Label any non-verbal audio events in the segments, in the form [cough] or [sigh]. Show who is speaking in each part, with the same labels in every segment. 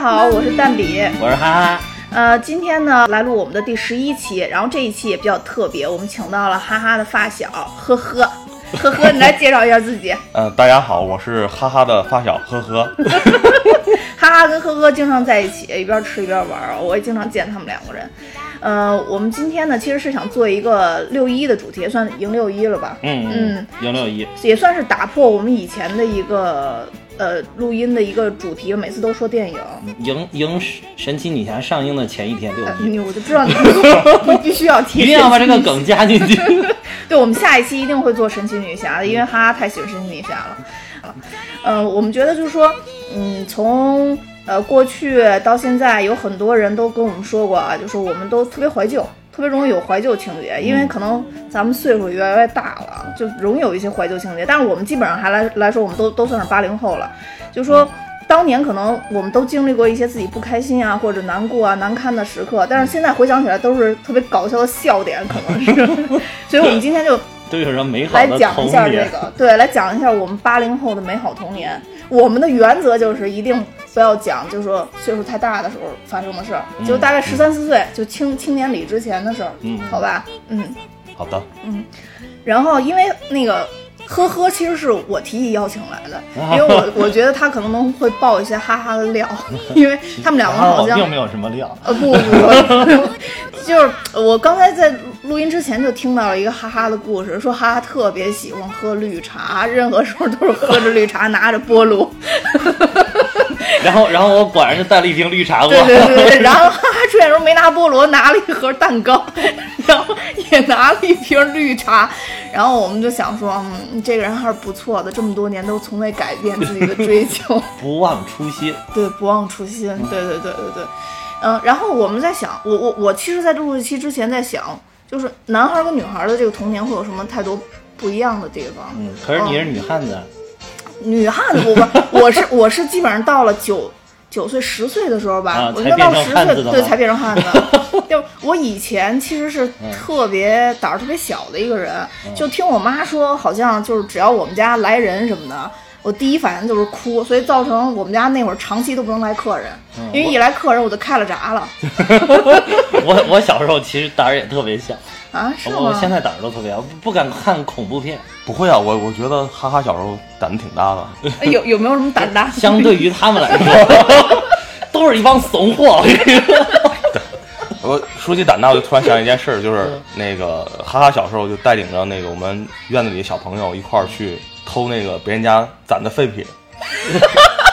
Speaker 1: 好，我是蛋比。
Speaker 2: 我是哈哈，
Speaker 1: 呃，今天呢来录我们的第十一期，然后这一期也比较特别，我们请到了哈哈的发小，呵呵， [laughs] 呵呵，你来介绍一下自己。 [laughs]
Speaker 3: 呃，大家好，我是哈哈的发小，呵呵。
Speaker 1: 哈哈跟呵呵经常在一起，一边吃一边玩儿，我也经常见他们两个人。呃，我们今天呢其实是想做一个六一的主题，也算迎六一了吧？
Speaker 2: [laughs] 嗯
Speaker 1: 嗯，
Speaker 2: 零六一，
Speaker 1: 也算是打破我们以前的一个呃录音的一个主题，每次都说电影。
Speaker 2: 迎迎神奇女侠上映的前一天六
Speaker 1: 哎 [laughs]
Speaker 2: 一，
Speaker 1: 你我就知道你你必须要提，
Speaker 2: 一定要把这个梗加进去。
Speaker 1: [laughs] 对，我们下一期一定会做神奇女侠的，因为哈哈太喜欢神奇女侠了。嗯，我们觉得就是说，嗯，从呃过去到现在，有很多人都跟我们说过啊，就说我们都特别怀旧，特别容易有怀旧情节，因为可能咱们岁数越来越大了，就容易有一些怀旧情节。但是我们基本上还来来说，我们都都算是八零后了，就说。当年可能我们都经历过一些自己不开心啊，或者难过啊、难堪的时刻，但是现在回想起来都是特别搞笑的笑点，可能是。所以我们今天就
Speaker 2: 都有什么美好
Speaker 1: 来
Speaker 2: 的
Speaker 1: 讲一
Speaker 2: 童
Speaker 1: 下这
Speaker 2: 年？
Speaker 1: 个，对，来讲一下我们八零后的美好童年。我们的原则就是一定不要讲，就是说岁数太大的时候发生的事儿，就大概十三四岁，就青青年礼之前的事儿，
Speaker 2: 嗯
Speaker 1: 好吧，嗯。
Speaker 3: 好的，
Speaker 1: 然后因为那个呵呵，其实是我提议邀请来的，
Speaker 2: 啊
Speaker 1: 因为我我觉得他可能会爆一些哈哈的料，
Speaker 2: [laughs]
Speaker 1: 因为他们两个好像
Speaker 2: 并没有什么料，
Speaker 1: 呃，不不不，就是我刚才在录音之前就听到了一个哈哈的故事，说哈哈特别喜欢喝绿茶，任何时候都是喝着绿茶，拿着菠萝。
Speaker 2: 然后然后我果然是带了一瓶绿茶过
Speaker 1: 对
Speaker 2: 来，
Speaker 1: 对对对，然后哈哈出现时候没拿菠萝，拿了一盒蛋糕，然后也拿了一瓶绿茶，然后我们就想说，嗯，这个人还是不错的，这么多年都从未改变自己的追求。
Speaker 2: 不忘初心。
Speaker 1: 对，不忘初心，对对对对对，嗯，然后我们在想，我我我其实，在录这期之前在想，就是男孩儿跟女孩儿的这个童年会有什么太多不一样的地方？
Speaker 2: 嗯，可是你是
Speaker 1: 哦
Speaker 2: 女汉
Speaker 1: [laughs]
Speaker 2: 子，
Speaker 1: 女汉子，我我
Speaker 2: [laughs]
Speaker 1: 我是我是基本上到了九九岁十岁的时候吧，
Speaker 2: 啊
Speaker 1: 我
Speaker 2: 才
Speaker 1: 应该到
Speaker 2: 变
Speaker 1: 十
Speaker 2: 成汉
Speaker 1: 岁
Speaker 2: 子的
Speaker 1: 对
Speaker 2: 吗
Speaker 1: 才变成汉
Speaker 2: [laughs]
Speaker 1: 子。就我以前其实是
Speaker 2: 嗯
Speaker 1: 特别胆儿特别小的一个人，就听我妈说，好像就是只要我们家来人什么的。我第一反应就是哭，所以造成我们家那会儿长期都不能来客人，
Speaker 2: 嗯
Speaker 1: 因为一来客人我就开了闸了
Speaker 2: 我我小时候其实胆儿也特别小， [laughs]
Speaker 1: 啊，是
Speaker 2: 我我
Speaker 1: 吗？
Speaker 2: 现在胆儿都特别小，不不敢看恐怖片。
Speaker 3: 不会啊，我我觉得哈哈小时候胆子挺大的，
Speaker 1: 哎有有没有什么胆
Speaker 2: [laughs]
Speaker 1: 大？ [laughs]
Speaker 2: 相对于他们来说，都是一帮怂货。我跟你说
Speaker 3: 我说起胆大，我就突然想起一件事儿，就是那个哈哈小时候就带领着那个我们院子里的小朋友一块儿去偷那个别人家攒的废品，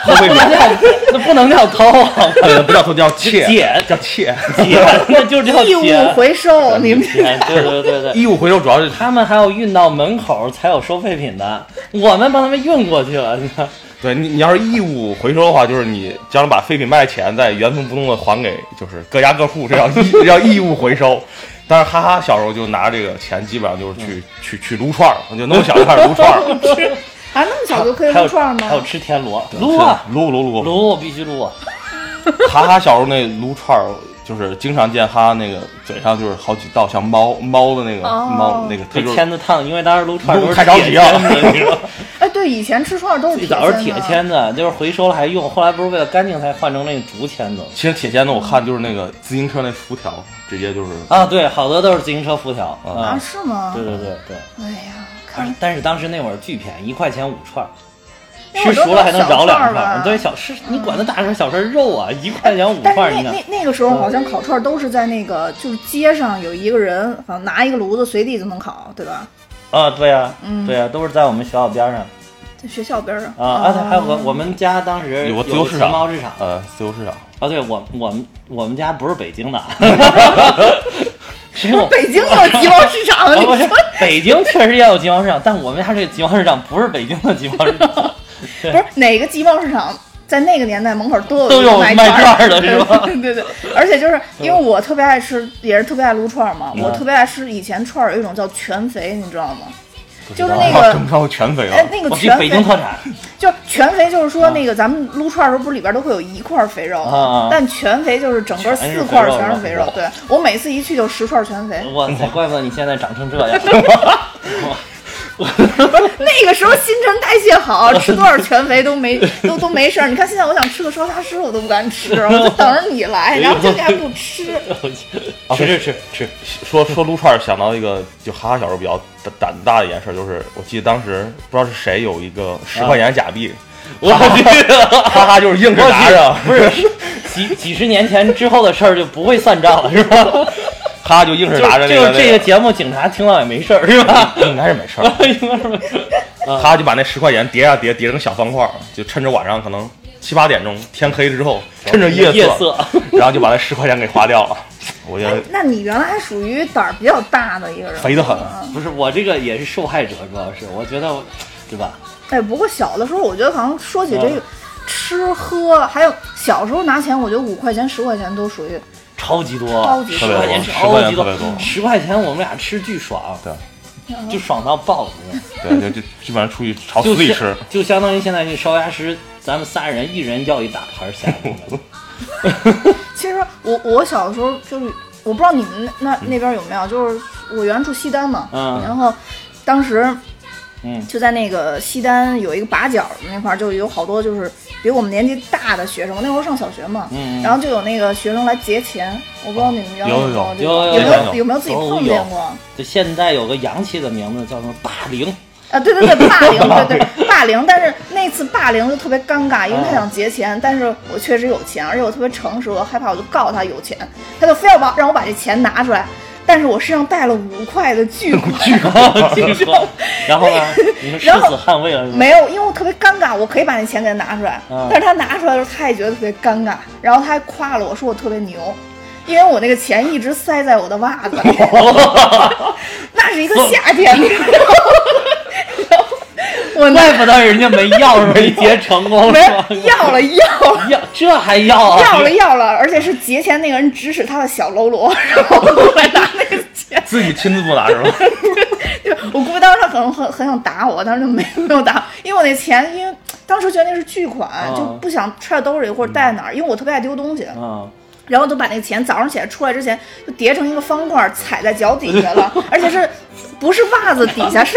Speaker 3: 偷废品，
Speaker 2: [laughs] 那不能叫偷
Speaker 3: [laughs]
Speaker 2: 啊，
Speaker 3: 呃，不叫偷，叫窃，
Speaker 2: [laughs] 捡
Speaker 3: 叫窃。
Speaker 2: 捡， [laughs] 那就叫
Speaker 1: 义务
Speaker 2: 捡。
Speaker 1: 回收，你们
Speaker 2: 捡对对对对。
Speaker 3: 义务回收主要是
Speaker 2: 他们还要运到门口才有收废品的，我们帮他们运过去了。你看，
Speaker 3: [laughs] 对你，你要是义务回收的话，就是你将把废品卖的钱再原封不动的还给就是各家各户，这叫义这叫义务回收。但是哈哈小时候就拿这个钱，基本上就是去、去去撸串儿，就那么小就开始撸串儿，
Speaker 1: 啊那么小就可以
Speaker 2: 还
Speaker 1: 撸
Speaker 2: 有
Speaker 1: 串
Speaker 2: 还有
Speaker 1: 吗？
Speaker 2: 吃田螺，撸啊
Speaker 3: 是撸撸撸！
Speaker 2: 撸，必须撸啊！
Speaker 3: 哈哈小时候那撸串儿，就是经常见哈哈那个嘴上就是好几道像猫猫的那个、
Speaker 1: 哦
Speaker 3: 猫那个，它
Speaker 2: 被
Speaker 3: 就是
Speaker 2: 签子烫，因为当时撸串都
Speaker 3: 撸
Speaker 2: 是
Speaker 3: 太着
Speaker 2: 铁
Speaker 3: 急啊了
Speaker 2: 签子，你知道吗
Speaker 1: 哎，对，以前吃串都是
Speaker 2: 最
Speaker 1: 铁
Speaker 2: 早是
Speaker 1: 签
Speaker 2: 铁
Speaker 1: 的
Speaker 2: 签子，就是回收了还用，后来不是为了干净才换成那个竹签子
Speaker 3: 其实铁钳子我看就是那个自行车那辐条，直接就是
Speaker 2: 啊？对，好多都是自行车辐条
Speaker 1: 啊，
Speaker 2: 啊。
Speaker 1: 是吗？
Speaker 2: 对对对对，
Speaker 1: 哎呀，
Speaker 2: 但
Speaker 1: 看
Speaker 2: 是但是当时那会儿巨便宜，一块钱五串儿。
Speaker 1: 因为
Speaker 2: 吃
Speaker 1: 我都
Speaker 2: 熟了还
Speaker 1: 是小
Speaker 2: 能饶
Speaker 1: 串
Speaker 2: 两
Speaker 1: 儿吧
Speaker 2: 串，对小吃你管它大事儿小事儿肉啊，一嗯块钱五
Speaker 1: 但
Speaker 2: 块儿，
Speaker 1: 是
Speaker 2: 你
Speaker 1: 那
Speaker 2: 看
Speaker 1: 那那个时候好像烤串儿都是在那个就是街上有一个人，好像拿一个炉子随地就能烤，对吧？
Speaker 2: 啊，对呀、
Speaker 1: 嗯
Speaker 2: 对呀、都是在我们学校边上
Speaker 1: 在学校边上
Speaker 2: 啊。啊，
Speaker 1: 哦
Speaker 2: 对，还有我我们家当时
Speaker 3: 有个自由
Speaker 2: 有
Speaker 3: 市场
Speaker 2: 集贸市场
Speaker 3: 呃自由市场。
Speaker 2: 啊，对我我们我们家不是北
Speaker 1: [laughs]
Speaker 2: 京的，啊是我。
Speaker 1: 啊北京有集贸市场，
Speaker 2: 啊
Speaker 1: 你
Speaker 2: 不是
Speaker 1: 说
Speaker 2: 北京确实也有集贸市场，但我们家这个集贸市场不是北京的集贸市场，对
Speaker 1: 不是哪个集贸市场？在那个年代，门口都有
Speaker 2: 都有
Speaker 1: 卖
Speaker 2: 卖
Speaker 1: 串
Speaker 2: 串儿的是吧
Speaker 1: [laughs] 对
Speaker 2: [laughs]
Speaker 1: 对对，而且就是因为我特别爱吃，也是特别爱撸串儿嘛。
Speaker 2: 嗯
Speaker 1: 我特别爱吃以前串儿有一种叫全肥，你知道吗？
Speaker 3: 不知
Speaker 1: 就是
Speaker 3: 道
Speaker 1: 那
Speaker 2: 啊
Speaker 1: 个
Speaker 3: 整不上全肥
Speaker 1: 哎
Speaker 3: 了，。
Speaker 1: 那个
Speaker 2: 我去
Speaker 1: 全
Speaker 2: 北
Speaker 1: 肥
Speaker 2: 京特产，
Speaker 1: 就是全肥，就是说
Speaker 2: 啊
Speaker 1: 那个咱们撸串的时候，不是里边都会有一块肥肉
Speaker 2: 啊啊啊
Speaker 1: 但全肥就是整个四块儿全是嗯肥肉
Speaker 2: 全是肥肉。
Speaker 1: 对我每次一去就十串全肥，
Speaker 3: [laughs]
Speaker 2: 哇塞，怪不得你现在长成这样。
Speaker 1: 不是 [laughs] 那个时候新陈代谢好，吃多少全肥都没 [laughs] 都都没事儿。你看现在我想吃个烧虾吃我都不敢 [laughs] 吃，我就等着你来，然后今天还不吃。
Speaker 2: 吃吃吃吃，
Speaker 3: 啊说说撸串儿想到一个，就哈哈小时候比较胆胆大的一件事，就是我记得当时不知道是谁有一个十块钱假币，
Speaker 2: 我去，
Speaker 3: 哈哈就是硬是拿着，
Speaker 2: 不是几几十年前之后的事儿就不会算账了，是吧？
Speaker 3: 哈哈就硬是
Speaker 2: [laughs] 就
Speaker 3: 拿着那
Speaker 2: 就
Speaker 3: 个
Speaker 2: 这
Speaker 3: 那
Speaker 2: 个节目，警察听到也没事儿，是吧？ [laughs]
Speaker 3: 个，应该是没事儿。
Speaker 2: 应该是
Speaker 3: 哈哈就把那十块钱叠啊叠叠成小方块儿，就趁着晚上可能七八点钟天黑了之后， [laughs] 趁着夜
Speaker 2: 夜
Speaker 3: [laughs]
Speaker 2: 色，
Speaker 3: 然后就把那十块钱给花掉了。 [laughs] 我觉得
Speaker 1: 那你原来还属于胆儿比较大的一个人，
Speaker 3: 肥得很
Speaker 2: 不是我这个也是受害者，主要是我觉得，对吧？
Speaker 1: 哎，不过小的时候，我觉得好像说起这个、
Speaker 2: 嗯
Speaker 1: 吃喝，还有小时候拿钱，我觉得五块钱、十块钱都属于
Speaker 2: 超级多，
Speaker 1: 超级
Speaker 2: 十
Speaker 1: 多
Speaker 2: 块钱
Speaker 3: 十
Speaker 2: 超
Speaker 3: 块钱
Speaker 2: 级多
Speaker 3: 特别多，
Speaker 2: 十块钱我们俩吃巨爽，
Speaker 3: 对
Speaker 1: 嗯
Speaker 2: [laughs] 就爽到爆，
Speaker 3: [laughs] 对，就就基本上出去朝
Speaker 2: 就
Speaker 3: 死里吃
Speaker 2: 是，就相当于现在这烧鸭师，咱们仨人一人要一大盘虾
Speaker 3: [laughs]
Speaker 2: 子，
Speaker 1: 其实我我小的时候就是，我不知道你们那那那边有没有，就是我原来住西单嘛，
Speaker 2: 嗯
Speaker 1: 然后当时
Speaker 2: 嗯
Speaker 1: 就在那个西单有一个把角那块儿，就有好多就是比我们年纪大的学生，我那会儿上小学嘛，
Speaker 2: 嗯嗯哦
Speaker 1: 然后就有那个学生来结钱，我不知道你们原来
Speaker 3: 有
Speaker 1: 没有这个
Speaker 2: 有
Speaker 1: 有
Speaker 2: 有
Speaker 1: 没
Speaker 2: 有
Speaker 1: 有有没有自己
Speaker 2: 都
Speaker 1: 碰
Speaker 2: 有
Speaker 1: 见过？
Speaker 2: 就现在有个洋气的名字叫什么霸凌，
Speaker 1: 啊，对对对，霸凌，对对 [laughs] 霸凌。哦但是那次霸凌就特别尴尬，因为他想结钱，但是我确实有钱，而且我特别诚实，我害怕我就告他有钱，他就非要把让我把这钱拿出来，但是我身上带了五块的巨款，
Speaker 3: [laughs]
Speaker 2: 听说，然后呢，你们誓
Speaker 1: 然后
Speaker 2: 死捍卫了是
Speaker 1: [laughs]
Speaker 2: 吗，
Speaker 1: 没有，因为我特别尴尬，我可以把那钱给他拿出来，
Speaker 2: 嗯
Speaker 1: 但是他拿出来的时候他也觉得特别尴尬，然后他还夸了我说我特别牛。因为我那个钱一直塞在我的袜子 [laughs] 里，那是一个夏天， [laughs] 你知道吗然后我那
Speaker 2: 怪不得人家没要是没结成 [laughs] 功
Speaker 1: 没
Speaker 2: 是吧？
Speaker 1: 要了要了，
Speaker 2: 要这还要啊？
Speaker 1: 要了要了，而且是节前那个人指使他的小喽啰，然后过来拿那个钱。
Speaker 3: [laughs] 自己亲自不拿是 [laughs] 吧？
Speaker 1: 就我估计当时他可能很很想打我，但是就没没有打，因为我那钱，因为当时觉得那是巨款，就不想揣兜里或者带哪儿，因为我特别爱丢东西，
Speaker 2: 嗯，
Speaker 1: 然后就把那个钱早上起来出来之前就叠成一个方块，踩在脚底下了，而且是。不是袜子底下，是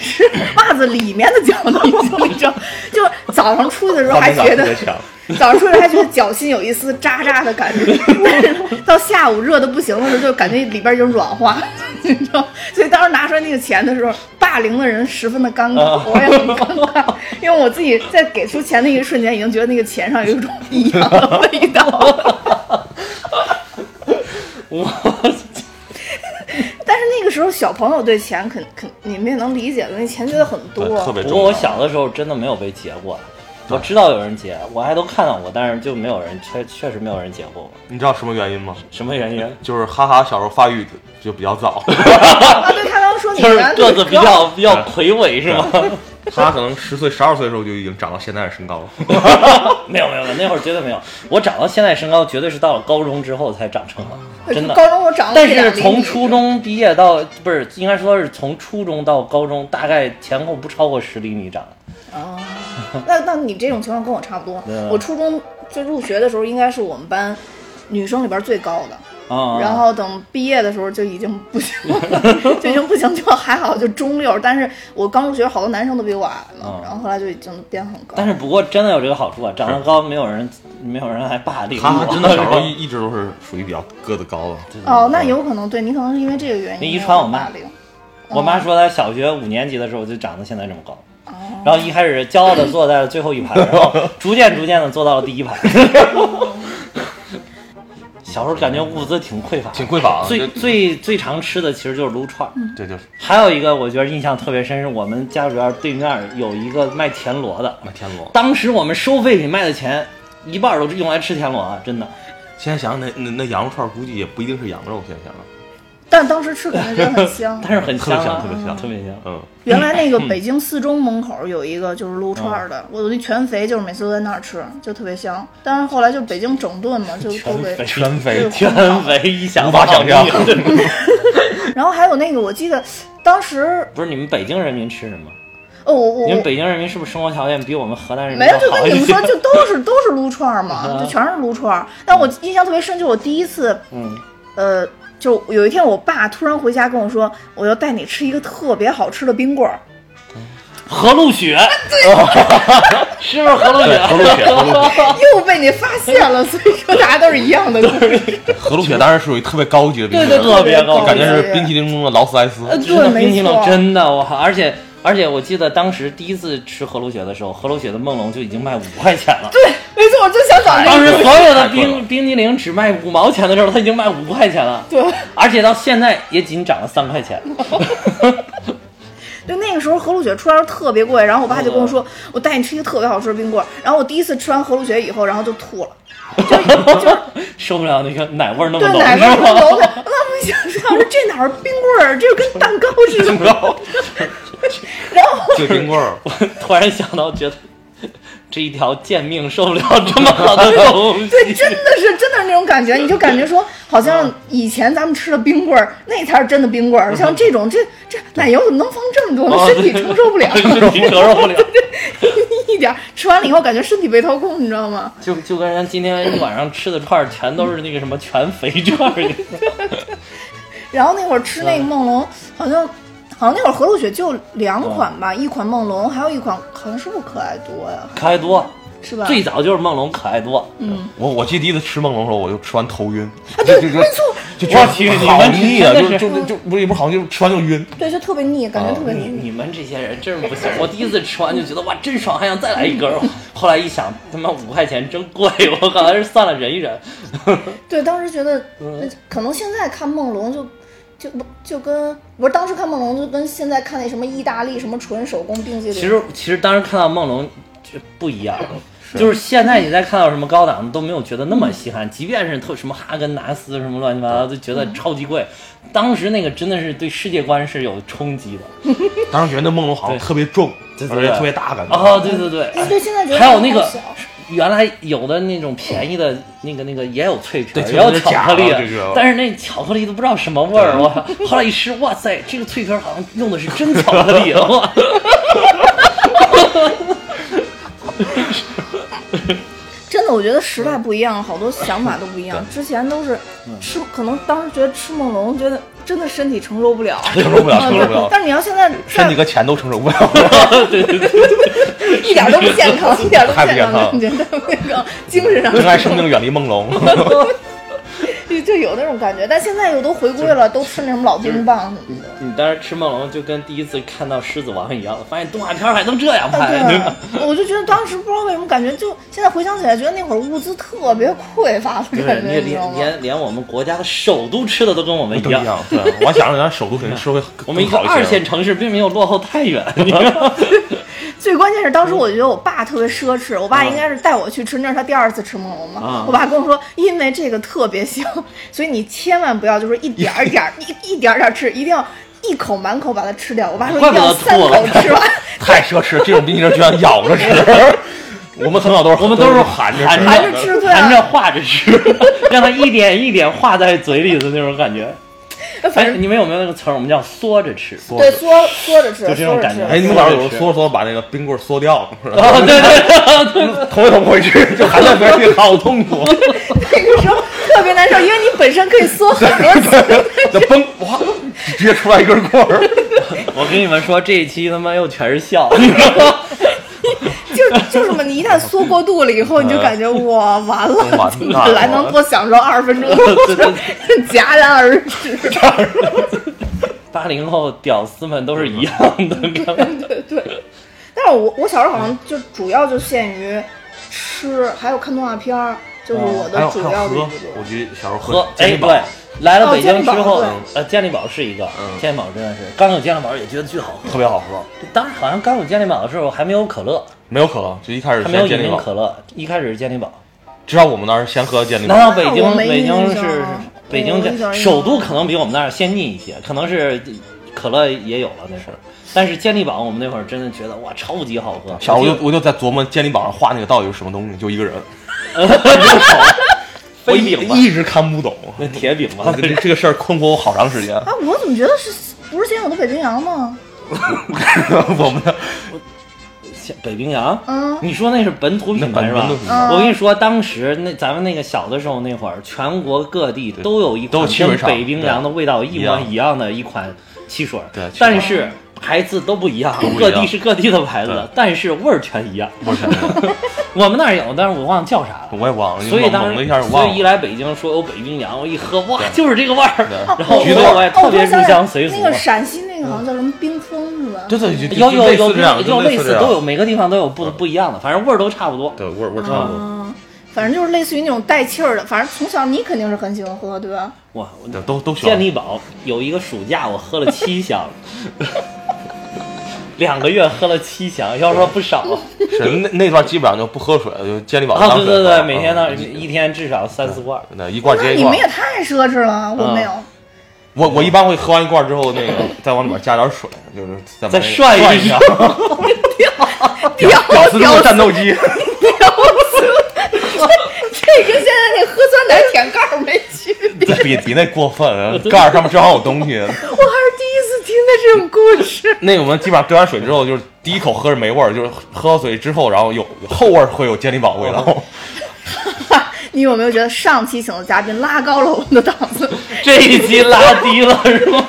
Speaker 1: 是袜子里面的脚底下，你知道？就早上出去的时候
Speaker 3: 画
Speaker 1: 还
Speaker 3: 面感
Speaker 1: 觉
Speaker 3: 特
Speaker 1: 得
Speaker 3: 别强。
Speaker 1: [laughs] 早上出来还觉得脚心有一丝扎扎的感觉， [laughs] 但是到下午热的不行的时候，就感觉里边已经软化， [laughs] 你知道？所以当时拿出来那个钱的时候，霸凌的人十分的尴尬
Speaker 2: 啊，
Speaker 1: 我也很尴尬， [laughs] 因为我自己在给出钱的一个瞬间，已经觉得那个钱上有一种 [laughs] 异样的味道了。
Speaker 2: 我
Speaker 1: 但是那个时候小朋友对钱肯肯，你们也能理解的，那钱觉得很多
Speaker 3: 对，特别
Speaker 2: 不过我小的时候真的没有被劫过，我知道有人劫，我还都看到过，但是就没有人，确确实没有人劫过我。
Speaker 3: 你知道什么原因吗？
Speaker 2: 什么原因？
Speaker 3: 就是哈哈小时候发育就比较 [laughs] 早，
Speaker 1: 啊！对他刚刚说你
Speaker 2: 就是
Speaker 1: 原来
Speaker 2: 个子比
Speaker 1: 高
Speaker 2: 较比较魁伟是吗？
Speaker 3: 哈哈可能十岁、十二岁的时候就已经长到现在的身高了。
Speaker 2: [laughs] 没有没有没有，那会儿绝对没有。我长到现在身高，绝对是到了高中之后才长成的，真的。
Speaker 1: 高中我长了
Speaker 2: 但
Speaker 1: 一两
Speaker 2: 是
Speaker 1: 厘米
Speaker 2: 从初中毕业到不是，应该说是从初中到高中，大概前后不超过十厘米长的。
Speaker 1: 哦，那那你这种情况跟我差不多
Speaker 2: 对啊。
Speaker 1: 我初中就入学的时候，应该是我们班女生里边最高的。
Speaker 2: 啊、
Speaker 1: 然后等毕业的时候就已经不行
Speaker 2: [laughs]
Speaker 1: 了，就已经不行，就还好就中六。但是我刚入学，好多男生都比我矮
Speaker 2: 啊
Speaker 1: 了，然后后来就已经变很高。
Speaker 2: 但是不过真的有这个好处啊，长得高没有人没有人还霸凌
Speaker 3: [laughs] 哈哈 [laughs]
Speaker 2: 我 [laughs]
Speaker 3: 真的哦小时候一一直都是属于比较个子高的，
Speaker 1: 哦，那有可能对你可能是因为这个原
Speaker 2: 嗯那
Speaker 1: 因。
Speaker 2: 遗传我妈
Speaker 1: 霸凌。
Speaker 2: 我妈说她小学五年级的时候就长得现在这么高，
Speaker 1: 哦，
Speaker 2: 然后一开始骄傲的坐在了最后一排，然后逐渐逐渐的坐到了第一排。小时候感觉物资挺匮乏，
Speaker 3: 挺匮乏的。
Speaker 2: 最
Speaker 3: 就
Speaker 2: 最最常吃的其实就是撸串儿，
Speaker 3: 对，就是
Speaker 2: 还有一个我觉得印象特别深是我们家里边对面有一个卖田螺的，
Speaker 3: 麦田螺。
Speaker 2: 当时我们收废品卖的钱一半儿都是用来吃田螺啊，真的。。
Speaker 3: 现在想想那那那羊肉串，估计也不一定是羊肉，现在想想，
Speaker 1: 但当时吃肯定觉得很香
Speaker 2: [laughs] 但是很香、啊，
Speaker 3: 特别香
Speaker 2: 特
Speaker 3: 特
Speaker 2: 别香。
Speaker 3: 嗯，
Speaker 1: 原来那个北京四中门口有一个就是撸串儿的，
Speaker 2: 啊
Speaker 1: 我那全肥就是每次都在那儿吃，就特别香。但是后来就北京整顿嘛，就都给
Speaker 2: 全肥
Speaker 3: 全肥
Speaker 1: 对
Speaker 2: 全为一想 [laughs]
Speaker 3: 无法想 [laughs] 象
Speaker 1: 然后还有那个，我记得当时
Speaker 2: 不是你们北京人民吃什么？
Speaker 1: 哦，我我
Speaker 2: 你们
Speaker 1: 我
Speaker 2: 北京人民是不是生活条件比我们河南人民
Speaker 1: 没有，就
Speaker 2: 要好
Speaker 1: 跟
Speaker 2: 一
Speaker 1: 你们
Speaker 2: 些
Speaker 1: 说，？就都是都是撸串儿嘛，
Speaker 2: 啊
Speaker 1: 就全是撸串儿。但我印象特别深，就是我第一次，
Speaker 2: 嗯，
Speaker 1: 呃，就有一天我爸突然回家跟我说，我要带你吃一个特别好吃的冰棍儿。
Speaker 2: 何路
Speaker 1: 啊
Speaker 2: 雪， [laughs] 是不是何路雪？
Speaker 3: 何路雪，何路雪，
Speaker 2: 哦
Speaker 1: 又被你发现
Speaker 2: [laughs]
Speaker 1: 了，所以说大家都是一样的故事。
Speaker 3: 何路雪当然是属于特别高级的冰淇
Speaker 1: 对
Speaker 3: 淋，
Speaker 1: 对
Speaker 2: 特别高
Speaker 1: 对
Speaker 2: 级，
Speaker 3: 感觉是冰淇淋中的劳斯莱斯。
Speaker 1: 呃，
Speaker 2: 真的
Speaker 1: 对，
Speaker 2: 冰淇
Speaker 1: 没
Speaker 2: 淋
Speaker 1: 错，
Speaker 2: 真的我靠！而且而且我记得当时第一次吃河鲁雪的时候，河鲁雪的梦龙就已经卖五块钱了。
Speaker 1: 对，没错，我就想找这
Speaker 2: 当
Speaker 1: 个。
Speaker 2: 时所有的
Speaker 3: 太贵
Speaker 2: 冰冰激凌只卖五毛钱的时候，它已经卖五块钱了。
Speaker 1: 对， [laughs]
Speaker 2: 而且到现在也仅涨了三块钱。
Speaker 1: 就那个时候河路雪出来时候特别贵，然后我爸就跟我说，我带你吃一个特别好吃的冰棍儿。然后我第一次吃完河路雪以后，然后就吐了，
Speaker 2: 受不了那个奶味儿那么
Speaker 1: 对，
Speaker 2: 浓，
Speaker 1: 奶味
Speaker 2: 是
Speaker 1: 儿
Speaker 2: 吧？
Speaker 1: 流的。我当时想说，我说这哪儿冰棍儿，这是跟蛋糕似
Speaker 3: [laughs]
Speaker 1: 的。然后
Speaker 3: 这个冰棍儿，
Speaker 2: 突然想到，觉得这一条贱命受不了这么好的东西。
Speaker 1: 对，真的是真的是那种感觉，你就感觉说，好像以前咱们吃的冰棍儿，那才是真的冰棍儿。像这种，这这奶油怎么能放这么多呢？身体承受不了，
Speaker 2: 身体承受不了。
Speaker 1: [laughs] 一点儿吃完了以后感觉身体被掏空，你知道吗？
Speaker 2: [laughs] 就就跟咱今天一晚上吃的串儿，全都是那个什么全肥串儿。
Speaker 1: 然后那会儿吃那个梦龙，好像好像那会儿和路雪就两款吧，一款梦龙，还有一款好像是不是可爱多呀，
Speaker 2: [laughs] 可爱多，
Speaker 1: 是吧？
Speaker 2: 最早就是梦龙可爱多。
Speaker 3: 我我记得第一次吃梦龙的时候，我就吃完头晕，
Speaker 1: 啊
Speaker 3: 就就就就
Speaker 2: 我
Speaker 3: 觉
Speaker 2: 去
Speaker 3: 得
Speaker 2: 你
Speaker 3: 好
Speaker 2: 们
Speaker 3: 腻啊，
Speaker 2: 真
Speaker 3: 就
Speaker 2: 的是
Speaker 3: 就就不是也不是好腻，就吃完就晕。
Speaker 1: 对，就特别腻，感觉特别
Speaker 2: 你
Speaker 1: 腻。
Speaker 2: 你们这些人真是不行！我第一次吃完就觉得哇，真爽，还想再来一 [laughs] 根儿。后来一想，他妈五块钱真贵，我靠，还是算了，忍一忍。
Speaker 1: 对，当时觉得，呃可能现在看梦龙就。就不就跟不是当时看梦龙就跟现在看那什么意大利什么纯手工冰激凌，
Speaker 2: 其实其实当时看到梦龙就不一样了。就是现在你再看到什么高档的都没有觉得那么稀罕，即便是特什么哈根达斯什么乱七八糟，都觉得超级贵。当时那个真的是对世界观是有冲击的。
Speaker 3: 当时觉得那梦龙好像特别重，
Speaker 2: 对对
Speaker 3: 而
Speaker 2: 对
Speaker 3: 且特别大感觉。
Speaker 2: 哦，对对对，
Speaker 1: 哎对现在觉得
Speaker 2: 还有那个
Speaker 1: 好小
Speaker 2: 原来有的那种便宜的那个那个也有脆皮
Speaker 3: 对
Speaker 2: 儿，也
Speaker 3: 就是
Speaker 2: 有
Speaker 3: 那
Speaker 2: 巧
Speaker 3: 假
Speaker 2: 克
Speaker 3: 的
Speaker 2: 力
Speaker 3: 这个，
Speaker 2: 但是那巧克力都不知道什么味儿，我靠后来一吃，哇塞，这个脆皮儿好像用的是真巧克力，哇！
Speaker 1: 真的，我觉得时代不一样，好多想法都不一样。之前都是吃，可能当时觉得吃梦龙，觉得真的身体承受不了，
Speaker 3: [laughs] 承受不了
Speaker 1: 啊
Speaker 3: 承受不
Speaker 1: 对
Speaker 3: 了
Speaker 1: 但是你要现在
Speaker 3: 身体
Speaker 1: 再
Speaker 3: 和钱都承受不了，
Speaker 1: [laughs] 一点都不健
Speaker 3: [laughs]
Speaker 1: 康，一点都
Speaker 3: 太不
Speaker 1: 健
Speaker 3: 健康了
Speaker 1: 你觉得那个精神上
Speaker 3: 珍爱生命，远离
Speaker 2: [laughs]
Speaker 3: 梦龙。
Speaker 1: [laughs] 就就有那种感觉。但现在又都回归了，都吃那什么老冰棒什
Speaker 3: [laughs]
Speaker 1: 么的。
Speaker 2: 你当时吃梦龙就跟第一次看到狮子王一样，发现动画片儿还能这
Speaker 1: 啊，
Speaker 2: 样拍，对吧
Speaker 1: 对，我就觉得当时不知道为什么，感觉就现在回想起来，觉得那会儿物资特别匮乏的
Speaker 2: [laughs] 对，
Speaker 1: 感
Speaker 2: 你
Speaker 1: 觉，你知道
Speaker 2: 连
Speaker 1: 吗？
Speaker 2: 连连我们国家的首都吃的都跟我们
Speaker 3: [laughs]
Speaker 2: 一
Speaker 3: 都一
Speaker 2: 样，
Speaker 3: 样，对，我想着咱首都肯定吃会
Speaker 2: 我们一
Speaker 3: 更
Speaker 2: 个
Speaker 3: 好
Speaker 2: 二
Speaker 3: 一些
Speaker 2: 线。城市并没有落后太 [laughs] 远，你知道吗
Speaker 1: 最关键是当时我觉得我爸特别奢侈，我爸
Speaker 2: 嗯
Speaker 1: 应该是带我去吃，那是他第二次吃梦龙嘛。
Speaker 2: 啊
Speaker 1: 我爸跟我说，因为这个特别香， [laughs] 所以你千万不要就是一点儿一点儿一一点儿一点儿吃，一定要一口满口把它吃掉。我爸说一
Speaker 2: 怪
Speaker 1: 定
Speaker 2: 不得
Speaker 1: 要三
Speaker 2: 吐了
Speaker 1: 口
Speaker 2: [laughs]
Speaker 1: 吃完。
Speaker 3: 太奢侈，这种冰淇淋居然咬着吃。 [laughs] 我们很早都是
Speaker 2: 我们都是
Speaker 3: 含着
Speaker 2: 含
Speaker 3: 吃
Speaker 1: 含着吃对啊
Speaker 2: 含着化着吃，让它一点一点化在嘴里的那种感觉。
Speaker 1: 反
Speaker 2: 哎，
Speaker 1: 正
Speaker 2: 你们有没有那个词儿？我们叫缩着吃。
Speaker 3: 缩
Speaker 1: 对缩缩着吃，
Speaker 2: 就这种
Speaker 1: 缩着
Speaker 2: 感
Speaker 1: 吃
Speaker 2: 觉。
Speaker 3: 哎，你们早上有人缩着缩着把那个冰棍儿缩掉，是 [laughs] 吧
Speaker 2: [laughs] 哦，对对对，
Speaker 3: 捅也捅不回去，就含在嘴里，好痛苦。
Speaker 1: [laughs] 那个时候特别难受，因为你本身可以缩很多
Speaker 2: [laughs]
Speaker 1: 次。
Speaker 3: 那崩哇，直接出来一根棍儿。
Speaker 2: [laughs] 我跟你们说，这一期他妈又全是笑，你知道吗？
Speaker 1: 就就是嘛，你一旦缩过度了以后，你就感觉
Speaker 2: 嗯
Speaker 1: 哇完
Speaker 3: 完
Speaker 1: 了
Speaker 3: 蛋，了
Speaker 1: 本来能多享受二十分钟，
Speaker 2: [laughs] 对对
Speaker 1: 戛然而止。
Speaker 2: 八零后屌丝们都是一样 [laughs] 的，你知道吗
Speaker 1: [laughs] 对对，但是我我小时候好像就主要就限于吃，还有看动画片儿，就是
Speaker 2: 哦
Speaker 1: 我的主要的娱乐。
Speaker 3: 我记得小时候
Speaker 2: 喝
Speaker 3: 健
Speaker 2: 哎
Speaker 3: 力宝
Speaker 2: 对，来了
Speaker 1: 哦
Speaker 2: 北京之后
Speaker 1: 健力宝，
Speaker 2: 呃，健力宝是一个，
Speaker 3: 嗯
Speaker 2: 健力宝真的是刚有健力宝也觉得巨好喝。
Speaker 3: 特别好喝，
Speaker 2: 当时好像刚有健力宝的时候还没有可乐，
Speaker 3: 没有可乐，就一开始
Speaker 2: 还没有
Speaker 3: 先
Speaker 2: 饮
Speaker 3: 健力
Speaker 2: 用
Speaker 3: 宝。
Speaker 2: 可乐，一开始是健力宝。
Speaker 3: 知道我们当时先喝健力
Speaker 2: 难
Speaker 3: 宝，
Speaker 2: 道北
Speaker 1: 那我
Speaker 2: 京
Speaker 1: 没
Speaker 2: 北
Speaker 1: 印象
Speaker 2: 京是
Speaker 1: 啊
Speaker 2: 北
Speaker 1: 我
Speaker 2: 京
Speaker 1: 印象
Speaker 2: 这
Speaker 1: 印象
Speaker 2: 首都可能比我们那儿先进一些，可能是可乐也有了那会儿，但是健力宝我们那会儿真的觉得哇超级好喝，
Speaker 3: 小时候我
Speaker 2: 我 [laughs]
Speaker 3: 就我就在琢磨健力宝上画那个到底是什么东西，就一个人， [laughs] 我
Speaker 2: [laughs] 飞
Speaker 3: 一
Speaker 2: 饼吧，
Speaker 3: 一直看不懂。
Speaker 2: 那铁饼吧
Speaker 3: [laughs] 我，这这个事儿困惑我好长时 [laughs] 间。
Speaker 1: 啊，我怎么觉得是不是先有的北冰洋吗？
Speaker 3: 我们的
Speaker 2: 北冰洋。
Speaker 1: 嗯，
Speaker 2: 你说那是本土品牌
Speaker 3: 那
Speaker 2: 是
Speaker 3: 本
Speaker 2: 吧
Speaker 3: 本土品？
Speaker 1: 牌
Speaker 2: 我跟你说，当时那咱们那个小的时候那会儿，全国各地都有一
Speaker 3: 都有
Speaker 2: 款
Speaker 3: 汽水
Speaker 2: 跟
Speaker 3: 厂
Speaker 2: 北冰洋的味道一模一样的一款汽水儿。
Speaker 3: 对汽水
Speaker 2: 但是牌子都不一样
Speaker 3: 都，不一
Speaker 2: 各
Speaker 3: 样
Speaker 2: 地是各地的牌
Speaker 3: 对
Speaker 2: 子，但是味儿全一样。
Speaker 3: 不是，
Speaker 2: 我们那儿有，但是我忘了叫啥了。
Speaker 3: 我也忘了，
Speaker 2: 所以当
Speaker 3: 猛的一下
Speaker 2: 时，
Speaker 3: 就
Speaker 2: 所
Speaker 3: 忘
Speaker 2: 以一
Speaker 3: 了。
Speaker 2: 来北京说有哦北冰洋，我一喝哇，
Speaker 3: 对
Speaker 2: 就是这个味儿。
Speaker 3: 对
Speaker 2: [laughs] 然后
Speaker 1: 哦
Speaker 3: 橘子
Speaker 2: 我我也特别
Speaker 1: 我突然想起
Speaker 2: 入
Speaker 1: 来
Speaker 2: 乡随俗嗯
Speaker 1: 那。个陕西那个好像叫什么冰峰是吧？
Speaker 3: 对对，就就
Speaker 2: 有有有
Speaker 3: 就类似这样，
Speaker 2: 有
Speaker 3: 就
Speaker 2: 类
Speaker 3: 似
Speaker 2: 似
Speaker 3: 这
Speaker 2: 都
Speaker 3: 样
Speaker 2: 有，每个地方都有不
Speaker 3: 嗯
Speaker 2: 不一样的，反正味儿都差不多。
Speaker 3: 对，味儿味儿差不
Speaker 2: 啊
Speaker 3: 多，
Speaker 1: 嗯，反正就是类似于那种带气儿的，反正从小你肯定是很喜欢喝，对吧？
Speaker 2: 哇，我
Speaker 3: 对都都喜
Speaker 2: 健
Speaker 3: 欢。
Speaker 2: 力宝有一个暑假我喝了七箱，两个月喝了七箱，要说不少。
Speaker 3: 是那那段基本上就不喝水了，就健力宝
Speaker 2: 啊，
Speaker 3: 当
Speaker 2: 对
Speaker 3: 嗯水
Speaker 2: 对对，
Speaker 3: 喝
Speaker 2: 每天
Speaker 3: 嗯
Speaker 2: 呢一天至少三四罐儿。
Speaker 3: 那一罐
Speaker 1: 那
Speaker 3: 接一
Speaker 1: 你
Speaker 3: 罐
Speaker 1: 们也。太奢侈了，我没有。
Speaker 3: 我我一般会喝完一罐之后，那个再往里边加点水，就是再把
Speaker 2: 再
Speaker 3: 那个
Speaker 2: 涮一
Speaker 3: 涮一下。
Speaker 1: 屌
Speaker 3: 屌丝中
Speaker 1: 屌
Speaker 3: 的
Speaker 1: 丝，
Speaker 3: 战斗机，
Speaker 1: [laughs] 这跟现在那喝酸奶舔盖儿没区别。
Speaker 3: 这比比那过
Speaker 2: [laughs]
Speaker 3: 分，盖儿上面正好有东西。
Speaker 1: [laughs] 我还是第一次听到这种故事。
Speaker 3: 那我们基本上兑完水之后，就是第一口喝是没味儿，就是喝到嘴之后，然后有后味儿会有健力宝味
Speaker 2: 哦
Speaker 3: 道。
Speaker 1: [laughs] 你有没有觉得上期请的嘉宾拉高了我们的档 [laughs] 次？
Speaker 2: 这一期拉低了是 [laughs] 吗？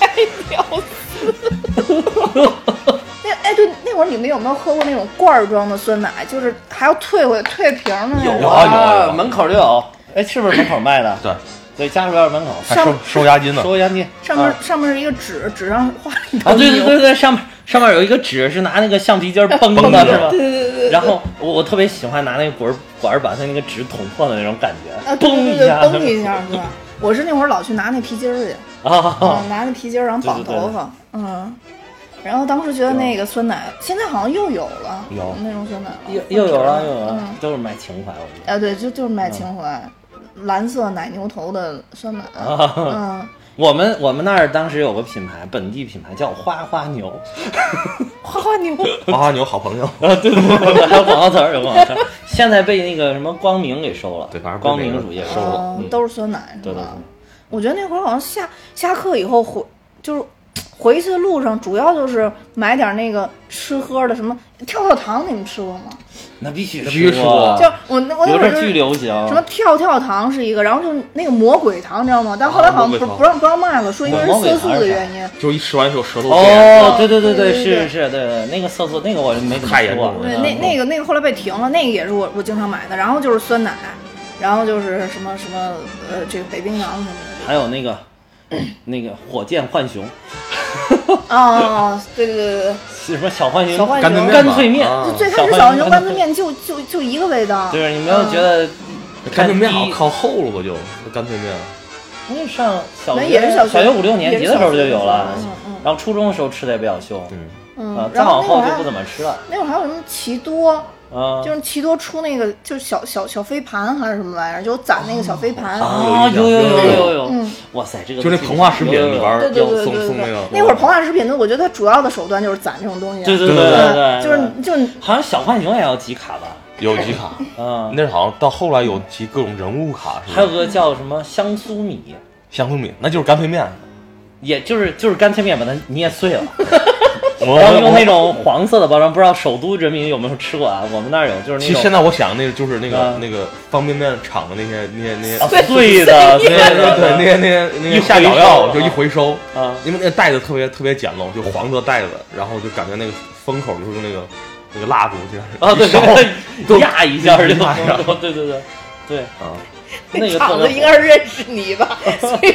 Speaker 1: 太屌丝了！ [laughs] 那哎，对，那会儿你们有没有喝过那种罐儿装的酸奶？就是还要退回退瓶儿的那
Speaker 3: 有
Speaker 1: 种。
Speaker 3: 啊有啊有啊
Speaker 2: 门口就有。哎，是不是门口卖的？
Speaker 3: [laughs] 对，
Speaker 2: 对，家属院门口。
Speaker 3: 还收收押金呢。
Speaker 2: 收押金，
Speaker 1: 上面、
Speaker 2: 啊
Speaker 1: 上面是一个纸，纸上画一
Speaker 2: 啊，
Speaker 1: 条
Speaker 2: 对对
Speaker 1: 牛
Speaker 2: 对对，上面上面有一个纸是拿那个橡皮 [laughs] 筋儿绷
Speaker 3: 绷
Speaker 2: 的，
Speaker 3: 的
Speaker 2: 是吧？
Speaker 1: 对对对对
Speaker 2: 然后我我特别喜欢拿那个管儿管儿把它那个纸捅破的那种感觉
Speaker 1: 啊，，对
Speaker 2: 嘣
Speaker 1: 对
Speaker 2: 一
Speaker 1: 对，
Speaker 2: 下，
Speaker 1: 崩一下，对。我是那会儿老去拿那皮筋儿去，
Speaker 2: 啊
Speaker 1: 嗯，，拿那皮筋儿然后绑
Speaker 2: 对对对
Speaker 1: 头发，嗯。然后当时觉得那个酸奶，现在好像又有了，
Speaker 3: 有
Speaker 1: 那种酸奶了，
Speaker 2: [laughs] 又又有了又有了嗯
Speaker 1: 嗯，，
Speaker 2: 都是卖情怀，我觉得。
Speaker 1: 哎，对，就就是卖情怀，蓝色奶牛头的酸奶，
Speaker 2: 啊
Speaker 1: 嗯，
Speaker 2: [laughs] 我们我们那儿当时有个品牌，本地品牌叫花花牛， [laughs]
Speaker 1: 花花牛，
Speaker 3: 花花牛好朋友，
Speaker 2: 啊，对对对，还有广告词儿，有广告词儿。现在被那个什么光明给收了，
Speaker 3: 对反正被
Speaker 2: 光
Speaker 3: 那
Speaker 2: 明
Speaker 3: 个
Speaker 2: 乳业收了。
Speaker 1: 嗯，都是酸奶，是
Speaker 2: 对对对
Speaker 1: 吧？我觉得那会儿好像下下课以后回就是回去的路上，主要就是买点那个吃喝的，什么跳跳糖，你们吃过吗？
Speaker 2: 那必须
Speaker 3: 必须
Speaker 2: 说
Speaker 3: 说
Speaker 2: 啊，
Speaker 1: 就我那我那
Speaker 2: 有
Speaker 1: 会儿
Speaker 2: 点
Speaker 1: 就
Speaker 2: 巨
Speaker 1: 是
Speaker 2: 流行。
Speaker 1: 什么跳跳糖是一个，然后就是那个魔鬼糖，你知道吗？
Speaker 2: 啊
Speaker 1: 但后来好像
Speaker 3: 魔
Speaker 1: 不
Speaker 3: 鬼糖
Speaker 1: 不让不让卖了，说因为
Speaker 2: 魔
Speaker 1: 是
Speaker 2: 鬼
Speaker 1: 色
Speaker 2: 糖
Speaker 1: 素
Speaker 2: 是
Speaker 1: 的
Speaker 2: 啥
Speaker 1: 原因。
Speaker 3: 就一吃完就舌头变。
Speaker 2: 哦，对对对
Speaker 1: 啊对对对
Speaker 2: 是是，对对，那个色素，那个我没怎么啊嗯
Speaker 3: 太
Speaker 2: 吃
Speaker 3: 严
Speaker 2: 过
Speaker 3: 重。了
Speaker 1: 对，那那个那个后来被停了，那个也是我我经常买的。然后就是酸奶，然后就是什么什么呃，这个北冰洋什么的。
Speaker 2: 还有那个 [clears throat] 那个火箭浣熊， [laughs]
Speaker 1: 哦，对对对对
Speaker 2: 什么小浣
Speaker 1: 对，
Speaker 2: 熊，
Speaker 1: 小浣
Speaker 3: 干
Speaker 1: 熊
Speaker 3: 脆面，
Speaker 2: 干脆面
Speaker 3: 啊
Speaker 1: 就最开始
Speaker 2: 嗯
Speaker 1: 小
Speaker 2: 小浣
Speaker 1: 浣
Speaker 2: 熊
Speaker 1: 熊干脆面就就就一个味道。嗯
Speaker 2: 就是你没有觉得嗯
Speaker 3: 干脆面好
Speaker 2: 第一
Speaker 3: 靠后了吧？就干脆面，
Speaker 2: 那上小
Speaker 1: 那
Speaker 2: 学
Speaker 1: 也是小学
Speaker 2: 五六年级的时候就有了
Speaker 1: 也是小学的时候嗯嗯，
Speaker 2: 然后初中的时候吃的也比较凶，
Speaker 3: 嗯，
Speaker 2: 啊
Speaker 1: 嗯，，
Speaker 2: 再
Speaker 1: 然后
Speaker 2: 往
Speaker 1: 那会
Speaker 2: 后
Speaker 1: 儿
Speaker 2: 就
Speaker 1: 还
Speaker 2: 不怎么吃了，
Speaker 1: 那会儿还有什么奇多，
Speaker 2: 啊，
Speaker 1: 就是奇多出那个就是小小小飞盘还是什么玩意儿，就攒那个小飞盘。
Speaker 2: 啊，有有有有有
Speaker 1: 嗯，
Speaker 2: 哇塞，这个
Speaker 3: 就那膨化食品
Speaker 2: 有
Speaker 3: 里边
Speaker 2: 有有
Speaker 3: 儿
Speaker 1: 对对对
Speaker 3: 要送
Speaker 1: 对
Speaker 3: 送那
Speaker 1: 对
Speaker 3: 个，，
Speaker 1: 那会儿膨化食品的，我觉得它主要的手段就是攒这种东西。啊嗯
Speaker 2: 对对对
Speaker 3: 对
Speaker 2: 对，
Speaker 1: 就是就是
Speaker 2: 好像小浣熊也要集卡吧，
Speaker 3: 有集 [laughs] 卡，
Speaker 2: 啊，
Speaker 3: 那是好像到后来有集各种人物卡，是吧
Speaker 2: 还有个叫什么香酥米，
Speaker 3: 香酥米，那就是干脆面。
Speaker 2: 也就是就是干脆面把它捏碎了，
Speaker 3: 我
Speaker 2: 然后用
Speaker 3: 我
Speaker 2: 那种黄色的包装，不知道首都人民有没有吃过啊？我们那儿有，就是
Speaker 3: 其实
Speaker 2: 那
Speaker 3: 现
Speaker 2: 种
Speaker 3: 在我想，那个就是那个
Speaker 2: 嗯
Speaker 3: 那个方便面厂的那些那些那些
Speaker 2: 啊碎的，
Speaker 1: 碎
Speaker 2: 对
Speaker 1: 的
Speaker 3: 对
Speaker 2: 对
Speaker 3: 对对，那些那些那
Speaker 2: 一
Speaker 3: 些下
Speaker 2: 回
Speaker 3: 脚
Speaker 2: 收
Speaker 3: 料
Speaker 2: 啊
Speaker 3: 就一回收嗯
Speaker 2: 啊
Speaker 3: 因为那个袋子特别特别简陋，就黄色袋子，然后就感觉那个封口就是用那个那个蜡烛这样
Speaker 2: 啊，对
Speaker 3: 一烧
Speaker 2: 对对，压一下就
Speaker 3: 都压上
Speaker 2: 对对对对，
Speaker 3: [laughs] 啊，
Speaker 2: 那个特
Speaker 1: 厂
Speaker 2: 别
Speaker 1: 子应该是认识你
Speaker 2: [laughs]
Speaker 1: 吧，所以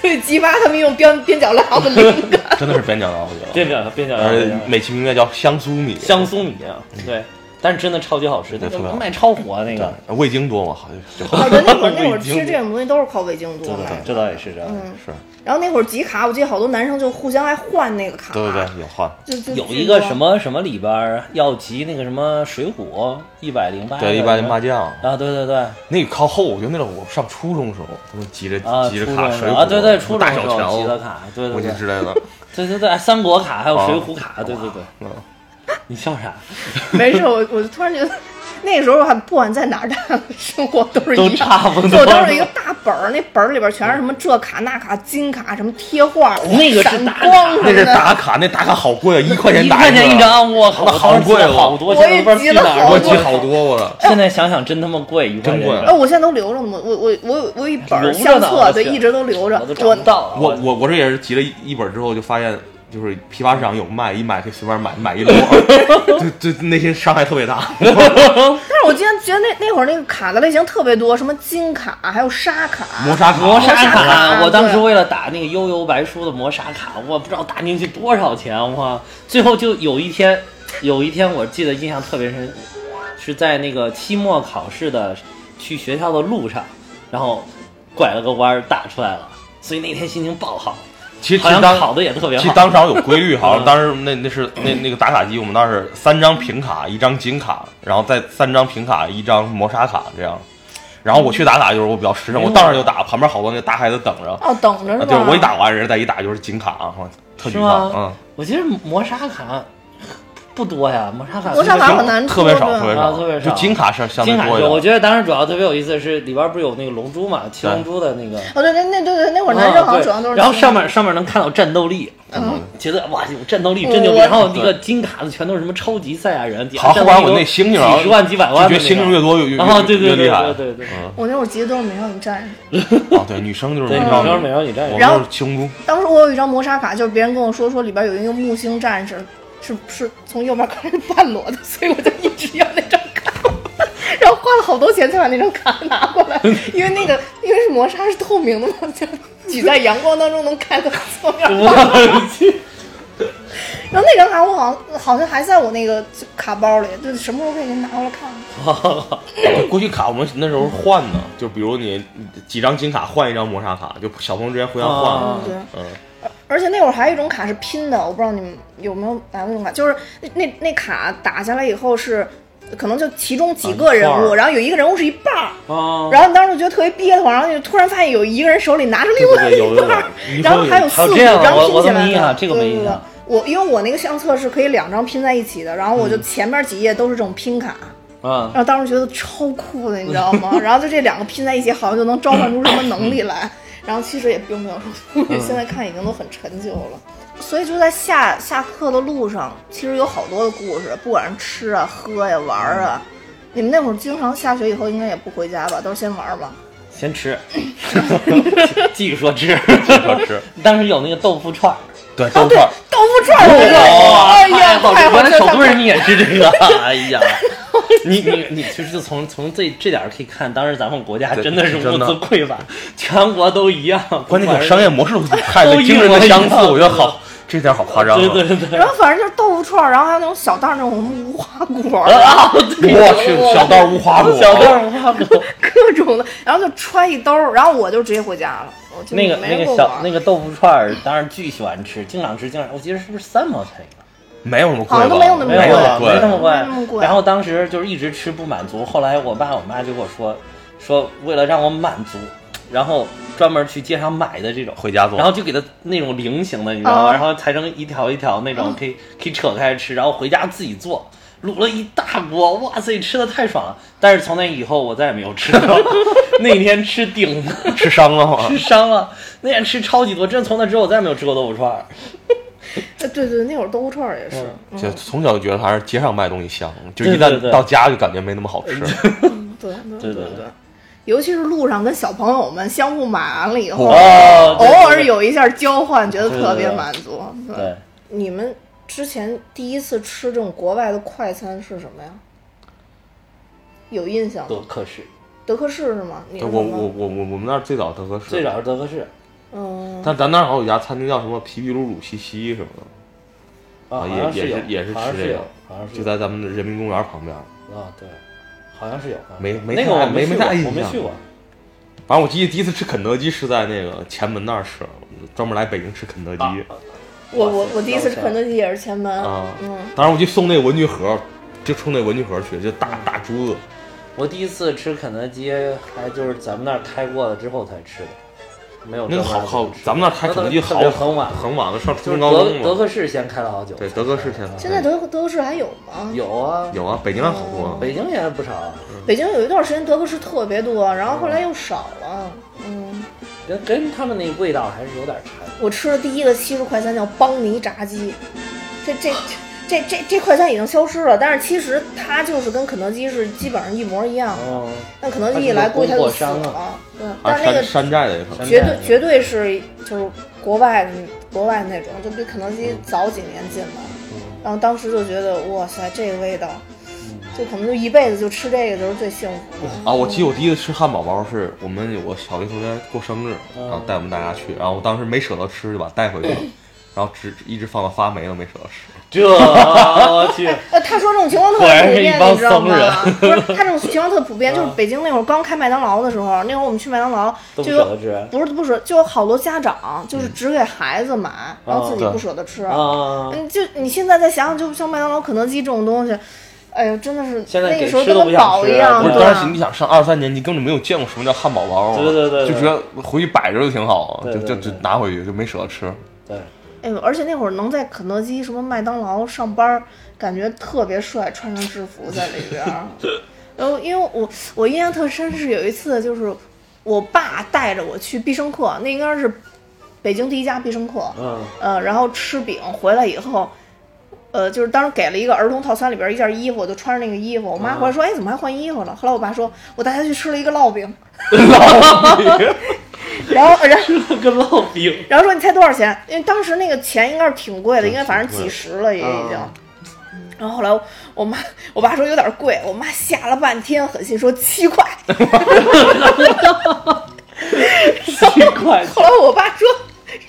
Speaker 1: 所以激发他们用边边角料的
Speaker 2: [laughs]
Speaker 1: 灵感。
Speaker 3: 真的是边角料，我觉得。
Speaker 2: 别讲了，别讲了，
Speaker 3: 而
Speaker 2: 别
Speaker 3: 且
Speaker 2: 讲了
Speaker 3: 呃美其名曰叫香酥米，
Speaker 2: 香酥米啊，对，但是真的超级好吃，
Speaker 3: 嗯对特别好
Speaker 2: 卖超火啊那
Speaker 3: 对
Speaker 2: 个，啊
Speaker 3: 味精多嘛，好像就好
Speaker 1: 我觉得那会儿那
Speaker 3: [laughs]
Speaker 1: 会儿
Speaker 2: 味精
Speaker 1: 吃这种东西都是靠味精
Speaker 2: 对
Speaker 1: 多
Speaker 2: 对
Speaker 1: 买
Speaker 2: 对，
Speaker 1: 的。
Speaker 2: 这倒也是这样。
Speaker 1: 嗯，
Speaker 3: 是，
Speaker 1: 然后那会儿集卡，我记得好多男生就互相爱换那个卡。
Speaker 3: 对对对，有换，
Speaker 1: 对，就就
Speaker 2: 有
Speaker 1: 巨
Speaker 2: 一个
Speaker 1: 多
Speaker 2: 什么什么里边儿要集那个什么《水浒》一百零八，
Speaker 3: 对一般零麻将，
Speaker 2: 啊，对对对，
Speaker 3: 那个靠后，我觉得那个我上初中的时候，他们急着
Speaker 2: 啊，
Speaker 3: 急着
Speaker 2: 初
Speaker 3: 卡
Speaker 2: 中
Speaker 3: 水
Speaker 2: 啊，对对，初中
Speaker 3: 大
Speaker 2: 的时
Speaker 3: 小
Speaker 2: 候集的
Speaker 3: 乔，
Speaker 2: 卡，对
Speaker 3: 我
Speaker 2: 对
Speaker 3: 就
Speaker 2: 对，
Speaker 3: 之类的，
Speaker 2: 对对对，三国卡还有
Speaker 3: 啊
Speaker 2: 水浒卡，对对对，
Speaker 3: 嗯
Speaker 2: [laughs] 你笑啥？
Speaker 1: [laughs] 没事，我我就突然觉得，那个时候还不管在哪儿，大家生活都是一样
Speaker 2: 都差不多
Speaker 1: 就我当时有一个大本儿，那本儿里边全是什么这卡那卡、金卡，什么贴画、
Speaker 2: 那个是
Speaker 1: 闪
Speaker 2: 打卡
Speaker 1: 光什
Speaker 3: 那
Speaker 1: 么
Speaker 3: 是
Speaker 1: 的。
Speaker 3: 打卡，那打卡好贵啊，一块钱
Speaker 2: 一
Speaker 3: 打
Speaker 2: 块钱一
Speaker 3: 个，
Speaker 2: 张，我靠，
Speaker 3: 那好
Speaker 2: 当时记得
Speaker 3: 贵哦
Speaker 2: 好多，
Speaker 1: 我
Speaker 2: 现在
Speaker 1: 也
Speaker 2: 都不知道
Speaker 1: 集
Speaker 2: 去
Speaker 1: 了
Speaker 2: 哪儿
Speaker 1: 好
Speaker 3: 我
Speaker 1: 多
Speaker 3: 集好多我了。
Speaker 2: 现在想想真他妈贵，一块
Speaker 3: 真
Speaker 2: 钱
Speaker 3: 贵
Speaker 2: 一张
Speaker 1: 哎，我现在都留着呢，我我我我我一本儿
Speaker 2: 留着
Speaker 1: 相
Speaker 2: 呢
Speaker 1: 册，
Speaker 2: 我
Speaker 1: 对，
Speaker 2: 去
Speaker 1: 一直都留着。
Speaker 2: [laughs] 我都找不到啊。
Speaker 3: 我我我这也是集了一一本之后，就发现就是批发市场有卖，一买可以随便买，买一摞儿，
Speaker 2: [laughs]
Speaker 3: 就就内心伤害特别大。
Speaker 1: 但是我今天觉得那那会儿那个卡的类型特别多，什么金卡，还有沙卡，
Speaker 3: 磨砂卡，
Speaker 2: 磨砂
Speaker 1: 磨 [laughs] 砂卡
Speaker 2: 卡，啊我当时
Speaker 1: 啊对
Speaker 2: 为了打那个悠悠白书的磨砂卡，我不知道打进去多少钱，哇！最后就有一天，有一天我记得印象特别深，是在那个期末考试的去学校的路上，然后拐了个弯儿打出来了，所以那天心情爆好，
Speaker 3: 其实
Speaker 2: 好
Speaker 3: 其实
Speaker 2: 像考
Speaker 3: 当
Speaker 2: 的也特别
Speaker 3: [laughs] 其实
Speaker 2: 好。
Speaker 3: 当场有规律，好像
Speaker 2: 嗯
Speaker 3: 当时那那是那那个打卡机，我们当时三张平卡，一张金卡，然后再三张平卡，一张磨砂卡这样。然后我去打卡就是我比较实诚，我当时就打，旁边好多那个打卡的等着。
Speaker 1: 哦，等着
Speaker 3: 啊
Speaker 1: 是吧？
Speaker 3: 对，我一打完人再一打就是金卡，啊，我特沮
Speaker 2: 是吗
Speaker 3: 丧，嗯。
Speaker 2: 我觉得磨砂卡不多呀，磨砂卡
Speaker 1: 磨砂卡很难
Speaker 3: 特别
Speaker 1: 出
Speaker 3: 少，
Speaker 1: 对
Speaker 3: 特别
Speaker 2: 啊
Speaker 3: 少，
Speaker 2: 特别少
Speaker 3: 就金卡是相对
Speaker 2: 金卡
Speaker 3: 多一
Speaker 2: 是，
Speaker 3: 点。
Speaker 2: 我觉得当时主要特别有意思的是里边儿不是有那个龙珠嘛，七龙珠的那个。
Speaker 1: 哦，对对，那对对，那会儿男生好像
Speaker 2: 啊对
Speaker 1: 主要都是。
Speaker 2: 然后上面上面能看到战斗力，
Speaker 1: 嗯，
Speaker 2: [laughs] 觉得哇，有战斗力真牛逼。
Speaker 1: 我
Speaker 2: 然后那个金卡的全都是什么超级赛亚人，
Speaker 3: 好，
Speaker 2: 战斗
Speaker 3: 后
Speaker 2: 力
Speaker 3: 来我
Speaker 2: 都
Speaker 3: 那星星，然后
Speaker 2: 几十万、几百万的
Speaker 3: 就觉得星星
Speaker 2: 那
Speaker 3: 越
Speaker 2: [laughs]
Speaker 3: 多越越
Speaker 2: 个。啊，对
Speaker 3: 越
Speaker 2: 对
Speaker 3: 厉
Speaker 2: 对
Speaker 3: 害
Speaker 2: 对。对对，
Speaker 1: 我那会儿集的都是美少女战士，
Speaker 3: 哦，对，女生就是
Speaker 2: 对，
Speaker 3: 美
Speaker 2: 女
Speaker 3: 少
Speaker 2: 生
Speaker 3: 女
Speaker 2: 美，少女战
Speaker 3: 我
Speaker 1: [laughs]
Speaker 2: 士
Speaker 1: 然后
Speaker 3: 们就是青珠。
Speaker 1: 当时我有一张磨砂卡，就是别人跟我说说里边有一个木星战士，是是从右边开始半裸的，所以我就一直要那张卡， [laughs] 然后花了好多钱才把那张卡拿过来，因为那个因为是磨砂是透明的嘛，就举在阳光当中能看到侧面。
Speaker 2: 我去，
Speaker 1: 然后那张卡我好像好像还在我那个卡包里，就什么时候可以给你拿过来看看。
Speaker 2: [laughs]
Speaker 3: 过去卡我们那时候换呢，就比如你几张金卡换一张磨砂卡，就小朋友之间互相换
Speaker 2: 啊。
Speaker 1: 对。
Speaker 3: 嗯，
Speaker 1: 而且那会儿还有一种卡是拼的，我不知道你们有没有买过那种卡，就是那那那卡打下来以后是，可能就其中几个人
Speaker 3: 啊一块
Speaker 1: 物，
Speaker 3: 儿
Speaker 1: 然后有一个人物是一半儿，
Speaker 2: 啊，
Speaker 1: 然后你当时就觉得特别憋得慌，然后就突然发现有一个人手里拿着另外
Speaker 3: 对对有
Speaker 1: 一半儿，
Speaker 3: 有有
Speaker 1: 然后还有
Speaker 2: 还有
Speaker 1: 四五
Speaker 2: 这样啊
Speaker 1: 张
Speaker 2: 我
Speaker 1: 拼
Speaker 2: 我
Speaker 1: 起
Speaker 2: 都没
Speaker 1: 来
Speaker 2: 印象
Speaker 1: 的，
Speaker 2: 这个没
Speaker 1: 对对
Speaker 2: 印啊
Speaker 1: 对
Speaker 2: 象
Speaker 1: 我因为我那个相册是可以两张拼在一起的，然后我就
Speaker 2: 嗯
Speaker 1: 前面几页都是这种拼卡，
Speaker 2: 啊
Speaker 1: 然，后当时觉得超酷的，你知道吗？然后就这两个拼在一起，好像就能召唤出什么能力来。然后其实也并没有什么东西，现在看已经都很陈旧了。所以就在下下课的路上，其实有好多的故事，不管是吃啊、喝呀、玩儿啊。你们那会儿经常下学以后应该也不回家吧，都是先玩儿吧。[laughs]
Speaker 2: 先吃，继续说吃。
Speaker 3: 好吃。
Speaker 2: [laughs] 当时有那个豆腐串儿，
Speaker 3: 对，
Speaker 1: 哦
Speaker 3: 豆块儿，
Speaker 1: 豆腐串儿，哎
Speaker 2: 哦太
Speaker 1: 呀，
Speaker 2: 好吃！
Speaker 1: 太好
Speaker 2: 原
Speaker 1: 吃
Speaker 2: 来
Speaker 1: 了！
Speaker 2: 首都人你也吃这
Speaker 3: [laughs]
Speaker 2: 个，哎呀。你你你，其实就从从这这点儿可以看，当时咱们国家
Speaker 3: 对
Speaker 2: 真的是
Speaker 3: 真
Speaker 2: 物资
Speaker 3: 的
Speaker 2: 匮乏，全国都一样。
Speaker 3: 关键
Speaker 2: 不管
Speaker 3: 是
Speaker 2: 是
Speaker 3: 商业模式太
Speaker 2: 都一模
Speaker 3: 惊人的相
Speaker 2: 一
Speaker 3: 似，
Speaker 2: 样
Speaker 3: 我觉得好，这点好夸张啊。
Speaker 2: 对对对，
Speaker 1: 然后反正就是豆腐串儿，然后还有那种小袋儿那种无花果儿啊，
Speaker 2: 啊，
Speaker 3: 我去，小袋儿无花果，
Speaker 2: [laughs] 小袋儿花果，
Speaker 1: 各种的，然后就揣一兜儿，然后我就直接回家了。我就
Speaker 2: 那个
Speaker 1: 没啊
Speaker 2: 那
Speaker 1: 过
Speaker 2: 个
Speaker 1: 玩
Speaker 2: 小那个豆腐串儿，当然巨喜欢吃，经常吃，经常。我记得是不是三毛钱一个？
Speaker 3: 没有那么贵
Speaker 1: 好
Speaker 3: 吧？
Speaker 1: 像都没有那么
Speaker 3: 没
Speaker 2: 有
Speaker 3: 有那么
Speaker 2: 啊没那么
Speaker 3: 贵。
Speaker 1: 没那么贵
Speaker 2: 然后当时就是一直吃不满足，后来我爸我妈就跟我说，说为了让我满足，然后专门去街上买的这种。
Speaker 3: 回家做，
Speaker 2: 然后就给它那种菱形的，你知道吗？
Speaker 1: 哦
Speaker 2: 然后裁成一条一条那种，可以可以扯开吃，然后回家自己做，卤了一大锅，哇塞，吃的太爽了！但是从那以后我再也没有吃
Speaker 1: [laughs]
Speaker 2: 过，那天吃顶了，
Speaker 3: 吃伤了啊吗
Speaker 1: 哦
Speaker 2: 吃？伤了，那天吃超级多，真的从那之后我再也没有吃过豆腐串儿。
Speaker 1: 哎，对对，那会儿豆腐串儿也是，
Speaker 3: 就从小就觉得还是街上卖东西香，就一
Speaker 2: 对对
Speaker 3: 旦
Speaker 2: 对
Speaker 3: 到家就感觉没那么好吃。
Speaker 1: 嗯对对对
Speaker 2: 对对对
Speaker 1: 尤其是路上跟小朋友们相互买完了以后，
Speaker 2: 哦
Speaker 1: 偶尔。有一下交换，觉得特别满足。
Speaker 2: 对对对，
Speaker 1: 你们之前第一次吃这种国外的快餐是什么呀？有印象
Speaker 2: 德
Speaker 1: 吗？
Speaker 2: 克士
Speaker 1: 德克士是吗？你是
Speaker 3: 我
Speaker 1: 什
Speaker 3: 呃我
Speaker 1: 么
Speaker 3: 我我我们那儿最早德克士，
Speaker 2: 最早是德克士
Speaker 1: 嗯，
Speaker 3: 但咱那儿好像有家餐厅叫什么皮皮鲁鲁西西什么的，
Speaker 2: 啊，好
Speaker 3: 也
Speaker 2: 像
Speaker 3: 也
Speaker 2: 有
Speaker 3: 是也是
Speaker 2: 好像
Speaker 3: 吃
Speaker 2: 是
Speaker 3: 这个
Speaker 2: 有，好像是
Speaker 3: 就
Speaker 2: 有
Speaker 3: 在咱们人民公园旁边。
Speaker 2: 啊，对，好像是有，好像是
Speaker 3: 没
Speaker 2: 有
Speaker 3: 没
Speaker 2: 那个
Speaker 3: 太
Speaker 2: 我
Speaker 3: 没
Speaker 2: 去
Speaker 3: 没
Speaker 2: 过
Speaker 3: 太印
Speaker 2: 我没
Speaker 3: 象
Speaker 2: 去过。
Speaker 3: 反正我记得第一次吃肯德基是在那个前门那儿吃，专门来北京吃肯德基
Speaker 2: 啊
Speaker 1: 我
Speaker 2: 哇
Speaker 1: 我
Speaker 2: 塞
Speaker 1: 我第一次吃
Speaker 2: 那我
Speaker 1: 肯德基也是前门，
Speaker 3: 啊
Speaker 1: 嗯，
Speaker 3: 当时我就送那个文具盒，就冲那文具盒去，就大大珠子。
Speaker 2: 我第一次吃肯德基，还就是咱们那儿开过了之后才吃的，没有
Speaker 3: 那个
Speaker 2: 专
Speaker 3: 好
Speaker 2: 门
Speaker 3: 好
Speaker 2: 去吃，
Speaker 3: 咱们那儿开肯德基
Speaker 2: 特
Speaker 3: 好
Speaker 2: 别很晚，
Speaker 3: 很晚了，上初
Speaker 2: 就是
Speaker 3: 中高中
Speaker 2: 德
Speaker 3: 了。
Speaker 2: 德克士先开了好久，
Speaker 3: 对德克士先
Speaker 1: 现在德德克士还有吗？
Speaker 2: 有啊，
Speaker 3: 有嗯啊，北京还好多啊。
Speaker 2: 嗯北京也不少，
Speaker 1: 北京有一段时间德克士特别多，然后后来又少了，嗯。
Speaker 2: 跟跟他们那味道还是有点差的。
Speaker 1: 我吃的第一个七十块钱叫邦尼炸鸡，这这这这这快餐已经消失了，但是其实它就是跟肯德基是基本上一模一样的。
Speaker 3: [laughs]
Speaker 2: 哦，
Speaker 1: 但肯德基一来，估计它就死
Speaker 2: 它是个供货
Speaker 3: 啊
Speaker 1: 了。对，
Speaker 3: 还
Speaker 1: 但
Speaker 3: 是
Speaker 1: 那个
Speaker 3: 山山寨的也可能。
Speaker 1: 绝对绝对是就是国外国外那种，就比肯德基早几年进的，然后当时就觉得哇塞，这个味道，就可能就一辈子就吃这个就是最幸福的。
Speaker 3: 啊，我记得我第一次吃汉堡包是我们有个小学同学过生日，然后带我们大家去，然后我当时没舍得吃，就把它带回去了，然后只一直放到发霉了，没舍得吃。
Speaker 2: 这我去，
Speaker 1: 呃，他说这种情况特
Speaker 2: 果然
Speaker 1: 别普
Speaker 2: 是一
Speaker 1: 遍，
Speaker 2: 帮
Speaker 1: 你知道
Speaker 2: 僧人啊
Speaker 1: 吗？不
Speaker 2: [laughs]
Speaker 1: 是，他这种情况特普遍，就是北京那会儿刚开麦当劳的时候，那会儿我们去麦当劳
Speaker 2: 都不
Speaker 1: 就
Speaker 2: 舍得
Speaker 1: 有。不
Speaker 2: 吃
Speaker 1: 是不是，就有好多家长就是只给孩子买，然后自己
Speaker 3: 对
Speaker 1: 不舍得吃。
Speaker 2: 啊！
Speaker 1: 嗯，就你现在再想想，就像麦当劳、肯德基这种东西，哎呦，真的是
Speaker 2: 现在
Speaker 1: 那
Speaker 2: 给
Speaker 1: 个时候
Speaker 2: 吃
Speaker 1: 跟
Speaker 2: 都不
Speaker 1: 个
Speaker 2: 想
Speaker 1: 宝
Speaker 2: 吃
Speaker 1: 一样，
Speaker 3: 不是，
Speaker 1: 对
Speaker 3: 当时你想上二三年级，根本就没有见过什么叫汉堡包啊，
Speaker 2: 对对对对
Speaker 3: 就觉得回去摆着就挺好，
Speaker 2: 对
Speaker 3: 就
Speaker 2: 对
Speaker 3: 就
Speaker 2: 对
Speaker 3: 就拿回去就没舍得吃。
Speaker 2: 对，
Speaker 1: 哎呦，而且那会儿能在肯德基、什么麦当劳上班儿，感觉特别帅，穿上制服在里边儿。然后，因为我我印象特深是有一次，就是我爸带着我去必胜客，那应该是北京第一家必胜客，
Speaker 2: 嗯，
Speaker 1: 呃，然后吃饼回来以后。呃，就是当时给了一个儿童套餐里边一件衣服，我就穿着那个衣服。我妈回来说：“哎，怎么还换衣服了？”后来我爸说：“我带他去吃了一个烙饼。
Speaker 2: [laughs]
Speaker 1: 然后”然后，
Speaker 2: 这个烙饼，
Speaker 1: 然后说你猜多少钱？因为当时那个钱应该是挺贵的，嗯应该反正几十了也
Speaker 2: 嗯
Speaker 1: 已经。然后后来我我妈我爸说有点贵，我妈吓了半天，狠心说七块。
Speaker 2: 七块
Speaker 1: 后来我爸说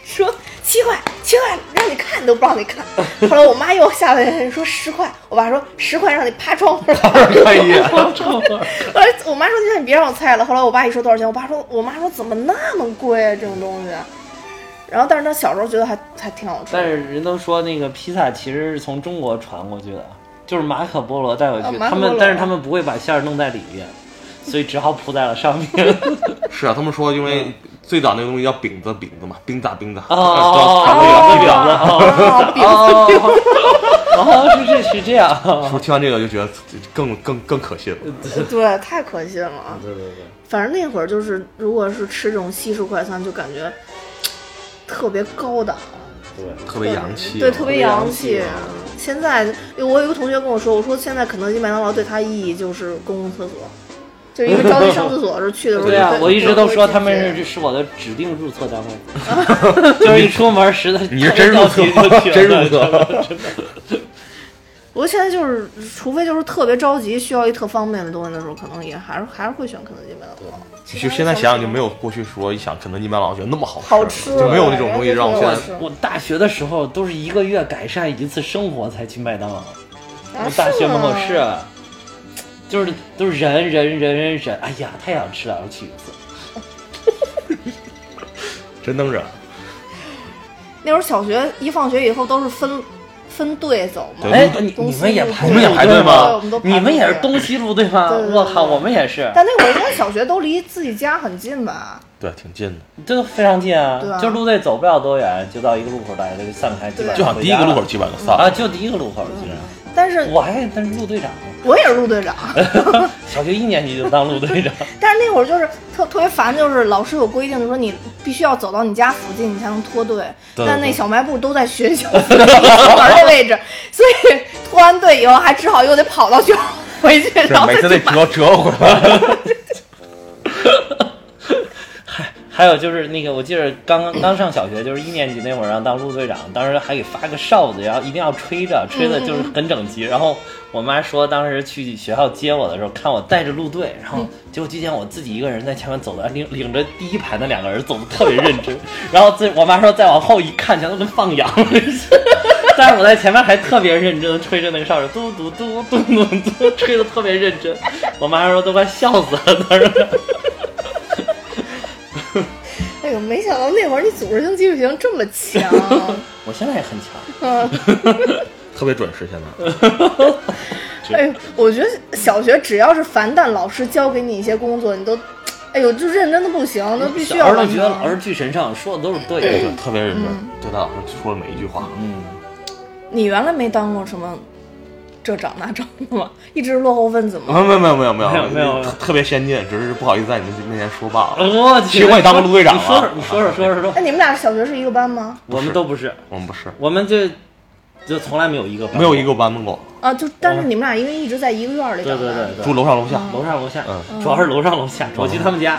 Speaker 1: 说七块七块，让你看都不让你看。后来我妈又吓了半天说十块，我爸说十块让你趴窗户上。
Speaker 3: 可以，
Speaker 1: [laughs] 后来我妈说现在你别让我猜了。后来我爸一说多少钱，我爸说我妈说怎么那么贵啊这种东西。然后但是他小时候觉得还还挺好吃的。
Speaker 2: 但是人都说那个披萨其实是从中国传过去的，就是马可波罗带回去，
Speaker 1: 啊马可
Speaker 2: 他
Speaker 1: 波罗
Speaker 2: 们但是他们不会把馅儿弄在里面，所以只好铺在了上
Speaker 1: [laughs]
Speaker 2: 面。
Speaker 3: 是啊，他们说因为最早那个东西叫饼子，饼子嘛，冰炸冰炸，
Speaker 2: 哦 [laughs] 哦哦
Speaker 3: 传
Speaker 2: 哦
Speaker 3: 到
Speaker 2: 哦哦
Speaker 3: 这个。
Speaker 1: 啊，比
Speaker 2: 哦， [laughs] 哦，是这是这样，
Speaker 3: 说听完这个就觉得更更更可信了。
Speaker 1: 对，太可信了啊！
Speaker 2: 嗯对对对，
Speaker 1: 反正那会儿就是，如果是吃这种西式快餐，就感觉特别高档，
Speaker 2: 对，
Speaker 3: 特别洋气，
Speaker 1: 对，特别洋
Speaker 2: 特别
Speaker 1: 气
Speaker 2: 洋气啊。
Speaker 1: 现在我有一个同学跟我说，我说现在肯德基、麦当劳对他意义就是公共厕所，就是因为着急上厕所的时候去的时候。
Speaker 2: [laughs] 对啊，
Speaker 1: 就
Speaker 2: 我一直都说他们
Speaker 1: 就会
Speaker 2: 是是我的指定入厕单位，就是一出门实在
Speaker 3: 你是真入厕
Speaker 2: 看不到题就去了
Speaker 3: 真入厕
Speaker 2: 真的真的
Speaker 1: 我现在就是，除非就是特别着急需要一特方便的东西的时候，可能也还是还是会选肯德基、麦当劳。
Speaker 3: 其实现在想想就没有过去说一想肯德基、麦当劳觉得那么好吃，
Speaker 1: 好吃，
Speaker 3: 就没有那种东西让我现
Speaker 1: 我
Speaker 3: 在。
Speaker 2: 我大学的时候都是一个月改善一次生活才去麦当劳。我大学
Speaker 1: 啊
Speaker 2: 门口是，啊就是都是人人人人人，哎呀，太想吃了，我去一次。
Speaker 3: 真能忍。
Speaker 1: 那会儿小学一放学以后都是分分队走嘛
Speaker 3: 对，
Speaker 2: 哎，
Speaker 3: 东
Speaker 2: 你
Speaker 1: 东
Speaker 2: 你
Speaker 1: 西
Speaker 2: 们也
Speaker 1: 路
Speaker 2: 排
Speaker 1: 对
Speaker 3: 你们也排队吗
Speaker 1: 对我们都排
Speaker 2: 你们也是
Speaker 1: 队
Speaker 2: 东西路对吗？
Speaker 1: 对对对
Speaker 2: 我靠，我们也是，
Speaker 1: [laughs] 但那会儿应该小学都离自己家很近吧？
Speaker 3: 对，挺近的，
Speaker 2: 这非常近啊
Speaker 1: 对，啊
Speaker 2: 就路队走不了多远，就到一个路口，大家就散开，基本
Speaker 1: 对
Speaker 3: 就
Speaker 2: 上
Speaker 3: 好像
Speaker 2: 回
Speaker 3: 第一
Speaker 2: 家
Speaker 3: 个路口
Speaker 2: 了
Speaker 3: 基本就散
Speaker 2: 啊，
Speaker 3: 了。
Speaker 2: 就第一个路口，居然。
Speaker 1: 但是
Speaker 2: 我还当是陆队长呢，
Speaker 1: 我也是陆队长，
Speaker 3: 哎
Speaker 2: 小学一年级就当陆队长，
Speaker 1: 但是那会儿就是特特别烦，就是老师有规定，就说你必须要走到你家附近，你才能脱队。
Speaker 3: 对
Speaker 1: 但
Speaker 3: 对
Speaker 1: 那小卖部都在学校 [laughs] 附近门的位置，所以脱完队以后，还只好又得跑到学校回去，
Speaker 3: 是
Speaker 1: 然后
Speaker 3: 每
Speaker 1: 再
Speaker 3: 次
Speaker 1: 去
Speaker 3: 得
Speaker 1: 买。
Speaker 3: 折折回来。
Speaker 2: 还有就是那个，我记得刚刚上小学，就是一年级那会儿，然后当陆队长，当时还给发个哨子，然后一定要吹着，吹的就是很整齐。然后我妈说，当时去学校接我的时候，看我带着陆队，然后结果就见我自己一个人在前面走的，领领着第一排的两个人走的特别认真。然后最我妈说，再往后一看，全都跟放羊了似的。 [laughs] 但是我在前面还特别认真，吹着那个哨子，嘟嘟嘟嘟嘟嘟，吹的特别认真。我妈说都快笑死了，当时。
Speaker 1: 哎呦，没想到那会儿你组织性、纪律性这么强，
Speaker 3: [laughs]
Speaker 2: 我现在也很强。
Speaker 1: 嗯。
Speaker 3: 特别准时，现在
Speaker 1: 哎呦，我觉得小学只要是凡但老师交给你一些工作，你都，哎呦，就认真的不行，都必须要
Speaker 2: 小时候
Speaker 1: 完
Speaker 2: 都
Speaker 1: 成。
Speaker 2: 觉得老师巨神圣，说的都是对的。
Speaker 3: 特别认真，对他老师说的每一句话。
Speaker 2: 嗯，
Speaker 1: 你原来没当过什么这长那长的吗？ [laughs] 一直是落后分子吗？
Speaker 3: 没有没有没有没有没
Speaker 2: 没有没有没有
Speaker 3: 特特别先进，只是不好意思在你们面前说罢了。
Speaker 2: 我去，
Speaker 3: 其实我哦也当过陆队长
Speaker 2: 你说说
Speaker 3: 啊，
Speaker 2: 你说说说说说
Speaker 1: 那，你们俩小学是一个班吗？
Speaker 2: 我们都不是，
Speaker 3: 我们不是，
Speaker 2: 我们就就从来没有一个班
Speaker 3: 没有一，个班子过，
Speaker 1: 啊，就但是你们俩因为一直在一个院儿里
Speaker 2: 嗯对
Speaker 1: 长大。
Speaker 2: 对对对，
Speaker 3: 住楼上楼下。
Speaker 2: 楼上楼下，
Speaker 3: 嗯
Speaker 2: 主要是楼上楼下。我去他们家，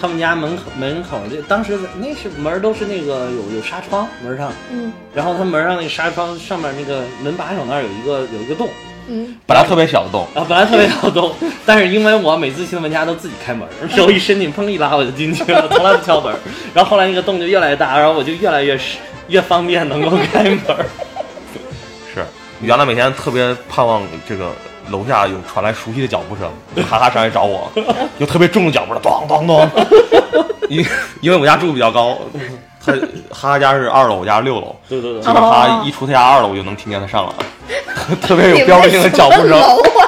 Speaker 2: 他们家门口门口这当时那是门儿都是那个有有纱窗门上，
Speaker 1: 嗯
Speaker 2: 然后他门上那个纱窗上面那个门把手那儿有一个有一个洞，
Speaker 1: 嗯，
Speaker 3: 本来特别小的洞，
Speaker 2: 啊，本来特别好动，但是因为我每次去他们家都自己开门，然后一伸进，砰一拉我就进去了，从来不敲门。然后后来那个洞就越来越大，然后我就越来越是越方便能够开门。
Speaker 3: 是原来每天特别盼望这个楼下有传来熟悉的脚步声，
Speaker 2: [laughs]
Speaker 3: 哈哈上来找我，有特别重的脚步声，咚咚咚。因因为我家住比较高，他哈哈家是二楼，我家是六楼，
Speaker 2: 对对
Speaker 3: 基
Speaker 2: 对
Speaker 3: 本上
Speaker 1: 哦
Speaker 3: 他一出他家二楼，我就能听见他上来，特别有标志性的脚步
Speaker 1: 你们
Speaker 3: 声
Speaker 1: 什么。楼啊，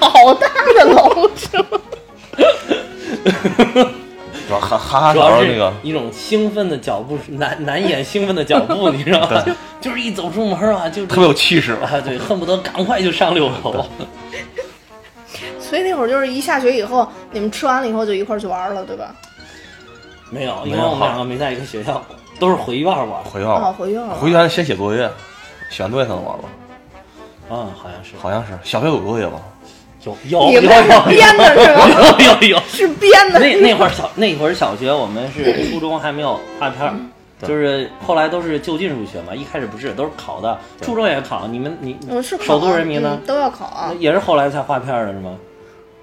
Speaker 1: [laughs] 好大的楼是吗？
Speaker 3: 主要哈哈哈
Speaker 2: 主
Speaker 3: 小时
Speaker 2: 要
Speaker 3: 候
Speaker 2: 是
Speaker 3: 那个
Speaker 2: 一种兴奋的脚步，难难掩兴奋的脚步，你知道吗
Speaker 3: 对？
Speaker 2: 就是一走出门啊，就
Speaker 3: 特别有气势，
Speaker 2: 啊，对，恨不得赶快就上六楼。
Speaker 1: 所以那会儿就是一下学以后，你们吃完了以后就一块儿去玩了，对吧？
Speaker 2: 没有，
Speaker 3: 没有
Speaker 2: 因为我们两个没在一个学校，都是回院玩
Speaker 3: 回去
Speaker 1: 哦，
Speaker 3: 了，
Speaker 1: 回去了。
Speaker 3: 回去还先写作业，写完作业才能玩吧，
Speaker 2: 啊，好像是
Speaker 3: 好像是小学有作业吧。
Speaker 2: 有有
Speaker 1: 你
Speaker 2: 有
Speaker 1: 们是编的是吗？
Speaker 2: 有有有有。
Speaker 1: [laughs] 是编的。
Speaker 2: 哦 [laughs] 那那会儿小那会儿小学，我们是初中还没有划片儿，
Speaker 3: 嗯对
Speaker 2: 就是后来都是就近入学嘛。一开始不是都是考的，初中也考。你们你
Speaker 1: 我嗯是考
Speaker 2: 首都人民呢
Speaker 1: 嗯？都要考啊。
Speaker 2: 也是后来才划片儿的是吗？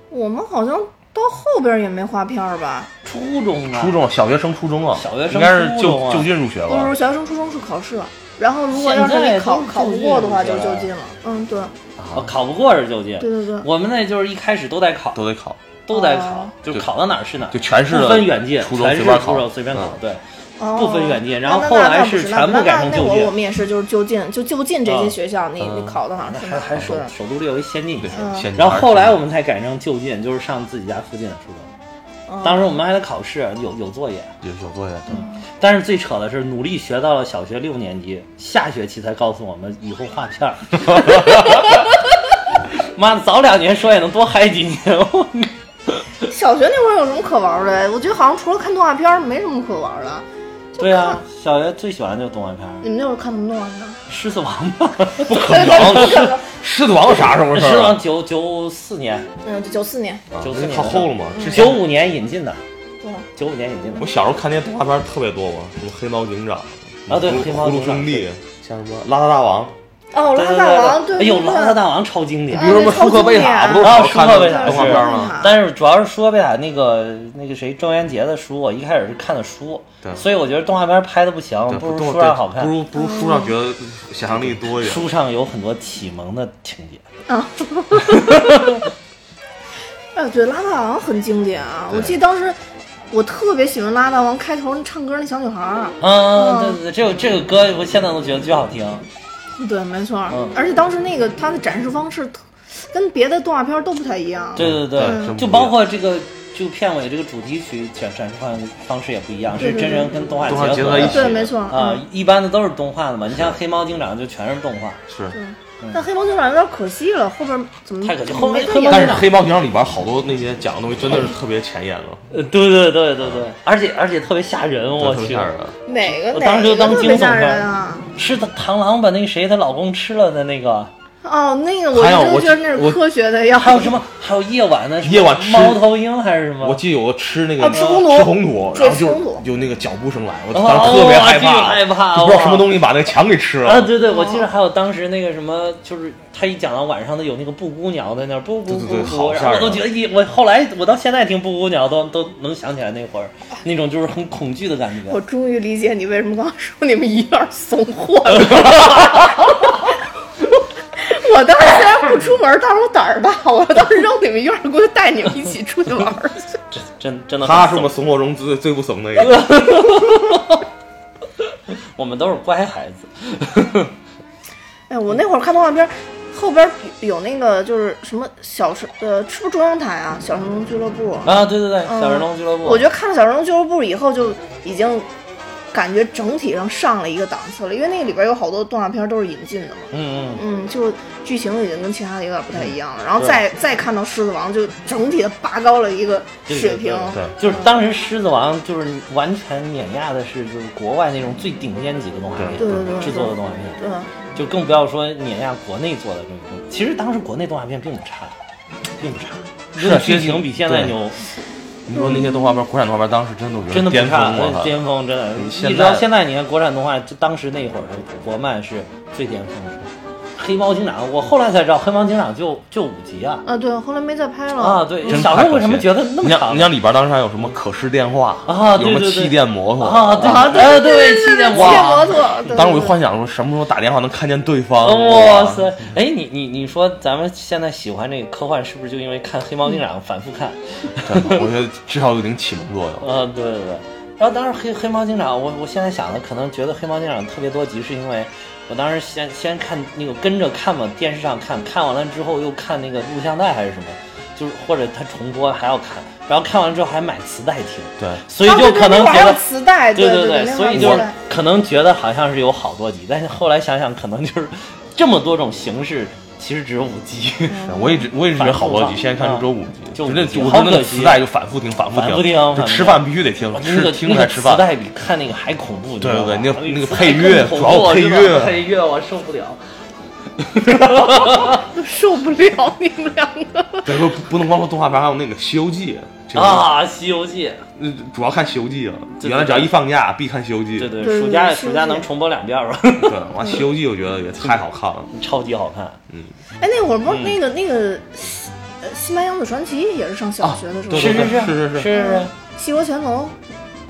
Speaker 1: 我们好像到后边也没划片儿吧？
Speaker 2: 初中啊，
Speaker 3: 初中小学升初中啊，
Speaker 2: 小学升
Speaker 3: 应该是就
Speaker 2: 初中啊
Speaker 3: 就近入学
Speaker 1: 不是，
Speaker 3: 吧？
Speaker 1: 小学生初中是考试，然后如果要是
Speaker 2: 现在
Speaker 1: 你
Speaker 2: 都
Speaker 1: 考
Speaker 2: 是
Speaker 1: 考不
Speaker 2: 就
Speaker 1: 过的话，就
Speaker 2: 近入学
Speaker 1: 就
Speaker 2: 了
Speaker 1: 近了。嗯，对，
Speaker 2: 啊考不过是就近。
Speaker 1: 对对对
Speaker 2: 我们那就是一开始都在考，
Speaker 3: 都得考，
Speaker 2: 都在
Speaker 1: 哦
Speaker 2: 考，就
Speaker 3: 就
Speaker 2: 考到哪儿是哪儿，
Speaker 3: 就全市
Speaker 2: 不分远近，
Speaker 3: 初中
Speaker 2: 全
Speaker 3: 随
Speaker 2: 是
Speaker 3: 便
Speaker 2: 初
Speaker 3: 考
Speaker 2: 中，随便考。
Speaker 3: 嗯
Speaker 2: 对，
Speaker 1: 哦，
Speaker 2: 不分远近然
Speaker 1: 那
Speaker 2: 后
Speaker 1: 那
Speaker 2: 后
Speaker 1: 那
Speaker 2: 来
Speaker 1: 倒不
Speaker 2: 是
Speaker 1: 是
Speaker 2: 全
Speaker 1: 那
Speaker 2: 部
Speaker 1: 那
Speaker 2: 改
Speaker 1: 那
Speaker 2: 成
Speaker 1: 那
Speaker 2: 就
Speaker 1: 我
Speaker 2: 近
Speaker 1: 我们也是就是就近，就就近这些
Speaker 2: 嗯
Speaker 1: 学校，你你
Speaker 2: 嗯
Speaker 1: 考到哪儿是哪
Speaker 2: 还
Speaker 1: 儿。
Speaker 2: 还首
Speaker 1: 对
Speaker 2: 首都离我一先进一
Speaker 3: 对
Speaker 2: 点。
Speaker 1: 嗯，
Speaker 3: 先
Speaker 2: 然后后来我们才改成就近，就是上自己家附近的初中。
Speaker 1: 嗯
Speaker 2: 当时我们还得考试，有有作业。
Speaker 3: 有有作业，
Speaker 2: 嗯
Speaker 3: 嗯
Speaker 2: 但是最扯的是，努力学到了小学六年级，下学期才告诉我们以后划片 [laughs] 儿。妈的，早两年说也能多嗨几年。
Speaker 1: 小学那会儿有什么可玩的？我觉得好像除了看动画片儿，没什么可玩的。
Speaker 2: 对啊，小学最喜欢就是动画片儿，
Speaker 1: 你们那会儿看什么动画片儿？
Speaker 2: 《狮子王》 [laughs] 吧，
Speaker 3: 不可能，狮狮子王有啥时候
Speaker 2: 《
Speaker 3: 的
Speaker 2: 狮子
Speaker 3: 事儿
Speaker 2: 王
Speaker 3: 啊？》
Speaker 2: 九九四年、
Speaker 1: [laughs] 嗯，九四年，
Speaker 3: 啊
Speaker 2: 九四
Speaker 3: 那
Speaker 2: 年
Speaker 3: 靠后了吗？之前
Speaker 2: 九五年引进的，
Speaker 1: 对，
Speaker 2: 九五年引进的
Speaker 3: 我。小时候看那些动画片特别多嘛，什么黑猫警长
Speaker 2: 啊对
Speaker 3: 葫芦
Speaker 2: 黑猫
Speaker 3: 葫芦
Speaker 2: 警长
Speaker 3: 兄弟，像什么邋遢大王，
Speaker 1: 哦，
Speaker 2: 对
Speaker 1: 邋遢
Speaker 2: 对对
Speaker 1: 大王，对，
Speaker 2: 哎呦，
Speaker 1: 对
Speaker 2: 邋遢大王超经典
Speaker 1: 啊
Speaker 3: 比。如什么舒克贝塔，不都
Speaker 2: 啊
Speaker 3: 是看
Speaker 2: 舒克贝塔
Speaker 3: 的动画片吗？
Speaker 1: 是
Speaker 2: 但是主要是说贝塔那个那个谁郑渊洁的书，我一开始是看的书，
Speaker 3: 对
Speaker 2: 所以我觉得动画片拍的不行，
Speaker 3: 对
Speaker 2: 不如
Speaker 3: 动
Speaker 2: 书上好看
Speaker 3: 不。如不如书上觉得想象力多一点。
Speaker 2: 书上有很多启蒙的情节，
Speaker 1: 哎，对，邋遢大王很经典啊！我记得当时我特别喜欢邋遢大王开头那唱歌那小女孩儿。啊
Speaker 2: 嗯，对对对，这个这个歌我现在都觉得巨好听，
Speaker 1: 对，没错儿
Speaker 2: 嗯，
Speaker 1: 而且当时那个它的展示方式特跟别的动画片儿都不太一样。
Speaker 2: 对对
Speaker 3: 对真不一样
Speaker 2: 就包括这个就片尾这个主题曲展展示方方式也不一样，
Speaker 1: 对
Speaker 2: 是
Speaker 1: 对
Speaker 2: 真人跟动画
Speaker 3: 动画
Speaker 2: 结
Speaker 3: 结
Speaker 2: 合
Speaker 3: 合一
Speaker 2: 的
Speaker 3: 起
Speaker 1: 对，没错儿。
Speaker 2: 啊
Speaker 1: 嗯，
Speaker 2: 一般的都是动画的嘛，你像黑猫警长就全是动画，
Speaker 3: 是，
Speaker 1: 但黑猫警长有点可惜了，后边儿怎么
Speaker 2: 太可惜
Speaker 1: 没
Speaker 2: 后面
Speaker 1: 这
Speaker 2: 黑猫
Speaker 1: 样
Speaker 3: 但是黑猫警长里边好多那些讲的东西真的是特别前沿了，
Speaker 2: 呃，对对对对对，而且而且特别吓人，我
Speaker 3: 特别
Speaker 2: 去，
Speaker 3: 吓人啊。
Speaker 1: 哪个
Speaker 2: 我当时就
Speaker 1: 哪个
Speaker 2: 当
Speaker 1: 特
Speaker 2: 惊
Speaker 1: 别
Speaker 2: 悚
Speaker 1: 吓
Speaker 2: 片
Speaker 1: 人
Speaker 2: 儿
Speaker 1: 啊！
Speaker 2: 是她螳螂把那个谁她老公吃了的那个，
Speaker 1: 哦，那个我
Speaker 3: 还有
Speaker 1: 真
Speaker 3: 我
Speaker 1: 觉得那是
Speaker 3: 我
Speaker 1: 科学的药。
Speaker 2: 还有什么？还有夜晚的什么
Speaker 3: 夜晚吃
Speaker 2: 猫头鹰还是什么？
Speaker 3: 我记得有个吃那个、
Speaker 1: 啊吃红土
Speaker 3: 吃红土，
Speaker 1: 对
Speaker 3: 然后
Speaker 1: 吃
Speaker 3: 就
Speaker 1: 红土
Speaker 3: 有那个脚步声来，我
Speaker 2: 哦
Speaker 3: 当时特别害
Speaker 2: 哦
Speaker 3: 怕，
Speaker 2: 害怕
Speaker 3: 就不知道
Speaker 2: 哇
Speaker 3: 什么东西把那个墙给吃了。
Speaker 2: 啊，对对，我记
Speaker 1: 哦
Speaker 2: 得还有当时那个什么，就是他一讲到晚上的有那个布谷鸟在那儿布布
Speaker 3: 对
Speaker 2: 布
Speaker 3: 对对
Speaker 2: 布，
Speaker 3: 好
Speaker 2: 然
Speaker 3: 吓
Speaker 2: 后我
Speaker 3: 人
Speaker 2: 都觉得一我后来我到现在听布谷鸟都都能想起来那会儿那种就是很恐惧的感觉
Speaker 1: 我。终于理解你为什么刚刚说你们一样怂货了。 [laughs] 我当时虽然不出门，但是我胆儿大，我当时扔你们院儿，估计带你们一起出去玩儿去。
Speaker 2: 真真真的很
Speaker 3: 他是
Speaker 2: 怂，
Speaker 3: 我们怂货中最最不怂的
Speaker 2: [laughs]
Speaker 3: 一个，
Speaker 2: 我们都是乖孩子。
Speaker 1: 哎，我那会儿看动画片儿，后边儿有那个就是什么小神，呃，是不是中央台啊？小神龙俱乐部。
Speaker 2: 啊，对对对，
Speaker 1: 嗯
Speaker 2: 小人龙俱乐部，
Speaker 1: 我觉得看了小神龙俱乐部以后，就已经感觉整体上上了一个档次了，因为那个里边有好多动画片儿都是引进的嘛。
Speaker 2: 嗯嗯，啊
Speaker 1: 嗯，就剧情已经跟其他的有点不太一样了，然后再再看到《狮子王》，就整体的拔高了一个
Speaker 2: 对
Speaker 1: 水平。
Speaker 3: 对
Speaker 2: 就是当时狮子王就是完全碾压的是就是国外那种最顶尖级的动画片
Speaker 1: 对对对
Speaker 2: 制作的动画片，
Speaker 1: 对
Speaker 2: 就更不要说碾压国内做的这种。其实当时国内动画片并不差，并不差，
Speaker 3: 是啊
Speaker 2: 剧情比现在牛。
Speaker 3: 你说那些动画片，国产动画片当时真的我觉
Speaker 2: 真的
Speaker 3: 得巅
Speaker 2: 不
Speaker 3: 峰
Speaker 2: 差，
Speaker 3: 我操！
Speaker 2: 巅峰真的。
Speaker 3: 你
Speaker 2: 你
Speaker 3: 现在
Speaker 2: 知道现在你看国产动画，就当时那会儿的国漫是最巅峰的。黑猫警长，我后来才知道黑猫警长就就五集啊
Speaker 1: 啊，对，后来没再拍了
Speaker 2: 啊！对，
Speaker 3: 真
Speaker 2: 小时候为什么觉得那么
Speaker 3: 你像
Speaker 2: 长
Speaker 3: 你像里边当时还有什么可视电话
Speaker 2: 啊
Speaker 3: 有
Speaker 2: 对
Speaker 3: 什么
Speaker 2: 对对
Speaker 3: 气垫摩托
Speaker 2: 啊？对啊对对，气垫
Speaker 1: 骑电摩
Speaker 2: 哇
Speaker 1: 托，对
Speaker 3: 当时我就幻想说什么时候打电话能看见对方。
Speaker 2: 哇塞！哎，你你你说咱们现在喜欢这个科幻，是不是就因为看黑猫警长反复看？
Speaker 3: 真的，我觉得至少有点启蒙作用。
Speaker 2: 啊，对对对。然后当时黑黑猫警长，我我现在想的可能觉得黑猫警长特别多集，是因为我当时先先看那个跟着看嘛，电视上看看完了之后又看那个录像带还是什么，就是或者他重播还要看，然后看完之后还买磁带听，
Speaker 3: 对，
Speaker 2: 所以就可
Speaker 1: 啊对对那
Speaker 2: 能
Speaker 1: 会儿还
Speaker 2: 觉
Speaker 1: 有
Speaker 2: 得。
Speaker 1: 磁带，
Speaker 2: 哦对
Speaker 1: 对
Speaker 2: 对，
Speaker 1: 那会
Speaker 2: 所
Speaker 1: 儿
Speaker 2: 以
Speaker 1: 有
Speaker 2: 就
Speaker 1: 磁
Speaker 2: 是
Speaker 1: 带
Speaker 2: 可能觉得好像是有好多集，但是后来想想，可能就是这么多种形式，其实只有五集， [laughs]
Speaker 3: 我一直我一直觉得好多集，现在看就只有五集，
Speaker 2: 嗯就
Speaker 3: 那
Speaker 2: 五集
Speaker 3: 我觉得
Speaker 2: 好可
Speaker 3: 那个
Speaker 2: 惜
Speaker 3: 磁带就反复听，反复
Speaker 2: 反复听啊
Speaker 3: 就吃饭必须得听，
Speaker 2: 那
Speaker 3: 吃
Speaker 2: 个
Speaker 3: 听
Speaker 2: 那
Speaker 3: 着
Speaker 2: 个
Speaker 3: 才吃
Speaker 2: 磁
Speaker 3: 饭。
Speaker 2: 带比看那个还恐怖，你知道
Speaker 3: 对对对
Speaker 2: 吗
Speaker 3: 那个那个
Speaker 2: 磁带
Speaker 3: 配乐
Speaker 2: 更恐
Speaker 3: 主要
Speaker 2: 怖
Speaker 3: 配
Speaker 2: 是吧
Speaker 3: 乐
Speaker 2: 配乐我受不了。
Speaker 1: [laughs] 受不了你们两个。
Speaker 3: 对，不不能光说动画片，还有那个《西游记》这个，
Speaker 2: 啊，《西游记》
Speaker 3: 呃主要看《西游记》啊。
Speaker 2: 对对
Speaker 3: 原来只要一放假必看《西游记》
Speaker 2: 对，对，
Speaker 1: 对
Speaker 2: 暑假
Speaker 1: 对西游记
Speaker 2: 暑假能重播两遍吧，
Speaker 3: [laughs] 对，哇，《西游记》我觉得也太好看了。
Speaker 2: 超级好看。
Speaker 1: 哎，那会儿不
Speaker 2: 嗯
Speaker 1: 是那个那个西呃《新白娘子传奇》也是上小学的时候
Speaker 3: 对
Speaker 1: 看
Speaker 3: 对
Speaker 1: 的，
Speaker 3: 对
Speaker 2: 是
Speaker 3: 是是是
Speaker 2: 是
Speaker 1: 嗯，戏说乾隆，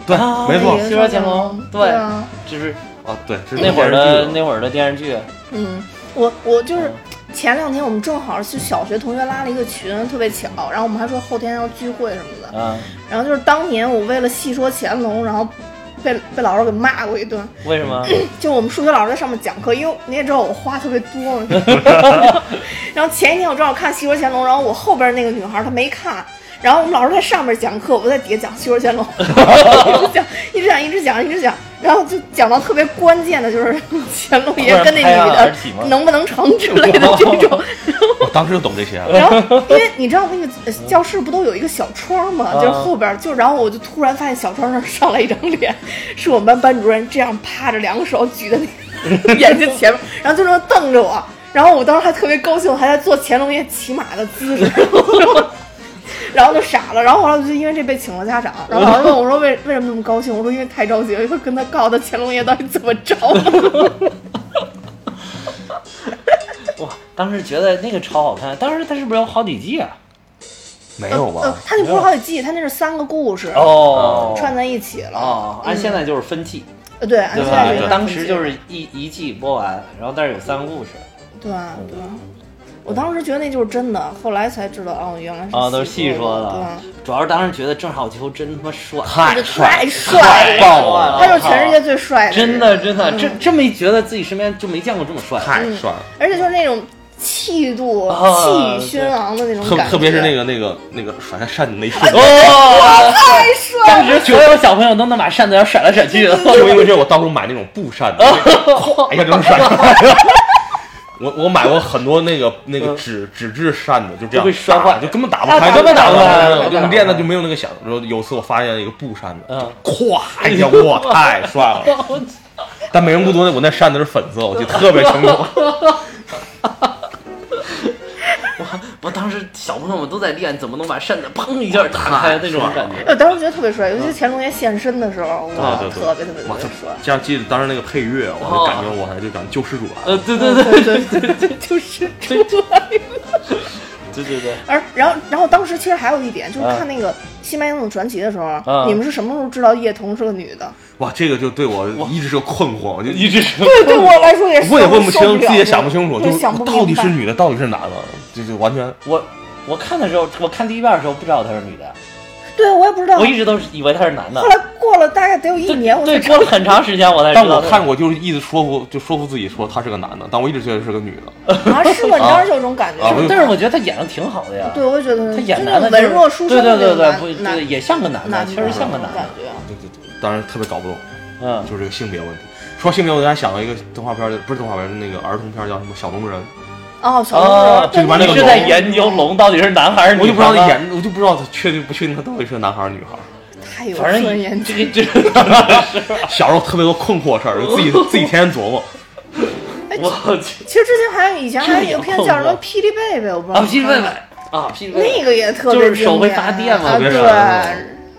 Speaker 3: 对
Speaker 2: 啊，
Speaker 3: 没错
Speaker 1: 也，是
Speaker 2: 西游乾隆
Speaker 1: 上，
Speaker 2: 对
Speaker 1: 对啊，
Speaker 2: 就是
Speaker 3: 啊，对，是
Speaker 2: 那会儿的
Speaker 3: 电视剧
Speaker 2: 那会儿的电视剧，
Speaker 1: 嗯，我我就是前两天我们正好去小学同学拉了一个群，特别巧，然后我们还说后天要聚会什么的，
Speaker 2: 嗯，
Speaker 1: 然后就是当年我为了戏说乾隆，然后被被老师给骂过一顿，
Speaker 2: 为什
Speaker 3: [laughs]
Speaker 2: 么？
Speaker 1: 就我们数学老师在上面讲课，因为你也知道我话特别多嘛。然后前一天我正好看《戏说乾隆》，然后我后边那个女孩她没看，然后我们老师在上面讲课，我在底下讲《戏说乾隆》，讲一直讲一直讲一直讲，然后就讲到特别关键的就是 [laughs] 乾隆爷跟那
Speaker 2: 突然拍案啊而
Speaker 1: 女
Speaker 2: 起吗
Speaker 1: 的能不能成之类的这种。
Speaker 3: 我当时就懂这些了。
Speaker 2: 呃
Speaker 1: 然后因为你知道那个呃教室不都有一个小窗吗？就
Speaker 2: 啊
Speaker 1: 是后边儿就，然后我就突然发现小窗上上来一张脸，是我们班班主任这样趴着，两个手举在那个 [laughs] 眼睛前面，然后就这么瞪着我。然后我当时还特别高兴，我还在做乾隆爷骑马的姿势， [laughs] 然后就傻了。然后后来我就因为这被请了家长，然后老师问我说为为什么那么高兴？我说因为太着急了，一会儿跟他告他乾隆爷到底怎么着。
Speaker 2: 哇，当时觉得那个超好看，当时它是不是有好几季啊？
Speaker 3: 没有
Speaker 1: 呃
Speaker 3: 吧？
Speaker 1: [laughs] 他那不是好几季，他那是三个故事、
Speaker 2: 哦
Speaker 1: 串在一起了。
Speaker 2: 哦，按现在就是分季，
Speaker 1: 呃，对，按
Speaker 2: 对
Speaker 1: 现
Speaker 2: 吧
Speaker 1: 在这？个
Speaker 2: 当时就
Speaker 1: 分
Speaker 2: 是
Speaker 1: 析
Speaker 2: 一一季播完，然后但是有三个故事
Speaker 1: 对啊对啊，我当时觉得那就是真的，后来才知道哦，原来是
Speaker 2: 啊，都是
Speaker 1: 戏
Speaker 2: 戏说
Speaker 1: 的，对
Speaker 2: 的
Speaker 1: 啊，。
Speaker 2: 主要是当时觉得郑少秋真他妈帅，啊
Speaker 1: 这个
Speaker 3: 太
Speaker 1: 呃太帅
Speaker 3: 太
Speaker 1: 了，
Speaker 3: 棒了，
Speaker 1: 他就是全世界最帅的，
Speaker 2: 真的，真的，
Speaker 1: 嗯
Speaker 2: 真真没觉得自己身边就没见过这么帅。
Speaker 3: 太帅了。
Speaker 1: 而且就是那种气度、
Speaker 2: 啊
Speaker 1: 气宇轩昂的那种
Speaker 3: 特
Speaker 1: 感觉，
Speaker 3: 特别是那个那个那个甩开扇子那一瞬
Speaker 2: 哎
Speaker 3: 间，
Speaker 2: 哦，
Speaker 1: 太帅
Speaker 2: 当
Speaker 1: 了，
Speaker 2: 时所有小朋友都能把扇子要甩来甩去的。啊 [laughs]
Speaker 3: 就因为这，我到时候买那种布扇子，哎呀，真是帅！我我买过很多那个那个纸纸质扇子，就这样
Speaker 2: 嗯就被摔坏
Speaker 3: 打就根本打不
Speaker 2: 啊
Speaker 3: 开，
Speaker 2: 根本打不开
Speaker 3: 我
Speaker 2: 根本打
Speaker 3: 就
Speaker 2: 不开
Speaker 3: 练的就没有那个响。然后有次我发现一个布扇子，
Speaker 2: 嗯哎
Speaker 3: 咵一下，哇，太帅了！但美人不多，我那扇子是粉色，我记得特别
Speaker 2: [laughs]
Speaker 3: 清楚。
Speaker 2: 我当时小朋友们都在练怎么能把扇子砰一下打开那种感觉。
Speaker 1: 呃我当时觉得特别帅，尤其是乾隆爷现身的时候，哇，
Speaker 3: 啊对对对
Speaker 1: 特别特别特
Speaker 3: 哇
Speaker 1: 别帅，
Speaker 3: 这样记得当时那个配乐，我
Speaker 2: 哦
Speaker 3: 就感觉我还就感觉救世主啊来
Speaker 2: 呃，
Speaker 3: 了。
Speaker 2: 对对对
Speaker 1: 对
Speaker 2: 对
Speaker 1: 对对，就是出来了。
Speaker 2: [laughs] 对对对，
Speaker 1: 而然后，然后当时其实还有一点，就是
Speaker 2: 啊
Speaker 1: 看那个《新白娘子传奇》的时候，
Speaker 2: 啊
Speaker 1: 你们是什么时候知道叶童是个女的？
Speaker 3: 哇，这个就对我一直是个困惑，我
Speaker 2: [laughs]
Speaker 3: 就
Speaker 2: 一直是
Speaker 1: [laughs] 对，对我来说也是
Speaker 3: 问也问不
Speaker 1: 受了
Speaker 3: 清，自己也想不清楚，
Speaker 1: 对
Speaker 3: 就是
Speaker 1: 想不
Speaker 3: 到底
Speaker 1: 明白
Speaker 3: 是女的，到底是男的，这就完全
Speaker 2: 我。我看的时候，我看第一遍的时候不知道她是女的，
Speaker 1: 对我也不知道。
Speaker 2: 我一直都是以为她是男
Speaker 1: 嗯
Speaker 2: 的
Speaker 1: 后。来过了大概得有一年，我
Speaker 2: 对，
Speaker 1: 才
Speaker 2: 过了很长时间我才
Speaker 3: 但
Speaker 2: 知道
Speaker 3: 我
Speaker 2: 她是。
Speaker 3: 看过，就是一直说服，就说服自己说他是个男的，但我一直觉得是个女的。
Speaker 1: 啊，是
Speaker 2: [laughs]
Speaker 1: 吗？你当时就有这种感觉
Speaker 3: 啊
Speaker 1: 是吗？
Speaker 2: 但是我觉得她演的挺好的呀。
Speaker 1: 对，我也觉得
Speaker 2: 她演
Speaker 1: 就
Speaker 2: 男
Speaker 1: 那
Speaker 2: 的
Speaker 1: 种
Speaker 2: 就是
Speaker 1: 文弱书生
Speaker 2: 对对
Speaker 1: 的
Speaker 2: 对
Speaker 1: 那
Speaker 2: 对，不
Speaker 1: 种男
Speaker 2: 对，也像个男的，
Speaker 1: 男
Speaker 2: 确实像个男
Speaker 1: 感
Speaker 2: 的。
Speaker 1: 觉。啊
Speaker 3: 对对对，当然特别搞不懂，
Speaker 2: 嗯，
Speaker 3: 就是这个性别问题。说性别，我突然想到一个动画片儿，不是动画片儿，是那个儿童片儿叫什么《小龙人
Speaker 1: 哦，小
Speaker 2: 哦
Speaker 1: 龙，
Speaker 3: 这里边那
Speaker 2: 你
Speaker 3: 个
Speaker 2: 是
Speaker 3: 龙
Speaker 2: 在研究，龙到底是男孩儿》，
Speaker 3: 我就
Speaker 2: 女
Speaker 3: 不知道
Speaker 2: 孩
Speaker 3: 他
Speaker 2: 吗？
Speaker 3: 演，我就不知道他确定不确定他到底是男孩儿女孩儿。
Speaker 1: [laughs] 太有
Speaker 2: 反正
Speaker 1: 尊严
Speaker 2: 这个这个，
Speaker 3: [laughs] 小时候特别多困惑事
Speaker 2: [laughs]
Speaker 3: 儿，就自己自己天天琢磨。
Speaker 2: 我去
Speaker 1: 哎其实之前还有以前还有一个片叫什么
Speaker 2: 这个也
Speaker 1: 《
Speaker 2: 有
Speaker 1: 霹雳贝贝》，我不知道。
Speaker 2: 啊！去问问，啊，噼里啪啦
Speaker 1: 那个也特别
Speaker 2: 就是手会发电嘛
Speaker 1: 啊
Speaker 2: 我
Speaker 3: 跟
Speaker 1: 对
Speaker 3: 你说，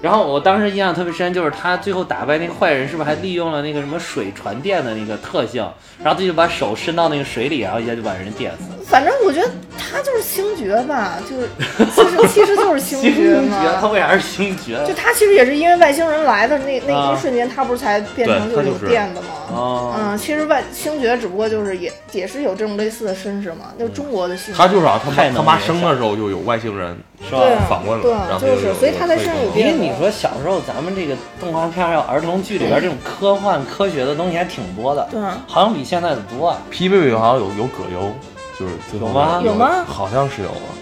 Speaker 2: 然后我当时印象特别深，就是他最后打败那个坏人，是不是还利用了那个什么水传电的那个特性？然后他就把手伸到那个水里，然后一下就把人电死。
Speaker 1: 反正我觉得他就是星爵吧，就是其实其实就是星爵
Speaker 2: 爵，他
Speaker 1: 嘛。
Speaker 2: 为啥是星爵？
Speaker 1: 就他其实也是因为外星人来的那那
Speaker 2: 啊
Speaker 1: 一瞬间，他不是才变成
Speaker 3: 对他
Speaker 1: 有
Speaker 3: 就是
Speaker 1: 电的吗？
Speaker 2: 哦，
Speaker 1: 嗯，其实外星爵只不过就是也也是有这种类似的身世嘛，就中国的星爵。
Speaker 3: 他就是啊，他
Speaker 2: 太
Speaker 3: 妈
Speaker 2: 能
Speaker 3: 他妈
Speaker 2: 联想
Speaker 3: 生的时候就有外星人
Speaker 2: 是
Speaker 1: 对啊
Speaker 2: 吧？
Speaker 3: 访问
Speaker 1: 对
Speaker 3: 了，然后他
Speaker 1: 就是
Speaker 3: 有
Speaker 1: 所以他才身上有
Speaker 2: 因
Speaker 1: 变
Speaker 2: 为你说小时候咱们这个动画片儿、儿童剧里边这种科幻科学的东西还挺多的，
Speaker 1: 对啊
Speaker 2: 好像比现在的多啊。
Speaker 3: P 贝贝好像有有葛优，就是最后
Speaker 2: 有吗
Speaker 1: 有吗
Speaker 3: 好像是有啊。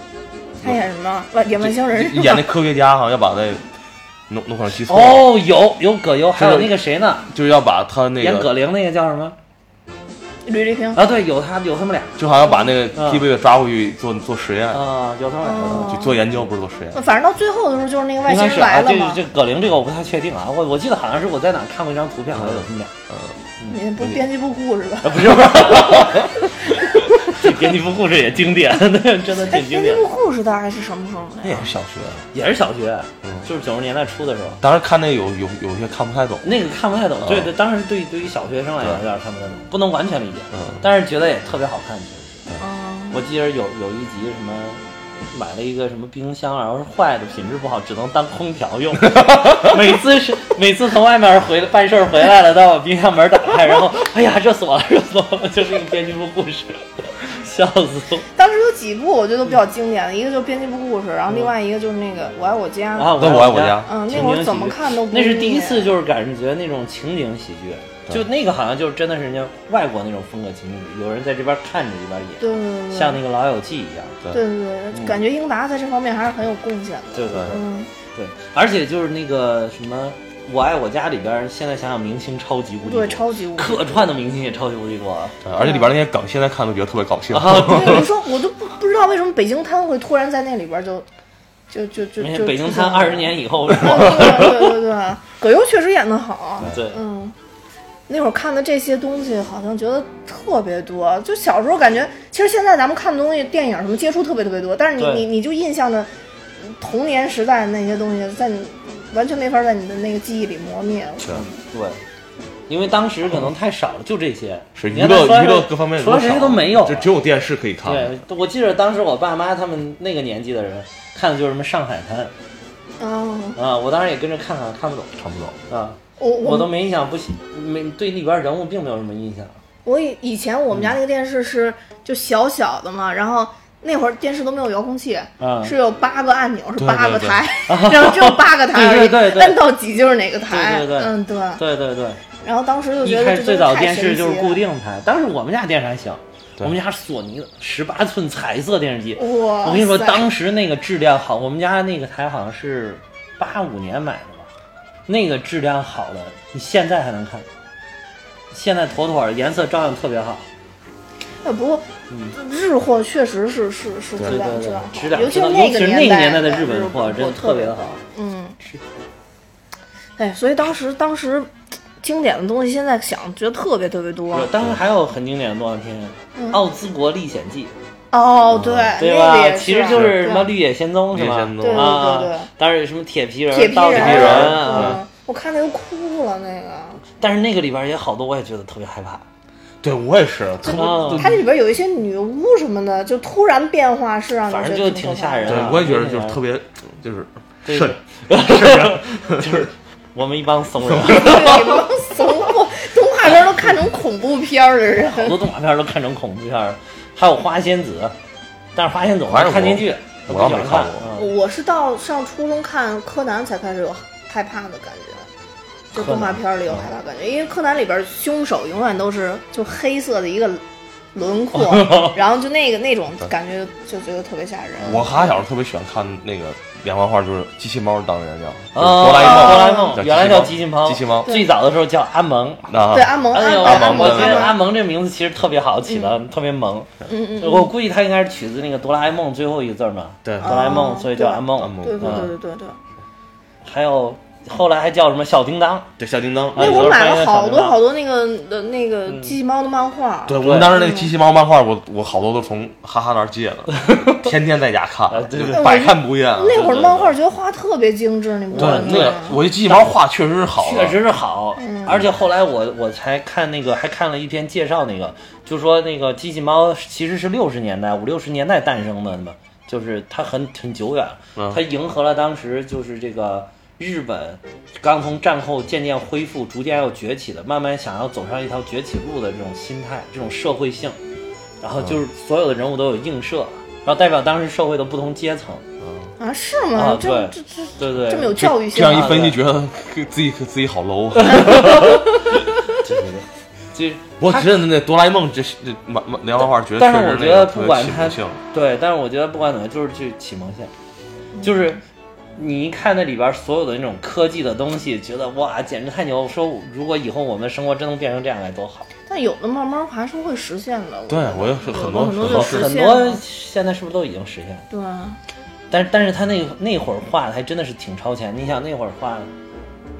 Speaker 1: 他演什么？外演外星人是吧
Speaker 3: 演那科学家好像要把那弄弄上记错，，
Speaker 2: 哦，有有葛优，还有
Speaker 3: 就是
Speaker 2: 那个谁呢？
Speaker 3: 就要把他那
Speaker 2: 演葛
Speaker 3: 个，
Speaker 2: 玲那个叫什么？
Speaker 1: 吕丽萍。
Speaker 2: 啊，对，有他，有他们俩
Speaker 3: 就好像把那个
Speaker 2: 嗯
Speaker 3: P 贝贝抓回去做做实验，
Speaker 2: 啊，有他们俩。
Speaker 1: 哦
Speaker 3: 就做研究，不是做实验。
Speaker 2: 嗯
Speaker 1: 反正到最后的时候，就是那个外
Speaker 2: 应
Speaker 1: 星
Speaker 2: 该
Speaker 1: 人
Speaker 2: 是啊，
Speaker 1: 来了
Speaker 2: 这
Speaker 1: 嘛。
Speaker 2: 这葛玲这个我不太确定啊，我我记得好像是我在哪儿看过一张图片，好像有他们俩， [laughs]
Speaker 1: 你不是编辑部故事吧？
Speaker 2: 啊不是，这编辑部故事也经典， [laughs] 那真的
Speaker 1: 哎，
Speaker 2: 挺
Speaker 1: 编辑 [laughs]
Speaker 2: 经典，
Speaker 1: 部故事大概是什么时候
Speaker 3: [laughs] 那
Speaker 1: 来？
Speaker 3: 也是小学，
Speaker 2: 也是小学
Speaker 3: 嗯，
Speaker 2: 就是九十年代初的时候，
Speaker 3: 当时看那有有有些看不太懂，
Speaker 2: 那个看不太懂，对
Speaker 3: 嗯
Speaker 2: 对，当时对对于小学生来讲有点看不太懂，不能完全理解
Speaker 3: 嗯，
Speaker 2: 但是觉得也特别好看，其实
Speaker 1: 嗯，
Speaker 2: 我记得有有一集什么。买了一个什么冰箱，然后是坏的，品质不好，只能当空调
Speaker 3: [laughs]
Speaker 2: 用。每次是每次从外面回来办事儿回来了，都要把冰箱门打开，然后 [laughs] 哎呀热死我了，热死我了，就是一个编辑部故事，笑死
Speaker 1: 当时有几部我觉得都比较经典的，一个就是编辑部故事，然后另外一个就是那个我爱我家
Speaker 2: 我。。啊，
Speaker 3: 那我爱我家，
Speaker 1: 嗯，那会儿怎么看都不
Speaker 2: 那是第一
Speaker 1: 腻
Speaker 2: 次，就是感觉那种情景喜剧，就那个好像就是真的是人家外国那种风格情景剧，有人在这边看着一边演，
Speaker 1: 对对对，
Speaker 2: 像那个老友记一样。
Speaker 3: 对
Speaker 1: 对对
Speaker 2: 嗯
Speaker 1: 对，感觉英达在这方面还是很有贡献的。
Speaker 2: 对对对
Speaker 1: 嗯，
Speaker 2: 对，而且就是那个什么《我爱我家》里边，现在想想明星超级无敌多，
Speaker 1: 对，超级无敌。
Speaker 2: 客串的明星也超级无敌多啊。
Speaker 3: 对嗯而且里边那些梗现在看都觉得特别搞笑。
Speaker 2: 啊
Speaker 1: 对，你说我都不不知道为什么北京滩会突然在那里边儿就就就就
Speaker 2: 因
Speaker 1: 就
Speaker 2: 为北京滩
Speaker 1: 出现了哦
Speaker 2: 二十年以后是
Speaker 1: 对
Speaker 2: 吧？
Speaker 1: 对对对对， [laughs] 葛优确实演得好。
Speaker 2: 对，
Speaker 1: 嗯，那会儿看的这些东西，好像觉得特别多。就小时候感觉，其实现在咱们看的东西，电影什么接触特别特别多，但是你
Speaker 2: 对
Speaker 1: 你你就印象的童年时代的那些东西，在你完全没法在你的那个记忆里磨灭。
Speaker 3: 是
Speaker 2: 对，因为当时可能太少了，就这些，
Speaker 3: 是
Speaker 2: 你
Speaker 3: 娱
Speaker 2: 看咱
Speaker 3: 乐
Speaker 2: 翻
Speaker 3: 娱
Speaker 2: 着
Speaker 3: 乐各方面
Speaker 2: 除了这些都没有
Speaker 3: 就。只有电视可以看。
Speaker 2: 对，我记得当时我爸妈他们那个年纪的人看的就是什么《上海滩
Speaker 1: 嗯，》
Speaker 2: 啊，我当时也跟着看看，看不懂
Speaker 3: 看不懂。
Speaker 2: 啊，
Speaker 1: 我
Speaker 2: 我都
Speaker 1: 我
Speaker 2: 没印象，不喜没对里边人物并没有什么印象。
Speaker 1: 我以以前我
Speaker 2: 嗯
Speaker 1: 们家那个电视是就小小的嘛，然后。那会儿电视都没有遥控器，
Speaker 2: 嗯
Speaker 1: 是有八个按钮，是
Speaker 3: 对
Speaker 1: 八个
Speaker 2: [laughs]
Speaker 3: 对对
Speaker 1: 台，然后只有八个台而已，
Speaker 2: 对对对对
Speaker 1: 按到几就是哪个台，
Speaker 2: 对对对
Speaker 1: 嗯对。
Speaker 2: 对对对，
Speaker 1: 然后当时就
Speaker 2: 一
Speaker 1: 觉得
Speaker 2: 开
Speaker 1: 这
Speaker 2: 始最
Speaker 1: 东
Speaker 2: 早
Speaker 1: 西太
Speaker 2: 电视
Speaker 1: 神
Speaker 2: 就是
Speaker 1: 奇
Speaker 2: 固
Speaker 1: 了
Speaker 2: 定台，当时我们家电视还小，
Speaker 3: 对
Speaker 2: 我们家是索尼的十八寸彩色电视机。
Speaker 1: 哇塞！
Speaker 2: 我跟你说，当时那个质量好，我们家那个台好像是八五年买的吧，那个质量好的，你现在还能看，现在妥妥的颜色照样特别好。
Speaker 1: 呃，不过日货确实是是是质
Speaker 2: 嗯对
Speaker 1: 量
Speaker 2: 对对，质
Speaker 1: 质量好，
Speaker 2: 量
Speaker 1: 尤其
Speaker 2: 真
Speaker 1: 那
Speaker 2: 的尤
Speaker 1: 个
Speaker 2: 其是那
Speaker 1: 年
Speaker 2: 个年代的
Speaker 1: 对
Speaker 2: 日本货
Speaker 1: 货
Speaker 2: 真的
Speaker 1: 特
Speaker 2: 特别的
Speaker 1: 好。
Speaker 2: 好。
Speaker 1: 嗯，哎，所以当时当时经典的东西，现在想觉得特别特别多
Speaker 2: 不是。当时还有很经典的动画片
Speaker 1: 嗯
Speaker 2: 《奥兹国历险记》，
Speaker 1: 哦，对，
Speaker 2: 啊对
Speaker 1: 那个
Speaker 2: 吧？
Speaker 1: 也
Speaker 2: 其实
Speaker 1: 是啊
Speaker 2: 就是
Speaker 1: 对
Speaker 2: 什么绿野仙踪是吧？
Speaker 3: 绿野仙踪
Speaker 1: 对对对对
Speaker 2: 啊，当然有什么铁皮人、
Speaker 1: 铁皮
Speaker 2: 道具
Speaker 3: 皮
Speaker 1: 人
Speaker 3: 人
Speaker 2: 啊，
Speaker 1: 嗯我看那个哭了那个，
Speaker 2: 但是那个里边也好多，我也觉得特别害怕。
Speaker 3: 对我也是，特
Speaker 2: 啊
Speaker 1: 它里边有一些女巫什么的，就突然变化是让你
Speaker 2: 反正
Speaker 1: 觉得
Speaker 2: 就
Speaker 1: 挺
Speaker 2: 挺
Speaker 1: 可
Speaker 2: 吓
Speaker 1: 怕的
Speaker 2: 人
Speaker 3: 对
Speaker 2: 啊
Speaker 3: 我也觉得就是特别就是
Speaker 2: 对
Speaker 3: 瘆，
Speaker 2: [laughs] 就是我们一帮怂人，
Speaker 1: 对，帮怂货，动画片都看成恐怖片儿的人。
Speaker 2: [laughs] 好多动画片都看成恐怖片儿，还有花仙子，但是花仙子我
Speaker 3: 反
Speaker 2: 还
Speaker 3: 正我
Speaker 2: 看进去，
Speaker 3: 我
Speaker 2: 不
Speaker 3: 倒
Speaker 2: 喜欢
Speaker 3: 没
Speaker 2: 看
Speaker 3: 看过。
Speaker 2: 嗯
Speaker 1: 我是到上初中看柯南才开始有害怕的感觉，就动画片儿里
Speaker 2: 啊
Speaker 1: 有害怕感觉，因为柯南里边凶手永远都是就黑色的一个轮
Speaker 2: [laughs]
Speaker 1: 廓，然后就那个那种感觉就觉得特别吓人。
Speaker 3: 我哈小时候特别喜欢看那个连环画，就是机器猫当人家，就是
Speaker 2: 啊，
Speaker 3: 哆啦 A
Speaker 2: 哆
Speaker 3: 梦。
Speaker 2: 啦 A 梦，原来叫机器猫，
Speaker 3: 机器猫
Speaker 2: 最早的时候叫阿蒙。
Speaker 3: 那
Speaker 1: 对阿蒙
Speaker 2: 哎呦，
Speaker 1: 哦阿
Speaker 3: 阿
Speaker 1: 阿
Speaker 3: 蒙
Speaker 1: 蒙
Speaker 2: 我觉得
Speaker 1: 阿
Speaker 2: 阿
Speaker 1: 蒙，
Speaker 2: 蒙这名字其实特别好起的，特别萌。
Speaker 1: 嗯嗯
Speaker 2: 我估计他应该是取自那个哆啦 A 梦最后一个字儿嘛，
Speaker 3: 对
Speaker 2: 哆啦 A 梦，
Speaker 1: 哦
Speaker 2: 所以叫阿
Speaker 1: 对
Speaker 2: 梦
Speaker 3: 阿。蒙
Speaker 1: 对对对对对对，
Speaker 2: 还有后来还叫什么小叮当，
Speaker 3: 对，小叮当。
Speaker 2: 啊
Speaker 1: 那
Speaker 2: 有
Speaker 1: 哎我
Speaker 2: 的
Speaker 1: 买
Speaker 2: 翻译
Speaker 1: 了好
Speaker 2: 小
Speaker 1: 多
Speaker 2: 猫
Speaker 1: 好多那个的那个机器猫的漫画，
Speaker 3: 嗯对我们当时那个机器猫漫画，我我好多都从哈哈那儿借
Speaker 2: [laughs]
Speaker 3: 的，天天在家看
Speaker 2: 啊，对
Speaker 3: 就是百看不厌啊。
Speaker 1: 那会儿漫画觉得画得特别精致，你不觉
Speaker 3: 对
Speaker 1: 得
Speaker 3: 那个
Speaker 1: 吗？，
Speaker 3: 我觉得机器猫画确实是好啊嗯的，
Speaker 2: 确实是好。而且后来我我才看那个，还看了一篇介绍，那个就说那个机器猫其实是六十年代五六十年代诞生的嘛，就是它很很久远，它迎合了当时就是这个。日本刚从战后渐渐恢复，逐渐要崛起的，慢慢想要走上一条崛起路的这种心态，这种社会性，然后就是所有的人物都有映射，然后代表当时社会的不同阶层，
Speaker 1: 啊，是
Speaker 2: 啊
Speaker 1: 吗？这
Speaker 2: 对
Speaker 1: 这这
Speaker 2: 对对，
Speaker 1: 这么有教育性
Speaker 3: 这样
Speaker 1: 啊
Speaker 3: 一！分析，觉得自己自己好 low。啊
Speaker 2: [laughs] 对对对，就是
Speaker 3: 我真的那哆啦 A 梦这这漫漫连环画，觉得
Speaker 2: 但
Speaker 3: 确
Speaker 2: 是
Speaker 3: 实
Speaker 2: 我
Speaker 3: 那
Speaker 2: 觉得
Speaker 3: 个特
Speaker 2: 不
Speaker 3: 别
Speaker 2: 管
Speaker 3: 启
Speaker 2: 他
Speaker 3: 蒙性。
Speaker 2: 对，但是我觉得不管怎么，就是去启蒙性，
Speaker 1: 嗯
Speaker 2: 就是你一看那里边所有的那种科技的东西，觉得哇，简直太牛！说如果以后我们的生活真能变成这样该多好！
Speaker 1: 但有的慢慢还是会实现的。
Speaker 3: 对
Speaker 1: 觉得
Speaker 3: 我也是
Speaker 1: 有的
Speaker 3: 很多
Speaker 1: 很多
Speaker 3: 很
Speaker 1: 就
Speaker 3: 多
Speaker 1: 实
Speaker 2: 很
Speaker 1: 现了
Speaker 2: 多现在是不是都已经实现了？
Speaker 1: 对啊，
Speaker 2: 但是但是他那那会儿画的还真的是挺超前。你想那会儿画，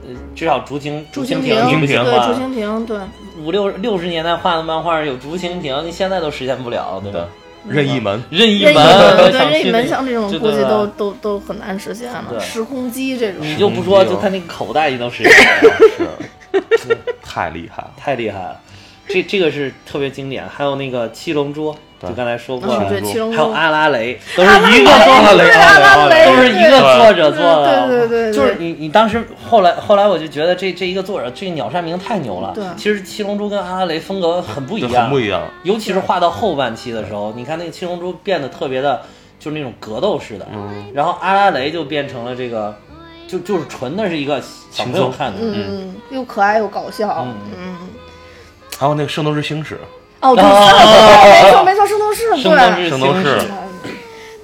Speaker 2: 呃，至少竹蜻
Speaker 1: 竹
Speaker 2: 蜻
Speaker 1: 蜻
Speaker 2: 蜓
Speaker 3: 竹蜻蜓
Speaker 1: 对
Speaker 2: 画
Speaker 1: 竹蜻蜓，对，
Speaker 2: 五六六十年代画的漫画有竹蜻蜓，你现在都实现不了，对吧？
Speaker 3: 任意门，
Speaker 2: 任意
Speaker 1: 任意
Speaker 2: 门，
Speaker 1: 对任意门像这种
Speaker 2: 对
Speaker 1: 估计
Speaker 2: 对
Speaker 1: 都
Speaker 2: 吧
Speaker 1: 都都很难实现了
Speaker 2: 对。
Speaker 1: 时空机这种，
Speaker 2: 你就不说，就他那个口袋你都实现不了。
Speaker 3: 是太厉害了。
Speaker 2: 太厉害了，
Speaker 1: [laughs]
Speaker 2: 这这个是特别经典。还有那个七龙珠，
Speaker 3: 对嗯
Speaker 2: 就刚才说过
Speaker 1: 啊，
Speaker 2: 了，
Speaker 1: 对七龙
Speaker 2: 还有
Speaker 1: 珠，
Speaker 2: 阿拉蕾，都是一个
Speaker 3: 阿拉
Speaker 2: 作
Speaker 3: 蕾
Speaker 2: 者，
Speaker 1: 阿拉蕾
Speaker 2: 都是一个作者做的。
Speaker 1: 对对对对对
Speaker 2: 就是你你当时后来后来我就觉得这这一个作者这个鸟山明太牛了。
Speaker 1: 对
Speaker 2: 其实七龙珠跟阿拉蕾风格很不一
Speaker 3: 就
Speaker 2: 样，
Speaker 3: 啊很不一样，
Speaker 2: 尤其是画到后半期的时候，你看那个七龙珠变得特别的，就是那种格斗式的，
Speaker 3: 嗯
Speaker 2: 然后阿拉蕾就变成了这个，就就是纯的是一个小朋友看的，
Speaker 1: 嗯，又可爱又搞笑，嗯。
Speaker 3: 还有那个《圣斗士星矢
Speaker 1: 哦，对，没错没错，圣斗士，对，
Speaker 2: 圣斗士
Speaker 3: 圣斗
Speaker 2: 星
Speaker 3: 士
Speaker 2: 矢
Speaker 1: 哎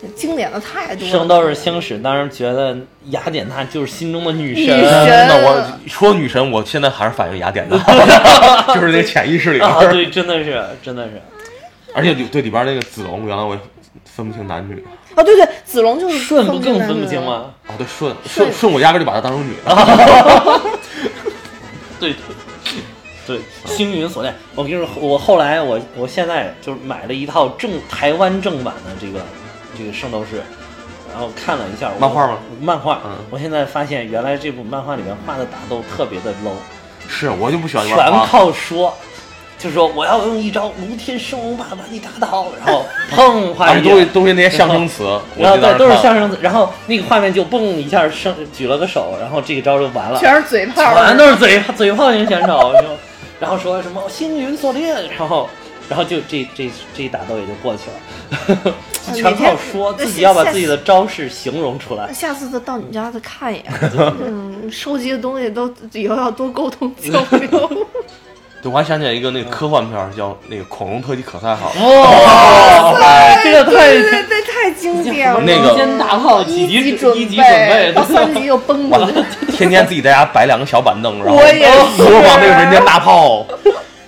Speaker 1: 对经典的太多了。
Speaker 2: 圣斗士星矢当时觉得雅典娜就是心中的女神，
Speaker 1: 女》神
Speaker 3: 嗯那我说女神，我现在还是反应雅典娜，
Speaker 1: [laughs]
Speaker 3: 就是那潜意识里边
Speaker 2: 啊，
Speaker 3: 儿，
Speaker 2: 对，真的是，真的是，
Speaker 3: 而且里对里边那个子龙，原来我也分不清男女。
Speaker 1: 哦，对对，子龙就是
Speaker 2: 顺不更
Speaker 1: 男
Speaker 2: 分
Speaker 1: 女
Speaker 2: 不清
Speaker 1: 了？
Speaker 2: 吗？
Speaker 3: 哦，对，顺
Speaker 1: 顺
Speaker 3: 顺顺，我压根儿就把她当成女的。
Speaker 2: 对，对，星云锁链。我跟你说，我后来我我现在就是买了一套正台湾正版的这个这个圣斗士，然后看了一下我
Speaker 3: 漫画吗？
Speaker 2: 漫画。
Speaker 3: 嗯
Speaker 2: 我现在发现原来这部漫画里面画的打斗特别的 low。
Speaker 3: 是啊我就不喜欢那
Speaker 2: 全
Speaker 3: 玩儿
Speaker 2: 靠说，就说我要用一招无天生龙霸把你打倒，然
Speaker 3: [laughs]
Speaker 2: 后砰，画
Speaker 3: 而
Speaker 2: 一
Speaker 3: 且都是都是那些象声词，我
Speaker 2: 然后
Speaker 3: 记得
Speaker 2: 啊对，都是
Speaker 3: 看
Speaker 2: 相声，然后那个画面就嘣一下升举了个手，然后这个招就完了，
Speaker 1: 全是嘴炮，
Speaker 2: 全都是嘴 [laughs] 嘴炮型选手，就然后说什么星云锁链，然后然后就这这这一打斗也就过去了， [laughs] 就全靠说自己要把自己的招式形容出来，
Speaker 1: 下次再到你家再看
Speaker 2: [laughs]
Speaker 1: 一眼，嗯，收集的东西都以后要多沟通交
Speaker 2: [laughs]
Speaker 1: 流。
Speaker 3: 对，我还想起来一个那个科幻片儿，叫那个《恐龙特级可赛号》，
Speaker 2: 哇塞，这个
Speaker 1: 对
Speaker 2: 太
Speaker 1: 对对，太经典了。
Speaker 3: 那个
Speaker 2: 先大炮几级
Speaker 1: 一级
Speaker 2: 一
Speaker 1: 准
Speaker 2: 级准备
Speaker 1: 到三级又崩了。
Speaker 3: 天天自己在家摆两个小板凳，然后
Speaker 1: 我也是
Speaker 3: 模仿那个人间大炮。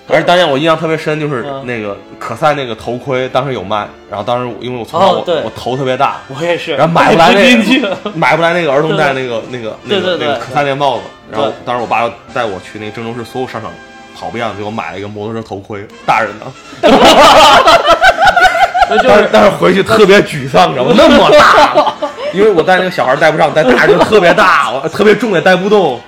Speaker 3: 而当年我印象特别深，就是
Speaker 2: 嗯
Speaker 3: 那个可赛那个头盔，当时有卖，然后当时我因为我从小
Speaker 2: 哦
Speaker 3: 我
Speaker 2: 对
Speaker 3: 我头特别大，
Speaker 2: [laughs] 我也是，
Speaker 3: 然后买不来
Speaker 2: 进
Speaker 3: 那
Speaker 2: 去。
Speaker 3: 个 [laughs] 买不来那个儿童戴那个那个那
Speaker 2: 对对
Speaker 3: 个
Speaker 2: 对
Speaker 3: 那个可赛那帽子，然后
Speaker 2: 对
Speaker 3: 当时我爸带我去那个郑州市所有商场跑遍了，给我买了一个摩托车头盔，大人的，
Speaker 2: 那就
Speaker 3: 但是
Speaker 2: 是
Speaker 3: 但是回去特别沮丧，你知
Speaker 1: [laughs]
Speaker 3: 道吗？那么大，因为我带那个小孩带不上，带大人就特别大，我特别重也带不动，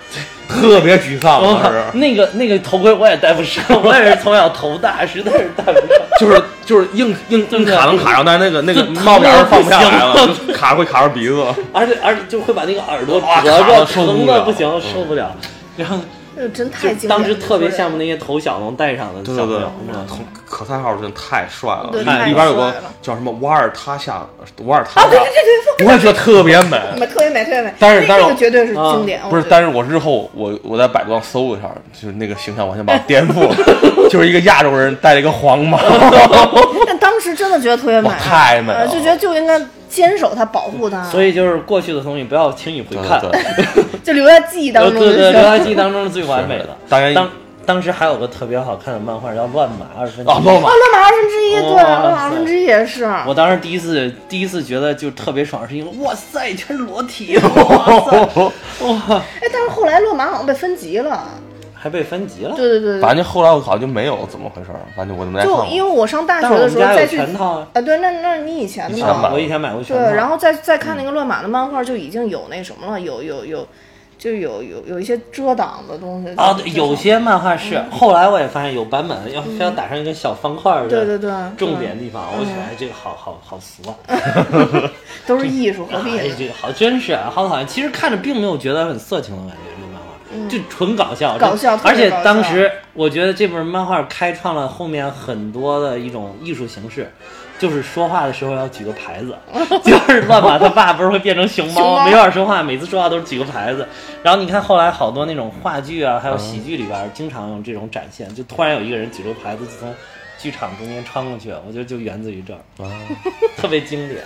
Speaker 3: 特别沮丧。
Speaker 2: 我
Speaker 1: 哦
Speaker 3: 当
Speaker 2: 靠
Speaker 3: 时
Speaker 2: 那个那个头盔我也戴不上，我也是从小头大，实在是戴不上。
Speaker 3: 就是就是硬硬
Speaker 2: 对
Speaker 3: 硬
Speaker 2: 不对
Speaker 3: 卡能卡上，但是那个那个
Speaker 2: 就
Speaker 3: 帽檐儿放不下来
Speaker 2: 疼得
Speaker 3: 了，
Speaker 2: 不
Speaker 3: 就卡会卡上鼻子。
Speaker 2: 而且而且就会把那个耳朵
Speaker 3: 哇
Speaker 2: 折着，
Speaker 3: 受不
Speaker 2: 疼
Speaker 3: 了嗯
Speaker 2: 的不行，受不了。然后
Speaker 1: 那个真太
Speaker 2: 就
Speaker 1: 经典了。
Speaker 2: 当时特别
Speaker 1: 对
Speaker 2: 羡慕那些头小能戴上的
Speaker 3: 对
Speaker 2: 小朋
Speaker 3: 对对
Speaker 2: 友，嗯，
Speaker 1: 啊
Speaker 3: 同可赛号真的太帅了，
Speaker 1: 对
Speaker 2: 太
Speaker 3: 里里边有个
Speaker 1: 帅了
Speaker 3: 叫什么瓦尔塔夏，瓦尔塔
Speaker 1: 啊，
Speaker 3: 夏
Speaker 1: 对，对对对，
Speaker 3: 我也觉得特别美。
Speaker 1: 美特别美，特别美。
Speaker 3: 但是但是
Speaker 1: 那
Speaker 3: 我
Speaker 1: 个绝对是经
Speaker 2: 啊哦
Speaker 1: 典。
Speaker 3: 不是，但是我日后我我在百度上搜一下，就是那个形象完全把我颠
Speaker 2: [laughs]
Speaker 3: 覆了，就是一个亚洲人戴了一个黄毛，
Speaker 1: 是但当时真的觉得特别美，
Speaker 3: 哇太美
Speaker 1: 呃
Speaker 3: 了
Speaker 1: 就觉得就应该坚守它，保护它，
Speaker 2: 所以就是过去的东西不要轻易回看，
Speaker 3: 对对对
Speaker 2: [laughs]
Speaker 1: 就留在记忆当
Speaker 2: 呃
Speaker 1: 中
Speaker 2: 对
Speaker 1: 就
Speaker 2: 对，
Speaker 1: 行
Speaker 2: 留。在记忆当中是最完美的
Speaker 3: 是。当然
Speaker 2: 当当时还有个特别好看的漫画叫《乱马二分之一
Speaker 3: 啊，乱
Speaker 1: 哦，
Speaker 3: 码
Speaker 1: 乱码二分之一，对，
Speaker 2: 哇
Speaker 1: 乱码二分之一也是。
Speaker 2: 我当时第一次第一次觉得就特别爽，是因为哇塞，全是裸
Speaker 3: [laughs]
Speaker 2: 体，
Speaker 3: 哦
Speaker 2: 哇塞，哇，
Speaker 1: 哎，但是后来乱码好像被分级了。
Speaker 2: 还被分级了。
Speaker 1: 对对对对
Speaker 3: 反正后来我好像就没有，怎么回事儿？反正我就没再看
Speaker 1: 就
Speaker 3: 过。
Speaker 1: 因为我上大学
Speaker 2: 但是我
Speaker 1: 的
Speaker 2: 们
Speaker 1: 时候
Speaker 2: 家
Speaker 1: 再
Speaker 2: 有
Speaker 1: 去
Speaker 2: 全套啊，
Speaker 1: 啊，对，那那是你以前的
Speaker 2: 以
Speaker 1: 嘛
Speaker 2: 前
Speaker 3: 嘛
Speaker 2: 啊我以前买过全
Speaker 1: 对，
Speaker 2: 套，嗯
Speaker 1: 然后再再看那个乱码的漫画，就已经有那什么了，有有有，就有有有一些遮挡的嗯东西
Speaker 2: 啊，
Speaker 1: 就
Speaker 2: 对，
Speaker 1: 就
Speaker 2: 有
Speaker 1: 是
Speaker 2: 些漫画是，后来我也发现有版本要非要打上一个小方块儿的，
Speaker 1: 嗯对对对对
Speaker 2: 重
Speaker 1: 嗯
Speaker 2: 点地方，我觉得哎这个好好好俗啊，
Speaker 1: 都是艺术，何必
Speaker 2: 哎
Speaker 1: 呢？
Speaker 2: 这个好真是啊，好讨厌。其实看着并没有觉得很色情的感觉，这漫画。就纯搞笑，
Speaker 1: 嗯搞笑
Speaker 2: 而
Speaker 1: 特别
Speaker 2: 且
Speaker 1: 搞笑
Speaker 2: 当时我觉得这本漫画开创了后面很多的一种艺术形式，就是说话的时候要举个牌
Speaker 1: [laughs]
Speaker 2: 子，就是乱码他爸不是会变成熊
Speaker 1: 熊
Speaker 2: 猫，
Speaker 1: 猫
Speaker 2: 没法说话，每次说话都是举个牌子。然后你看后来好多那种话剧啊，还有喜剧里边儿经常有这种展现，就突然有一个人举着牌子就从剧场中间穿过去，我觉得就源自于这儿， [laughs] 特别经典。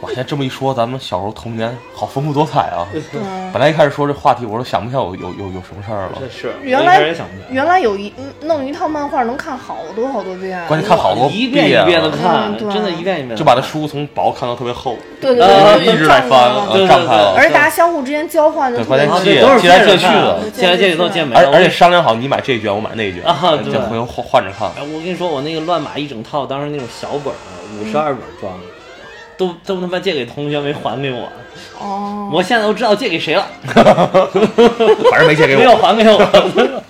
Speaker 3: 哇，现在这么一说，咱们小时候童年好丰富多彩
Speaker 2: [laughs]
Speaker 3: 啊！
Speaker 1: 嗯，
Speaker 3: 本来一开始说这话题，我都想不起来有有有有什么事儿了
Speaker 2: 这。是
Speaker 1: 原
Speaker 2: 我一个
Speaker 1: 来
Speaker 2: 人想不起来
Speaker 1: 原来有一嗯弄一套漫画能看好多好多遍，
Speaker 3: 关键看好多
Speaker 2: 一遍一遍的
Speaker 3: 遍啊
Speaker 2: 看，
Speaker 1: 嗯对
Speaker 2: 真的一遍一遍地看
Speaker 3: 就把这书从薄看到特别厚，
Speaker 1: 对对
Speaker 2: 呃
Speaker 1: 对对，
Speaker 3: 一直来翻了，
Speaker 1: 了，
Speaker 2: 对
Speaker 3: 呃占开了
Speaker 1: 而。且大家相互之间交换的
Speaker 3: 对
Speaker 1: 特别
Speaker 3: 关
Speaker 1: 好
Speaker 3: 键借
Speaker 2: 啊哦都是
Speaker 3: 借来
Speaker 2: 借着
Speaker 3: 借去
Speaker 2: 看
Speaker 3: 的
Speaker 2: 借来借去都见没
Speaker 3: 而
Speaker 2: 了。
Speaker 3: 而且商量好，你买这一卷，我买那一卷，
Speaker 2: 啊对
Speaker 3: 这回头换换着看。
Speaker 2: 哎，我跟你说，我那个乱码一整套，当时那种小本儿，啊五十二本装的，都都他妈借给同学没还给我，
Speaker 1: 哦，
Speaker 2: 我现在都知道借给谁了，
Speaker 3: 反正没借给
Speaker 2: 没有
Speaker 3: 我。
Speaker 2: 还给
Speaker 3: [laughs]
Speaker 2: 我。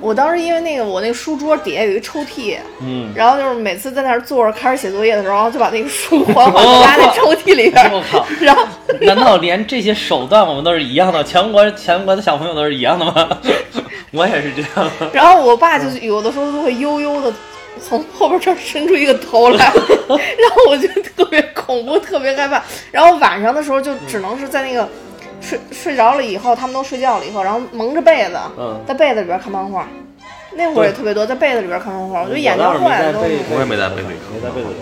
Speaker 1: 我当时因为那个我那个书桌底下有一抽屉，
Speaker 2: 嗯，
Speaker 1: 然后就是每次在那儿坐着开始写作业的时候，然后就把那个书 [laughs] 缓缓地
Speaker 2: 哦
Speaker 1: 拉在抽屉里边
Speaker 2: 我 [laughs]
Speaker 1: 儿，
Speaker 2: 靠！
Speaker 1: 然后
Speaker 2: 难道连这些手段我们都是一样的？全国全国的小朋友都是一样的吗？ [laughs] 我也是这样。
Speaker 1: 然后我爸
Speaker 3: 嗯
Speaker 1: 就是有的时候就会悠悠的从后边这儿伸出一个头
Speaker 3: [laughs]
Speaker 1: 来，然后我就特别恐怖，特别害怕。然后晚上的时候就只能是在那个睡睡着了以后，他们都睡觉了以后，然后蒙着被子，
Speaker 2: 嗯
Speaker 1: 在被子里边看漫画。那会儿也
Speaker 2: 对
Speaker 1: 特别多，在被子里边看漫画，我
Speaker 3: 嗯
Speaker 1: 就眼
Speaker 2: 我
Speaker 1: 睛
Speaker 2: 倒是没
Speaker 1: 坏
Speaker 2: 在
Speaker 1: 了都
Speaker 2: 背
Speaker 1: 是。
Speaker 2: 里看。
Speaker 3: 我也没在背
Speaker 2: 背
Speaker 3: 里看
Speaker 2: 没在背里看。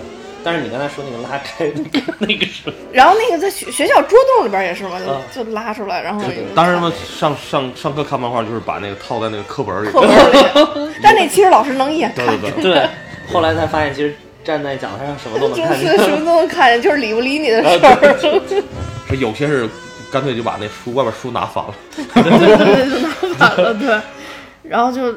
Speaker 2: 但是你刚才说那个拉开那个那个是
Speaker 1: 然后那个在学学校桌洞里边也是嘛，
Speaker 2: 嗯
Speaker 1: 就就拉出来，然后
Speaker 3: 当时嘛，上上上课看漫画就是把那个套在那个
Speaker 2: [laughs]
Speaker 3: 课本里
Speaker 1: 课，本
Speaker 3: [laughs]
Speaker 1: 里。但那其实老师能一眼
Speaker 3: 对
Speaker 1: 看
Speaker 3: 对 [laughs] 对，
Speaker 2: 对，后来才发现，其实站在讲台上什么都
Speaker 1: [laughs]
Speaker 2: 能
Speaker 1: 就
Speaker 2: 看
Speaker 1: 是
Speaker 2: 见。 [laughs] 啊
Speaker 1: 什么都能看见，就是理不理你的事儿。
Speaker 3: 是有些是干脆就把那书外边书拿反了。
Speaker 1: 对对对，就拿反了，对。然后就，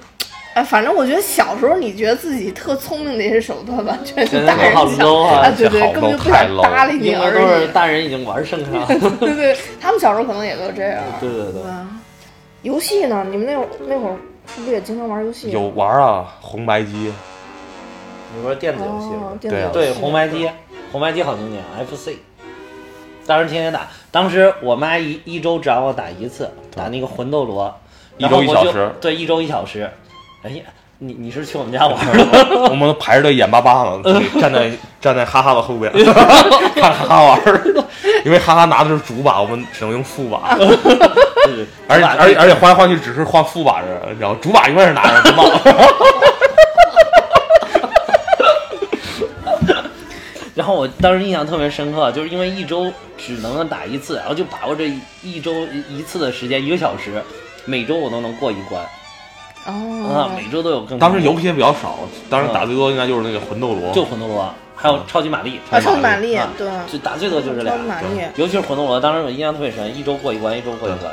Speaker 1: 哎，反正我觉得小时候你觉得自己特聪明的一些手段，完全是大人
Speaker 2: 好
Speaker 1: 想
Speaker 2: low 啊
Speaker 1: 啊，对对
Speaker 3: 这，好
Speaker 1: 根本就
Speaker 3: low，
Speaker 1: 不
Speaker 3: 太
Speaker 1: 想
Speaker 3: low
Speaker 1: 搭理你
Speaker 2: 因为
Speaker 1: 而
Speaker 2: 都是
Speaker 1: 已。
Speaker 2: 大人已经玩剩
Speaker 1: [laughs]
Speaker 2: 下了。
Speaker 1: 对对，他们小时候可能也都这样。
Speaker 2: 对对对，
Speaker 1: 吧游戏呢？你们那会儿那会儿是不是也经常玩游戏？
Speaker 3: 有玩啊，红白机，
Speaker 2: 你说电子游戏是吧
Speaker 1: 哦，电子游戏
Speaker 2: 对，红白机，红白机好经典，FC。当时天天打，当时我妈一一周只让我打一次，打那个魂斗罗，
Speaker 3: 一
Speaker 2: 然后
Speaker 3: 周一
Speaker 2: 我就
Speaker 3: 小时
Speaker 2: 对，一周一小时。哎呀，你你是去我们家玩儿
Speaker 3: [laughs]
Speaker 2: 了？
Speaker 3: 我们排着队眼巴巴
Speaker 2: [laughs]
Speaker 3: 的站在站在哈哈的后边，看哈哈玩儿，因为哈哈拿的是主把，我们只能用
Speaker 2: [laughs]
Speaker 3: 副把，
Speaker 2: 对对
Speaker 3: 而
Speaker 2: 我
Speaker 3: 且
Speaker 2: 把
Speaker 3: 而且而且换来换去只是换副把人，然后主把永远是拿着不冒。
Speaker 2: [laughs] 然后我当时印象特别深刻，就是因为一周只能打一次，然后就把握这一一周一一次的时间，一个小时，每周我都能过一关啊
Speaker 1: 哦，，
Speaker 2: 每周都有更。
Speaker 3: 当时游戏也比较少，当时打最多应该就是那个魂斗罗，
Speaker 2: 就魂斗罗，还有超级玛丽，
Speaker 1: 啊，超级玛丽
Speaker 2: 啊，
Speaker 1: 对，
Speaker 2: 就打最多就是这
Speaker 1: 超
Speaker 2: 俩
Speaker 1: 级，玛丽。
Speaker 2: 尤其是魂斗罗，当时我印象特别深，一周过一关，一周过一关。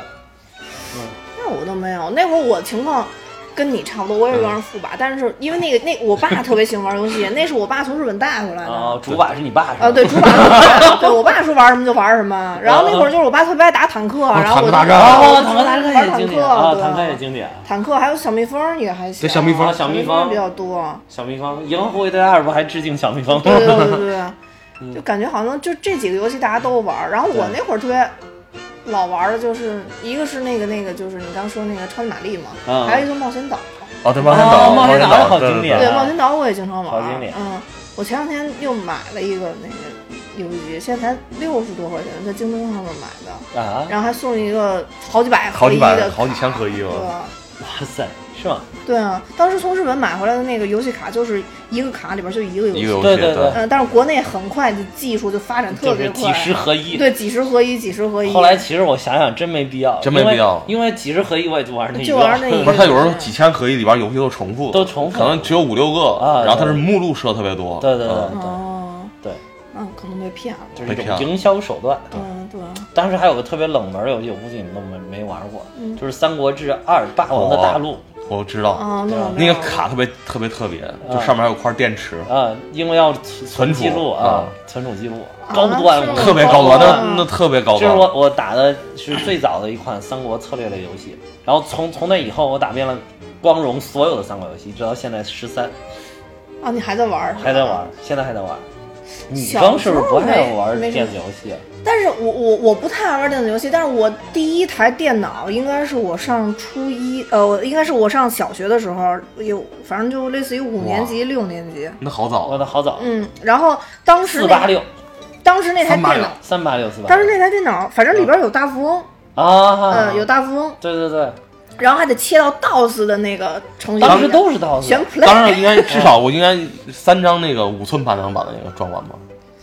Speaker 1: 那我都没有，那会儿我情况跟你差不多，我
Speaker 2: 嗯
Speaker 1: 也有点副把，但是因为那个那我爸特别喜欢玩游戏，那是我爸从日本带回来的。
Speaker 2: 啊，主把是你爸是吧？
Speaker 1: 啊，对，主板是我爸，对我爸说玩什么就玩什
Speaker 2: 嗯
Speaker 1: 么。然后那会儿就是我爸特别爱打坦克，然后我就
Speaker 3: 哦坦克大
Speaker 1: 玩
Speaker 2: 啊，坦
Speaker 3: 战哦
Speaker 2: 克大
Speaker 1: 玩哦
Speaker 2: 战也
Speaker 1: 坦
Speaker 2: 经
Speaker 1: 克，
Speaker 2: 典啊，
Speaker 1: 对
Speaker 2: 坦克也经典。
Speaker 1: 坦克还有小蜜蜂也还行，
Speaker 3: 对小蜜蜂
Speaker 2: 小蜜蜂
Speaker 1: 比较
Speaker 2: [laughs]
Speaker 1: 多。
Speaker 2: 小蜜蜂，银河护卫队二不还致敬小蜜蜂？
Speaker 1: 对对对对
Speaker 2: 嗯
Speaker 1: 对，就感觉好像就这几个游戏大家都玩。然后我那会儿特别。老玩的就是一个是那个那个就是你刚说那个超级玛丽嘛，
Speaker 2: 嗯
Speaker 1: 还有一个冒险岛，
Speaker 3: 啊，对冒险
Speaker 2: 啊
Speaker 3: 岛，
Speaker 2: 冒险岛
Speaker 3: 岛
Speaker 2: 好
Speaker 3: 对
Speaker 2: 经
Speaker 3: 对
Speaker 2: 典
Speaker 1: 对，
Speaker 2: 啊
Speaker 1: 冒险岛我也经常玩。
Speaker 2: 好经典
Speaker 1: 嗯，我前两天又买了一个那个游戏机，现在才六十多块钱，在京东上面买的，
Speaker 2: 啊，
Speaker 1: 然后还送一个好几百
Speaker 3: 好
Speaker 1: 合
Speaker 3: 几
Speaker 1: 一
Speaker 3: 百
Speaker 1: 的，
Speaker 3: 好几千合一
Speaker 1: 对
Speaker 3: 嘛。
Speaker 1: 吧，
Speaker 2: 哇塞，是吗？
Speaker 1: 对啊，当时从日本买回来的那个游戏卡，就是一个卡里边就一个游
Speaker 3: 一
Speaker 1: 戏
Speaker 3: 个。游戏
Speaker 2: 对对对
Speaker 1: 嗯、但是国内很快就技术就发展特
Speaker 2: 就
Speaker 1: 别
Speaker 2: 是
Speaker 1: 快，
Speaker 2: 几十合一。
Speaker 1: 对几十合一，几十合一。哦
Speaker 2: 后来其实我想想，真没必要，
Speaker 3: 真没必要
Speaker 2: 因为因为几十合一我也就玩那一个，
Speaker 1: 就玩那一个
Speaker 3: 不是，它有时候几千合一里边游戏都重复的，
Speaker 2: 都重复
Speaker 3: 可能只有五六个，
Speaker 2: 啊
Speaker 3: 然后它是
Speaker 2: 对
Speaker 3: 目录设特别多，
Speaker 2: 对对对
Speaker 3: 嗯
Speaker 1: 哦，
Speaker 2: 对，
Speaker 1: 嗯，可能被骗了。
Speaker 2: 就是一
Speaker 3: 被
Speaker 2: 种
Speaker 3: 骗了
Speaker 2: 营销手段。
Speaker 1: 嗯，对，
Speaker 2: 当时还有个特别冷门的游戏，我估计你们都没没玩过，
Speaker 1: 嗯
Speaker 2: 就是《三国志二：霸王的
Speaker 3: 哦
Speaker 2: 大陆
Speaker 3: 我知道
Speaker 1: 啊，那我
Speaker 3: 那
Speaker 1: 没
Speaker 3: 个
Speaker 1: 有
Speaker 3: 卡特别特别特别，
Speaker 2: 嗯
Speaker 3: 就上面还有块电池，》
Speaker 2: 啊，因为要存
Speaker 3: 存
Speaker 2: 存
Speaker 3: 储
Speaker 2: 记录啊
Speaker 3: 啊，
Speaker 2: 存储记录，
Speaker 1: 啊
Speaker 2: 高端
Speaker 1: 是吗
Speaker 2: 我觉得。
Speaker 3: 特别高端，
Speaker 1: 啊
Speaker 3: 那那特别高
Speaker 2: 嗯这是
Speaker 3: 端。
Speaker 2: 我我打的是最早的一款三国策略类游戏，然后从从那以后我打遍了光荣所有的三国游戏，直到现在十三
Speaker 1: 啊，你还在玩儿？
Speaker 2: 还在玩，现在还在玩。你
Speaker 1: 小
Speaker 2: 刚是不是
Speaker 1: 时
Speaker 2: 不
Speaker 1: 候
Speaker 2: 爱
Speaker 1: 没
Speaker 2: 玩
Speaker 1: 没什
Speaker 2: 电
Speaker 1: 么
Speaker 2: 子游戏啊？
Speaker 1: 但是我我我不太爱玩电子游戏，但是我第一台电脑应该是我上初一，呃，我应该是我上小学的时候，有反正就类似于五年级、六年级，
Speaker 3: 那好早
Speaker 2: 玩，的好早，
Speaker 1: 嗯，然后当时
Speaker 2: 四八
Speaker 1: 那
Speaker 2: 六、
Speaker 1: 当时那台
Speaker 3: 386
Speaker 1: 电脑，
Speaker 2: 三八六、四八
Speaker 1: 当时那台电脑，反正里边有大富翁，
Speaker 2: 啊，
Speaker 1: 嗯，有大富翁，
Speaker 2: 对对对，
Speaker 1: 然后还得切到 DOS 的那个程序里面，
Speaker 2: 当时都是当时
Speaker 1: 选 Play，
Speaker 3: 当然应该至少我应该三张那个五寸排行榜的那个装完吧，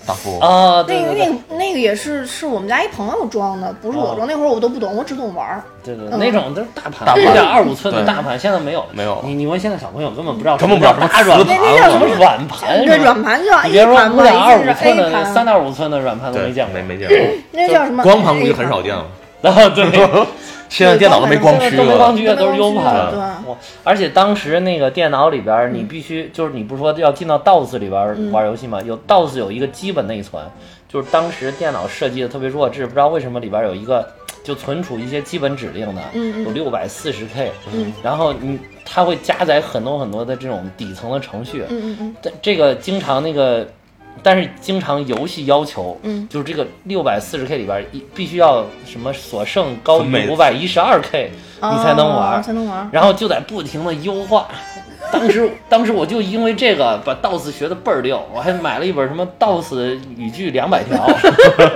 Speaker 3: 大富翁。
Speaker 2: 啊，对
Speaker 1: 那个
Speaker 2: 对
Speaker 1: 那
Speaker 2: 对
Speaker 1: 个那个也是是我们家一朋友装的，不是
Speaker 2: 啊
Speaker 1: 我装。那会儿我都不懂，我只懂玩儿。
Speaker 2: 对对，
Speaker 1: 嗯
Speaker 2: 那种都是大盘
Speaker 3: 大，盘
Speaker 2: 一点二五寸的
Speaker 3: 对
Speaker 2: 大盘，现在没有了
Speaker 3: 没有了
Speaker 2: 你你问现在小朋友根本不知道，
Speaker 3: 根本不知道什么
Speaker 2: 大软
Speaker 3: 磁
Speaker 2: 盘，
Speaker 1: 那那叫什么
Speaker 2: 软盘？
Speaker 1: 对，软。盘就要
Speaker 2: 哎你
Speaker 1: A
Speaker 2: 别说
Speaker 1: 盘
Speaker 2: 五
Speaker 1: 嘛，
Speaker 2: 点二
Speaker 1: 一
Speaker 2: 五
Speaker 1: 进是
Speaker 2: 寸
Speaker 1: A
Speaker 2: 的、三
Speaker 1: 盘，
Speaker 2: 点五寸的软盘都
Speaker 3: 对
Speaker 2: 没见过嗯
Speaker 3: 没，没见过，
Speaker 1: 那叫什么？哎
Speaker 3: 光盘估计很少见了。
Speaker 2: [laughs] 然后对，
Speaker 3: 现在电脑都没光驱
Speaker 2: 都没光
Speaker 3: 了，
Speaker 2: 驱了，都是 U 盘啊
Speaker 1: 对
Speaker 2: 了。我而且当时那个电脑里边儿，你必须就是你不是说要进到 DOS 里边儿玩游戏吗？有 DOS 有一个基本内存，就是当时电脑设计的特别弱智，不知道为什么里边儿有一个就存储一些基本指令的，
Speaker 1: 嗯嗯
Speaker 2: 有六百四十 K，
Speaker 1: 嗯
Speaker 2: 然后你它会加载很多很多的这种底层的程序，
Speaker 1: 嗯嗯嗯，
Speaker 2: 但这个经常那个，但是经常游戏要求，
Speaker 1: 嗯
Speaker 2: 就是这个六百四十 K 里边一必须要什么所剩高
Speaker 3: 分
Speaker 2: 于
Speaker 3: 配
Speaker 2: 五百一十二 K，你才能玩
Speaker 1: 哦
Speaker 2: 儿，
Speaker 1: 才能玩儿。
Speaker 2: 然后就在不停的优化。当时，当时我就因为这个把 DOS 学的倍儿溜，我还买了一本什么 DOS 语句两百 [laughs] 条，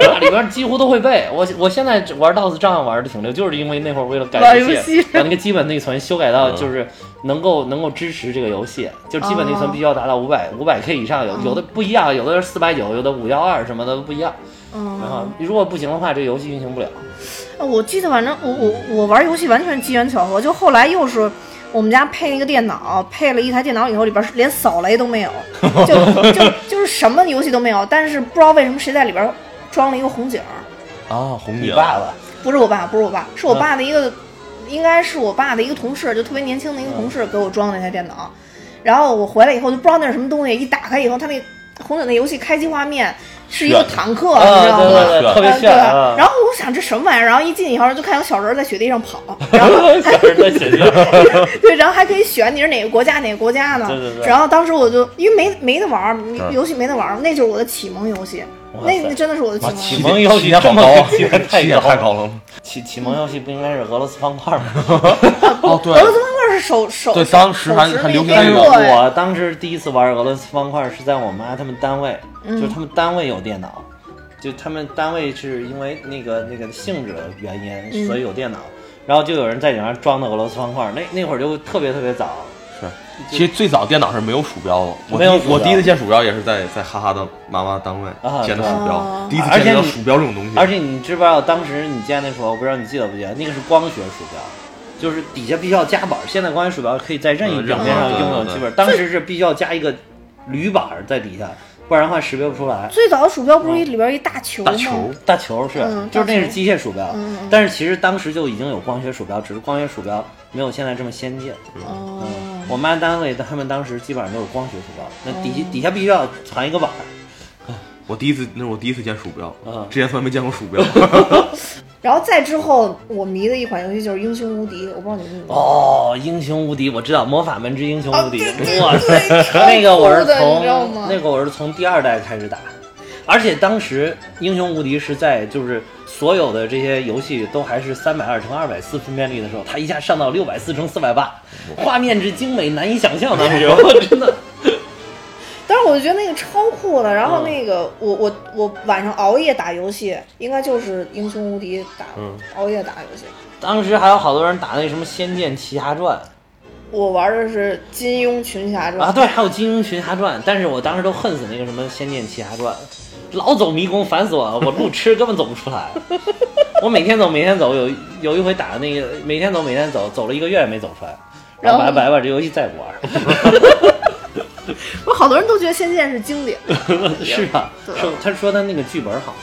Speaker 2: 那里边几乎都会背。我我现在玩 DOS 照样玩的挺溜，就是因为那会儿为了改
Speaker 1: 玩
Speaker 2: 游
Speaker 1: 游
Speaker 2: 戏
Speaker 1: 戏，
Speaker 2: 把那个基本内存修改到
Speaker 3: 嗯
Speaker 2: 就是能够能够支持这个游戏，就基本内存
Speaker 1: 哦
Speaker 2: 必须要达到五百五百 K 以上，有有的不一样，有的是四百九，有的五幺二什么的都不一样。然后
Speaker 1: 嗯，啊
Speaker 2: 如果不行的话，这游戏运行不了。
Speaker 1: 我记得反正我我我玩游戏完全机缘巧合，就后来又是。我们家配了一个电脑，配了一台电脑以后，里边是连扫雷都没
Speaker 2: [laughs]
Speaker 1: 有，就就就是什么游戏都没有。但是不知道为什么谁在里边装了一个红警儿，
Speaker 3: 啊，红
Speaker 2: 你
Speaker 3: 警
Speaker 2: 爸爸
Speaker 1: 不是我爸，不是我爸，是我爸的一个，应该是我爸的一个同事，就特别年轻的一个同事给我装的那台电脑。然后我回来以后就不知道那是什么东西，一打开以后，他那红警那游戏开机画面是一个
Speaker 3: 炫
Speaker 1: 坦克，你知
Speaker 2: 啊，
Speaker 1: 道
Speaker 2: 对
Speaker 1: 吗？
Speaker 2: 对对，
Speaker 3: 是
Speaker 2: 特别
Speaker 1: 呃
Speaker 2: 炫
Speaker 1: 对
Speaker 2: 啊。
Speaker 1: 然后我想这什么玩意儿，然后一进以后就看有小人儿在雪地上跑， [laughs] 然后
Speaker 2: [laughs] 小人在写字。
Speaker 1: 对，然后还可以选你是哪个国家哪个国家呢？
Speaker 2: [laughs] 对对对
Speaker 1: 然后当时我就因为没没得玩儿，你
Speaker 3: 对
Speaker 1: 游戏没得玩儿，那就是我的启蒙游戏，
Speaker 2: 哇
Speaker 1: 那
Speaker 2: 塞
Speaker 1: 那真的是我的启
Speaker 3: 啊，
Speaker 1: 蒙游戏。
Speaker 3: 起点起点好高啊，起点太
Speaker 2: [laughs]
Speaker 3: 高了。
Speaker 2: [laughs] 启启蒙游戏不应该是俄罗斯方块吗？
Speaker 3: 哦，对
Speaker 1: 俄罗斯方块是手手
Speaker 3: 对，当时还还流行那
Speaker 1: 哎
Speaker 2: [laughs]
Speaker 1: 对
Speaker 3: 个
Speaker 2: 我当时第一次玩俄罗斯方块是在我妈他们单位，就是他们单位有电脑，就他们单位是因为那个那个性质的原因，所以有电脑，然后就有人在里面装的俄罗斯方块，那那会儿就特别特别早。
Speaker 3: 是，其实最早电脑是没有鼠标的，我
Speaker 2: 没有鼠
Speaker 3: 第
Speaker 2: 标
Speaker 3: 我第一次见鼠标也是在在哈哈的妈妈单位
Speaker 2: 啊
Speaker 3: 见的
Speaker 2: 对
Speaker 3: 鼠标
Speaker 1: 哦，
Speaker 3: 第一次见
Speaker 2: 而且
Speaker 3: 到
Speaker 2: 你
Speaker 3: 鼠标这种东西，
Speaker 2: 而且你知不知道当时你建那时候，我不知道你记得不记得，那个是光学鼠标。就是底下必须要夹板，现在光学鼠标可以在任意表面上
Speaker 3: 嗯
Speaker 2: 应用
Speaker 3: 对对
Speaker 2: 基本，当时是必须要加一个铝板在底下，不然的话识别不出来。
Speaker 1: 最早的鼠标不是里边一大球吗？
Speaker 3: 打球
Speaker 2: 大球是，
Speaker 1: 嗯
Speaker 2: 就是那
Speaker 1: 大
Speaker 2: 是
Speaker 1: 球
Speaker 2: 机械鼠标，
Speaker 1: 嗯嗯
Speaker 2: 但是其实当时就已经有光学鼠标，只是光学鼠标没有现在这么先进。
Speaker 1: 哦，
Speaker 2: 我妈单位他们当时基本上都是光学鼠标，
Speaker 1: 嗯
Speaker 2: 那底、底下必须要传一个板儿。
Speaker 3: 我第一次那是我第一次见鼠标
Speaker 2: 嗯，
Speaker 3: 之前从来没见过鼠
Speaker 2: [laughs]
Speaker 3: 标，
Speaker 1: 然后再之后，我迷的一款游戏就是《英雄无敌》，我不知道你们有没有。
Speaker 2: 哦，英雄无敌，我知道魔法门之哦英雄无敌，
Speaker 1: 啊对对
Speaker 2: 哇塞，
Speaker 1: 对
Speaker 2: [laughs]
Speaker 1: 超
Speaker 2: 那个我是
Speaker 1: 酷的你
Speaker 2: 从
Speaker 1: 知道吗
Speaker 2: 那个我是从第二代开始打，而且当时英雄无敌是在就是所有的这些游戏都还是三百二乘二百四分辨率的时候，它一下上到六百四哎乘四百八，画面之精美难以想象，当时啊我真的
Speaker 1: 但是我我就觉得那个超酷的。然后
Speaker 2: 嗯
Speaker 1: 那个、我我我晚上熬夜打游戏，应该就是英雄无敌打，
Speaker 4: 嗯
Speaker 1: 熬夜打游戏。
Speaker 2: 当时还有好多人打那什么《仙剑奇侠传
Speaker 1: 我玩的是金庸群侠传》
Speaker 2: 啊，对，还有《金庸群侠传》，但是我当时都恨死那个什么《仙剑奇侠传》，老走迷宫，烦死我了，我路痴根本走不出来。我每天走，每天走，有有一回打那个，每天走，每天走，走了一个月也没走出来，然后
Speaker 1: 然
Speaker 2: 拜
Speaker 1: 后
Speaker 2: 拜吧，这游戏再不玩儿。 [laughs]
Speaker 1: 不是好多人都觉得《仙剑》是经典。
Speaker 2: 是啊，
Speaker 1: 对
Speaker 2: 是他说他那个剧本好，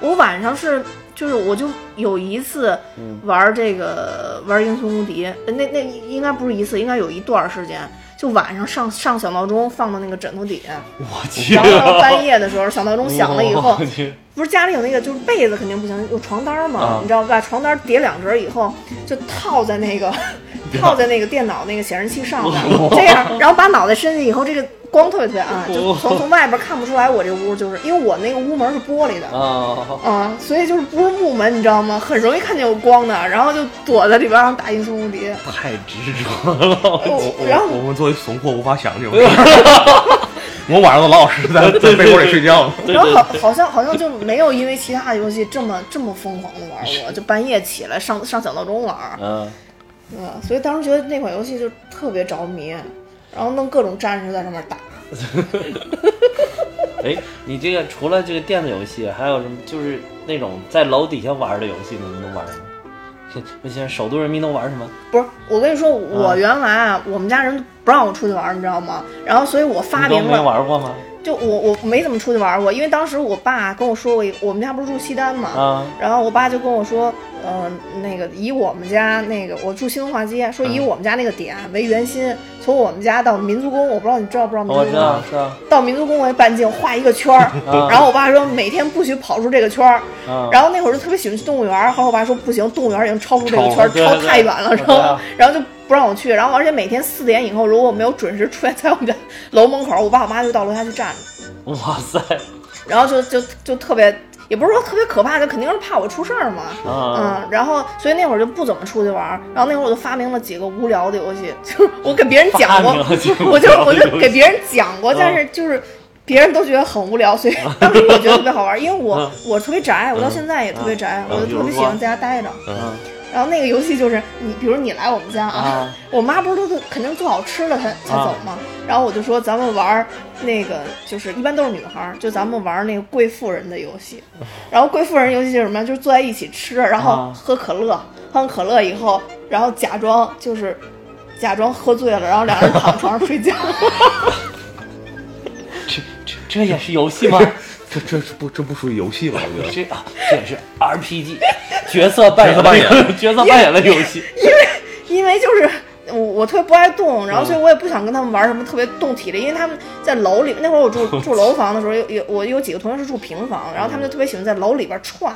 Speaker 1: 我晚上是就是我就有一次
Speaker 2: 嗯
Speaker 1: 玩这个、玩英雄无敌，呃那那应该不是一次，应该有一段儿时间，就晚上上上小闹钟放到那个枕头底下，
Speaker 2: 我去
Speaker 1: 然后到半夜的时候小闹钟响了以后
Speaker 2: [laughs] 我，去
Speaker 1: 不是家里有那个就是被子肯定不行，有床单儿嘛，
Speaker 2: 啊
Speaker 1: 你知道吧？床单儿叠两折以后，就套在那个套在那个电脑那个显示器上面，这样，然后把脑袋伸进去以后，这个光特别特别暗，就从从外边看不出来我这屋就是因为我那个屋门是玻璃的。
Speaker 2: 啊！
Speaker 1: 啊，所以就是不是木门，你知道吗？很容易看见有光的，然后就躲在里边儿打英雄无敌。
Speaker 2: 太执着了， [laughs]
Speaker 1: 我
Speaker 3: 我
Speaker 1: 然后
Speaker 3: 我们作为怂货无法想这种事儿。我晚上都老老实实
Speaker 2: [laughs]
Speaker 3: 在在被窝里睡觉了。
Speaker 1: 然后好好像好像就没有因为其他的游戏这么这么疯狂的玩过，就半夜起来上上小闹钟玩儿，
Speaker 2: 嗯，
Speaker 1: 嗯，所以当时觉得那款游戏就特别着迷，然后弄各种战士在上面打。
Speaker 2: 哎，你这个除了这个电子游戏，还有什么就是那种在楼底下玩的游戏，你们都玩什么？ [laughs] 那些首都人民都玩什么？
Speaker 1: 不是，我跟你说，我
Speaker 2: 啊
Speaker 1: 原来啊，我们家人不让我出去玩儿，你知道吗？然后所以我发
Speaker 2: 你都
Speaker 1: 明
Speaker 2: 没
Speaker 1: 了，
Speaker 2: 玩过吗？
Speaker 1: 就我我没怎么出去玩儿过，因为当时我爸跟我说过一，我们家不是住西单嘛，
Speaker 2: 啊，
Speaker 1: 然后我爸就跟我说，呃，那个以我们家那个我住新文化街，说以我们家那个点为圆心，从我们家到民族宫，我不知道你知道不知道民族
Speaker 2: 我知
Speaker 1: 宫
Speaker 2: 道
Speaker 1: 啊，，
Speaker 2: 知道。
Speaker 1: 到民族宫为半径画一个圈
Speaker 2: [laughs]
Speaker 1: 儿。
Speaker 2: 啊
Speaker 1: 然后我爸说每天不许跑出这个圈儿，
Speaker 2: 啊
Speaker 1: 然后那会儿就特别喜欢去动物园儿，后来我爸说不行，动物园儿已经超出这个圈儿，
Speaker 2: 超了
Speaker 1: 超
Speaker 2: 对
Speaker 1: 太远了，
Speaker 2: 对
Speaker 1: 然
Speaker 2: 对
Speaker 1: 后
Speaker 2: 啊
Speaker 1: 然后就不让我去，然后而且每天四点以后如果我没有准时出现在我们家楼门口，我爸我妈就到楼下去站着，
Speaker 2: 哇塞，
Speaker 1: 然后就就就特别，也不是说特别可怕，就肯定是怕我出事儿嘛。
Speaker 2: 啊，
Speaker 1: 嗯，然后所以那会儿就不怎么出去玩儿，然后那会儿我就发明了几个无聊的游戏， [laughs] 就是我给别人讲过
Speaker 2: 发明了几个，无
Speaker 1: 我就
Speaker 2: 聊的
Speaker 1: 我
Speaker 2: 游
Speaker 1: 就
Speaker 2: 戏嗯
Speaker 1: 给别人讲过，但是就是别人都觉得很无聊，所以当时我觉得特别好玩儿，因为我
Speaker 2: 嗯
Speaker 1: 我特别宅，我到现在也特别宅，
Speaker 2: 嗯
Speaker 1: 我就特别喜欢在家待着。
Speaker 2: 嗯
Speaker 1: 然后那个游戏就是你，比如你来我们家啊
Speaker 2: 啊，
Speaker 1: [laughs] 我妈不是都肯定做好吃的才才走嘛，然后我就说咱们玩儿那个就是一般都是女孩儿，就咱们玩儿那个贵妇人的游
Speaker 2: [laughs]
Speaker 1: 戏，然后贵妇人游戏就是什么，就是坐在一起吃，然后
Speaker 2: 啊
Speaker 1: 喝可乐，喝完可乐以后，然后假装就是假装喝醉了，然后两人躺床上睡
Speaker 2: [laughs]
Speaker 1: 觉。
Speaker 2: 这这这也是游
Speaker 1: [laughs]
Speaker 2: 戏吗？
Speaker 3: 这这是不这不属于游戏吧？我觉得
Speaker 2: 这啊，这也是 RPG 角色扮演
Speaker 3: 角色扮演
Speaker 2: 角色扮演的游
Speaker 1: [laughs]
Speaker 2: 戏。
Speaker 1: 因为就是我我特别不爱动，然后所以我也不想跟他们玩什么特别动体力，因为他们在楼里那会儿我住住楼房的时候，有有我有几个同学是住平房，然后他们就特别喜欢在楼里边串，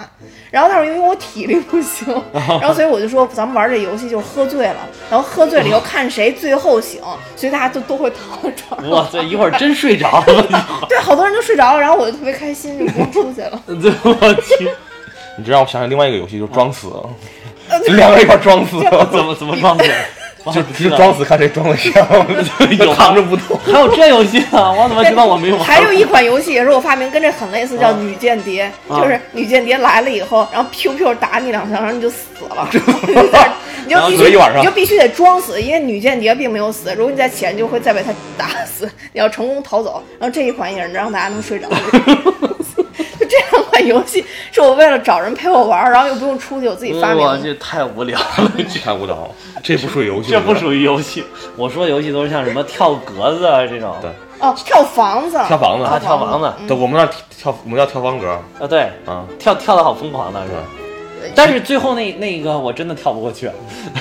Speaker 1: 然后但是因为我体力不行，然后所以我就说咱们玩这游戏就是喝醉了，然后喝醉了以后看谁最后醒，所以大家就都会躺在床上，
Speaker 2: 哇塞，一会儿真睡着了，。
Speaker 1: 对，好多人都睡着了，然后我就特别开心，就不用出去了
Speaker 2: 对，我去，
Speaker 3: 你这让我想起另外一个游戏，就是
Speaker 2: [laughs]
Speaker 3: 装死，
Speaker 1: 呃对
Speaker 3: 两个人一块儿装死，
Speaker 2: 怎么怎么装的？哇
Speaker 3: 就
Speaker 2: 不知
Speaker 3: 就
Speaker 2: 道
Speaker 3: 装死看谁装的香，
Speaker 2: [laughs] 有
Speaker 3: 躺着不动。
Speaker 2: 还有这游戏呢？我怎么知道我没玩
Speaker 1: [laughs]
Speaker 2: 过？
Speaker 1: 还有一款游戏也是我发明，跟这很类似，叫
Speaker 2: 啊
Speaker 1: 女间谍，
Speaker 2: 啊
Speaker 1: 就是女间谍来了以后，然后 Q Q 打你两下，然后你就死了，你就在 [laughs] 你就
Speaker 2: 然后
Speaker 1: 必
Speaker 3: 死
Speaker 1: 须
Speaker 3: 一晚上
Speaker 1: 你就必须得装死，因为女间谍并没有死，如果你再起来，你就会再被他打死，你要成功逃走。然后这一款也是能让大家能睡着的。
Speaker 2: [laughs]
Speaker 1: 就这两款游戏是我为了找人陪我玩儿，然后又不用出去，我自己发
Speaker 3: 哎
Speaker 1: 明
Speaker 2: 我
Speaker 1: 的。
Speaker 2: 这太无聊了，
Speaker 3: [laughs] 太无聊，这不属于游戏，
Speaker 2: [laughs] 这不
Speaker 3: 于
Speaker 2: 属于游戏。我说游戏都是像什么跳格子啊这种，
Speaker 3: 对
Speaker 1: 哦，跳房子，
Speaker 3: [laughs] 跳房子。
Speaker 2: 啊，跳房
Speaker 1: 房
Speaker 2: 子
Speaker 3: 对，我们那儿跳我们叫跳方格
Speaker 2: 啊，对，
Speaker 3: 啊，
Speaker 2: 跳跳的好疯狂的是吧。但是最后那那个我真的跳不过去，啊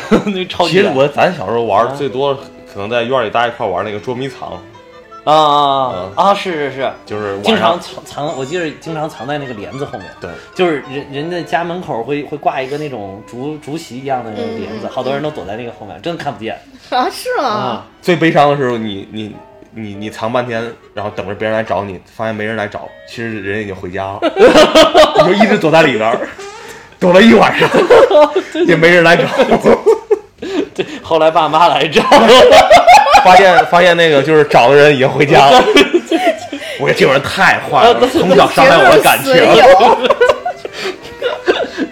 Speaker 2: [laughs] 那超级
Speaker 3: 其实
Speaker 2: 难
Speaker 3: 我咱小时候玩儿
Speaker 2: 啊
Speaker 3: 最多，可能在院里大家一块儿玩那个捉迷藏，
Speaker 2: 啊啊啊啊！是是是，
Speaker 3: 就是嗯晚
Speaker 2: 经常
Speaker 3: 上
Speaker 2: 藏藏，我记得经常藏在那个帘子后面。
Speaker 3: 对，
Speaker 2: 就是人人家家门口会会挂一个那种竹竹席一样的那种帘子，
Speaker 1: 嗯嗯
Speaker 2: 好多人都躲在那个后面，真的看不见
Speaker 1: 啊，是吗？！
Speaker 3: 最悲伤的时候，你你你你藏半天，然后等着别人来找你，发现没人来找，其实人已经回家
Speaker 2: [laughs]
Speaker 3: 了，你就一直躲在里边儿，躲了一晚
Speaker 2: [laughs]
Speaker 3: 上，也没人来找，
Speaker 2: [laughs] 对，后来爸妈来找， [laughs]
Speaker 3: 发现发现那个就是找的人已经回家了，我这种人太坏了，从小伤害我的感
Speaker 2: [laughs]
Speaker 3: 情
Speaker 1: 绝。对是损友。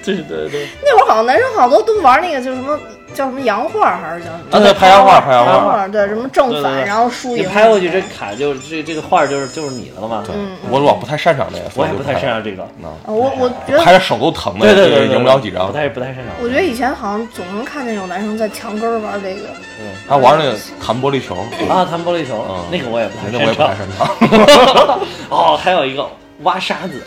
Speaker 2: 对对对，
Speaker 1: 那会儿好像男生好多都玩那个，就什么叫什么洋画还是叫什么？
Speaker 3: 啊，对，拍洋画，拍洋
Speaker 1: 洋
Speaker 3: 画。
Speaker 1: 画对，什么正
Speaker 2: 对对
Speaker 1: 反，
Speaker 2: 对
Speaker 1: 然后输
Speaker 2: 你
Speaker 1: 赢。啊
Speaker 2: 拍过去这卡就这这个画儿就是就是你的了嘛。
Speaker 3: 对，我老不太擅长这个，
Speaker 2: 嗯我
Speaker 3: 所以
Speaker 2: 也
Speaker 3: 就
Speaker 2: 不太擅长这个，
Speaker 3: 啊。
Speaker 1: 啊，我我
Speaker 2: 哎
Speaker 1: 觉得
Speaker 3: 拍着手都疼的，
Speaker 2: 对对对对，
Speaker 3: 赢不了几张
Speaker 2: 不。太不太擅长。
Speaker 1: 我觉得以前好像总能看见有男生在墙根儿玩这个，
Speaker 3: 还玩那个弹玻璃球，
Speaker 2: 啊，弹玻璃球
Speaker 3: 嗯，
Speaker 2: 那个我也不太 [laughs]
Speaker 3: 那我也
Speaker 2: 擅
Speaker 3: 不太
Speaker 2: 长。
Speaker 3: 擅长。
Speaker 2: [laughs] 哦，还有一个挖沙子，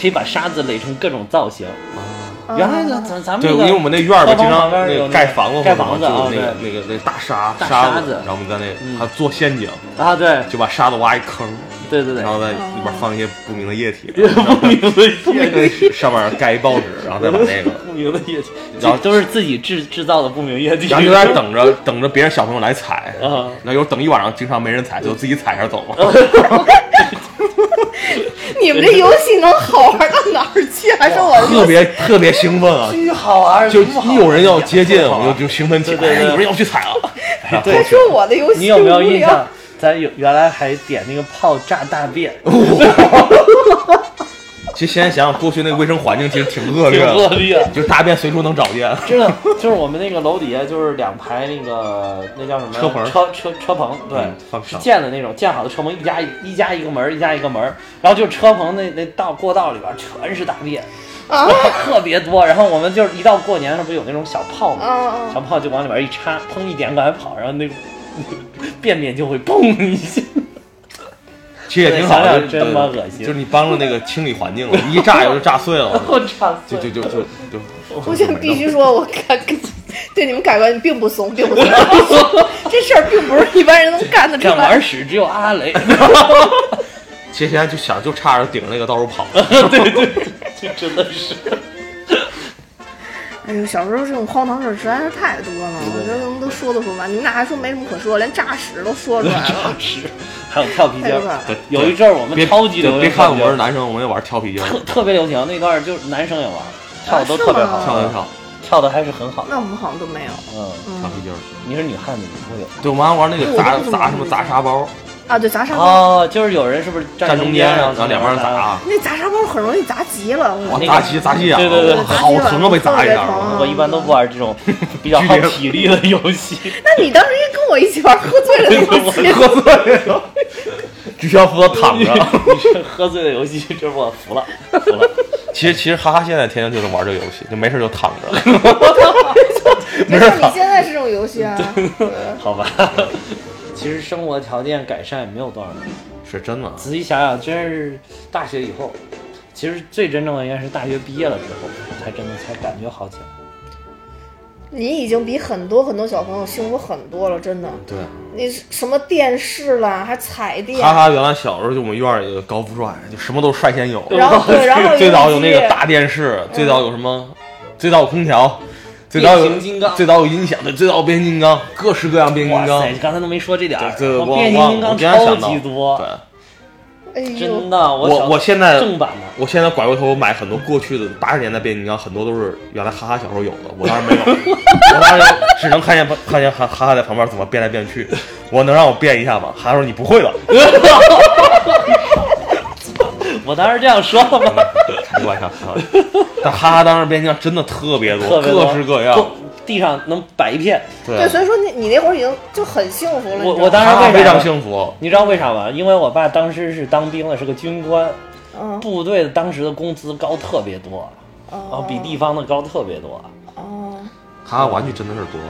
Speaker 2: 可以把沙子垒成各种造型。
Speaker 1: 哦啊
Speaker 2: 原来咱咱咱们
Speaker 3: 对，
Speaker 2: 这
Speaker 3: 因
Speaker 2: 个
Speaker 3: 为我们那院儿吧，经常
Speaker 2: 后方旁边有那个
Speaker 3: 盖房子或者
Speaker 2: 盖
Speaker 3: 什么，
Speaker 2: 房子
Speaker 3: 就是
Speaker 2: 啊
Speaker 3: 那个那个那个大沙
Speaker 2: 大
Speaker 3: 沙
Speaker 2: 沙子
Speaker 3: 然后我们在那
Speaker 2: 嗯
Speaker 3: 还做陷阱，
Speaker 2: 啊，对
Speaker 3: 就把沙子挖一坑，
Speaker 2: 对对对
Speaker 3: 然，后在里边放一些不明的液体，
Speaker 2: 不明的液体，
Speaker 3: [laughs] 上面盖一报纸，然后再把那个，
Speaker 2: [laughs] 不明的液体，
Speaker 3: 然后
Speaker 2: 这都是自己制制造的不明液体。
Speaker 3: 然后就在那
Speaker 2: [laughs]
Speaker 3: 等着等着别人小朋友来踩，
Speaker 2: 啊
Speaker 3: 然后有时候等一晚上，经常没人踩，就自己踩一下
Speaker 2: [laughs]
Speaker 3: 走嘛。
Speaker 1: 你们这游戏能好玩到哪儿去？还是我
Speaker 3: 特别特别兴奋啊！
Speaker 2: 巨好玩儿，
Speaker 3: [laughs] 就
Speaker 2: 巨好玩
Speaker 3: 一
Speaker 2: 儿
Speaker 3: 有人要接近，我就就兴奋起来，
Speaker 2: 对对对
Speaker 3: 有人要去踩
Speaker 2: [laughs]
Speaker 3: 了。哎
Speaker 1: 还说我的游戏
Speaker 2: 你有没有
Speaker 1: 无
Speaker 2: 印
Speaker 1: 聊
Speaker 2: 象？咱有原来还点那个炮炸大
Speaker 3: [laughs]
Speaker 2: 便，
Speaker 3: 其实现在想想，过去那个卫生环境其实挺恶劣
Speaker 2: 挺恶
Speaker 3: 的，
Speaker 2: 劣的。
Speaker 3: 就是大便随处能找见。
Speaker 2: 真的，就是我们那个楼底下就是两排那个那叫什么
Speaker 3: 车棚
Speaker 2: 车车车棚，对
Speaker 3: 嗯，放
Speaker 2: 是
Speaker 3: 哨
Speaker 2: 建的那种建好的车棚，一家一一家一个门儿，一家一个门儿，然后就是车棚那那道过道里边全是大便，
Speaker 1: 啊
Speaker 2: 然后特别多。然后我们就是一到过年，那不有那种小炮
Speaker 1: 啊
Speaker 2: 吗？
Speaker 1: 啊！
Speaker 2: 小炮就往里边一插，砰一点往外跑，然后那个 [laughs] 便便就会砰一下。
Speaker 3: 其实也挺好
Speaker 2: 对想
Speaker 3: 的，
Speaker 2: 想真他妈恶心
Speaker 3: 就是你帮着那个清理环境了，一炸也就炸碎了，
Speaker 2: [laughs] 我操！
Speaker 3: 哦就就就就就。
Speaker 1: 我现在必须说，我改对你们改观并不怂，并
Speaker 2: [laughs]
Speaker 1: 不怂。这事儿并不是一般人能干得出
Speaker 2: 干
Speaker 1: 来。
Speaker 2: 玩屎只有阿雷， [laughs]
Speaker 3: 其实现在就想，就差着顶着那个到
Speaker 2: [laughs]
Speaker 3: 处跑。
Speaker 2: 这真的 [laughs] 是。
Speaker 1: 哎呦，小时候这种荒唐事儿实在是太多了，我觉得我们都说都说不完。你们俩还说没什么可说，连诈屎都说出来了。
Speaker 2: 吃， [laughs] 还有跳皮筋
Speaker 1: 太可怕
Speaker 2: 儿
Speaker 1: 了。
Speaker 3: 对
Speaker 2: 有一阵儿我们
Speaker 3: 别
Speaker 2: 超级流行，
Speaker 3: 对别看我是男生，我们也玩跳皮筋，
Speaker 2: [laughs] 特特别流行那段，就是男生也玩，跳的都
Speaker 1: 啊是
Speaker 2: 特别
Speaker 1: 吗
Speaker 2: 好，
Speaker 3: 跳一跳，
Speaker 2: 跳的还是很好。
Speaker 1: 那我们好像都没有。
Speaker 2: 嗯，
Speaker 3: 跳
Speaker 1: 嗯
Speaker 3: 皮筋。
Speaker 2: 你是女汉子，你会有。
Speaker 3: 对，我们还玩那个砸
Speaker 1: 我都不知道
Speaker 3: 砸什么砸沙包，
Speaker 1: 啊，对，砸沙包，
Speaker 2: 哦，就是有人是不是
Speaker 3: 站
Speaker 2: 中啊
Speaker 3: 中间，
Speaker 2: 然
Speaker 3: 然
Speaker 2: 后
Speaker 3: 后两边
Speaker 2: 啊
Speaker 3: 砸。
Speaker 1: 那砸沙包很容易砸急了。我
Speaker 3: 哇，
Speaker 2: 那个
Speaker 3: 砸急砸急眼
Speaker 2: 对对对
Speaker 3: 了，好疼啊！被砸一下
Speaker 1: 特别疼
Speaker 2: 我一般都不玩这
Speaker 3: [laughs]
Speaker 2: 种比较耗
Speaker 3: 剧烈
Speaker 2: 体力的游
Speaker 3: [laughs]
Speaker 2: 戏。
Speaker 1: 那你当时应该跟我一起玩，喝醉了那游戏。
Speaker 3: 喝醉了，菊香夫
Speaker 2: [laughs]
Speaker 3: 躺
Speaker 2: 你
Speaker 3: 着。
Speaker 2: 这喝醉的游戏，这我服了，服了。
Speaker 3: [laughs] 其实其实哈哈现在天天就是玩这个游戏，就没事就躺着，没
Speaker 1: 就
Speaker 3: 事
Speaker 1: 像你
Speaker 3: 躺。
Speaker 1: 现在是这种游戏啊，
Speaker 2: 好
Speaker 1: [laughs]
Speaker 2: 吧。其实生活条件改善也没有多少年。
Speaker 3: [laughs] 是真的，
Speaker 2: 仔细想想，真是大学以后，其实最真正的应该是大学毕业了之后，才真的才感觉好起来。
Speaker 1: 你已经比很多很多小朋友幸福很多了，真的。
Speaker 3: 对。
Speaker 1: 你什么电视啦，还彩电，
Speaker 3: 哈哈，原来小时候就我们院儿里有高富帅，就什么都率先有。
Speaker 1: 然后对，然后
Speaker 3: [laughs] 最早有那个
Speaker 1: 游戏
Speaker 3: 大电视，最早有什么？最早有空调，最早有
Speaker 2: 变形金刚
Speaker 3: 最早有音响，对，最早有变形金刚，各式各样变形
Speaker 2: 哇
Speaker 3: 金刚
Speaker 2: 塞，。刚才都没说这点儿，
Speaker 3: 对，我
Speaker 2: 哇变形金
Speaker 3: 我
Speaker 2: 刚
Speaker 3: 竟然
Speaker 2: 超
Speaker 3: 想到
Speaker 2: 级多，
Speaker 3: 对，
Speaker 1: 哎呦
Speaker 2: 真，的，我
Speaker 3: 我
Speaker 2: 我
Speaker 3: 我现在
Speaker 2: 正版的。 [laughs]
Speaker 3: 我现在拐过头买很多过去的八十年代变形金刚，很多都是原来哈哈小时候有的，我当时没有，我当时只能看见看见哈哈哈在旁边怎么变来变去。我能让我变一下吗？哈哈说你不会的，
Speaker 2: 我当时这样说了吗？
Speaker 3: 开玩笑，开玩笑。但哈哈当时变形金刚真的特别多，
Speaker 2: 特别多
Speaker 3: 各式各样。
Speaker 2: 就地上能摆一片。
Speaker 3: 对
Speaker 1: 对，所以说你你那会儿已经就很幸福了。你
Speaker 2: 我
Speaker 1: 知道吗
Speaker 2: 我当时
Speaker 3: 哈哈非
Speaker 2: 为啥
Speaker 3: 常
Speaker 2: 呢
Speaker 3: 幸福。
Speaker 2: 你知道为啥吗？因为我爸当时是当兵的，是个军官，
Speaker 1: 嗯
Speaker 2: 部队的当时的工资高特别多，然后比地方的高特别多。
Speaker 1: 哦，
Speaker 3: 哈哈玩具真的是多，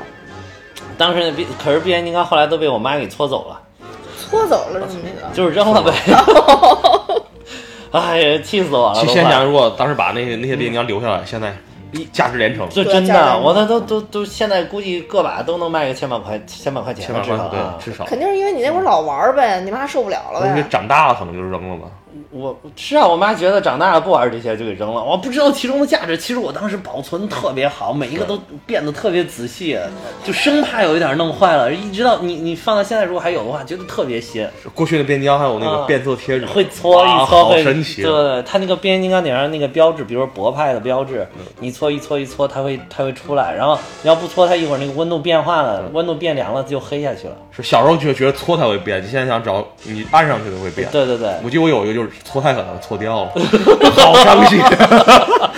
Speaker 2: 当时那变，可是变形金刚后来都被我妈给搓走了。
Speaker 1: 搓走了是那个，
Speaker 2: 就是扔了呗。哎呀，气死我了！
Speaker 3: 其实
Speaker 2: 都
Speaker 3: 现在
Speaker 2: 快
Speaker 3: 想，如果当时把那些那些变形金刚留下来，现在价值连城。
Speaker 2: 这
Speaker 1: 对
Speaker 2: 真
Speaker 1: 家人
Speaker 2: 的，我那都都都现在估计个把都能卖个千把块千把块钱
Speaker 3: 千
Speaker 2: 了，
Speaker 3: 万
Speaker 2: 至少
Speaker 3: 万
Speaker 2: 啊
Speaker 3: 对，至少。
Speaker 1: 肯定是因为你那会儿老玩儿呗，你妈受不了了
Speaker 3: 而且
Speaker 1: 呗。
Speaker 3: 长大了可能就扔了吧。
Speaker 2: 我是啊，我妈觉得长大了不玩这些就给扔了，我不知道其中的价值。其实我当时保存特别好，每一个都变得特别仔细，就生怕有一点弄坏了。一直到你你放到现在，如果还有的话，觉得特别新，
Speaker 3: 过去的变形金刚还有那个
Speaker 2: 啊
Speaker 3: 变色贴纸，
Speaker 2: 会搓
Speaker 3: 哇
Speaker 2: 一搓，
Speaker 3: 好
Speaker 2: 会
Speaker 3: 神奇啊
Speaker 2: 对，对，它那个变形金刚顶上那个标志，比如说博派的标志，
Speaker 3: 嗯
Speaker 2: 你搓一搓一搓，它会它会出来。然后你要不搓它，一会儿那个温度变化
Speaker 3: 嗯
Speaker 2: 了，温度变凉了就黑下去了。
Speaker 3: 是小时候觉觉得搓它会变，现在想只要你按上去都会变。
Speaker 2: 对对对， [laughs]
Speaker 3: 我记得我有一个就是搓太狠了，搓掉了，好伤心。啊
Speaker 2: [laughs]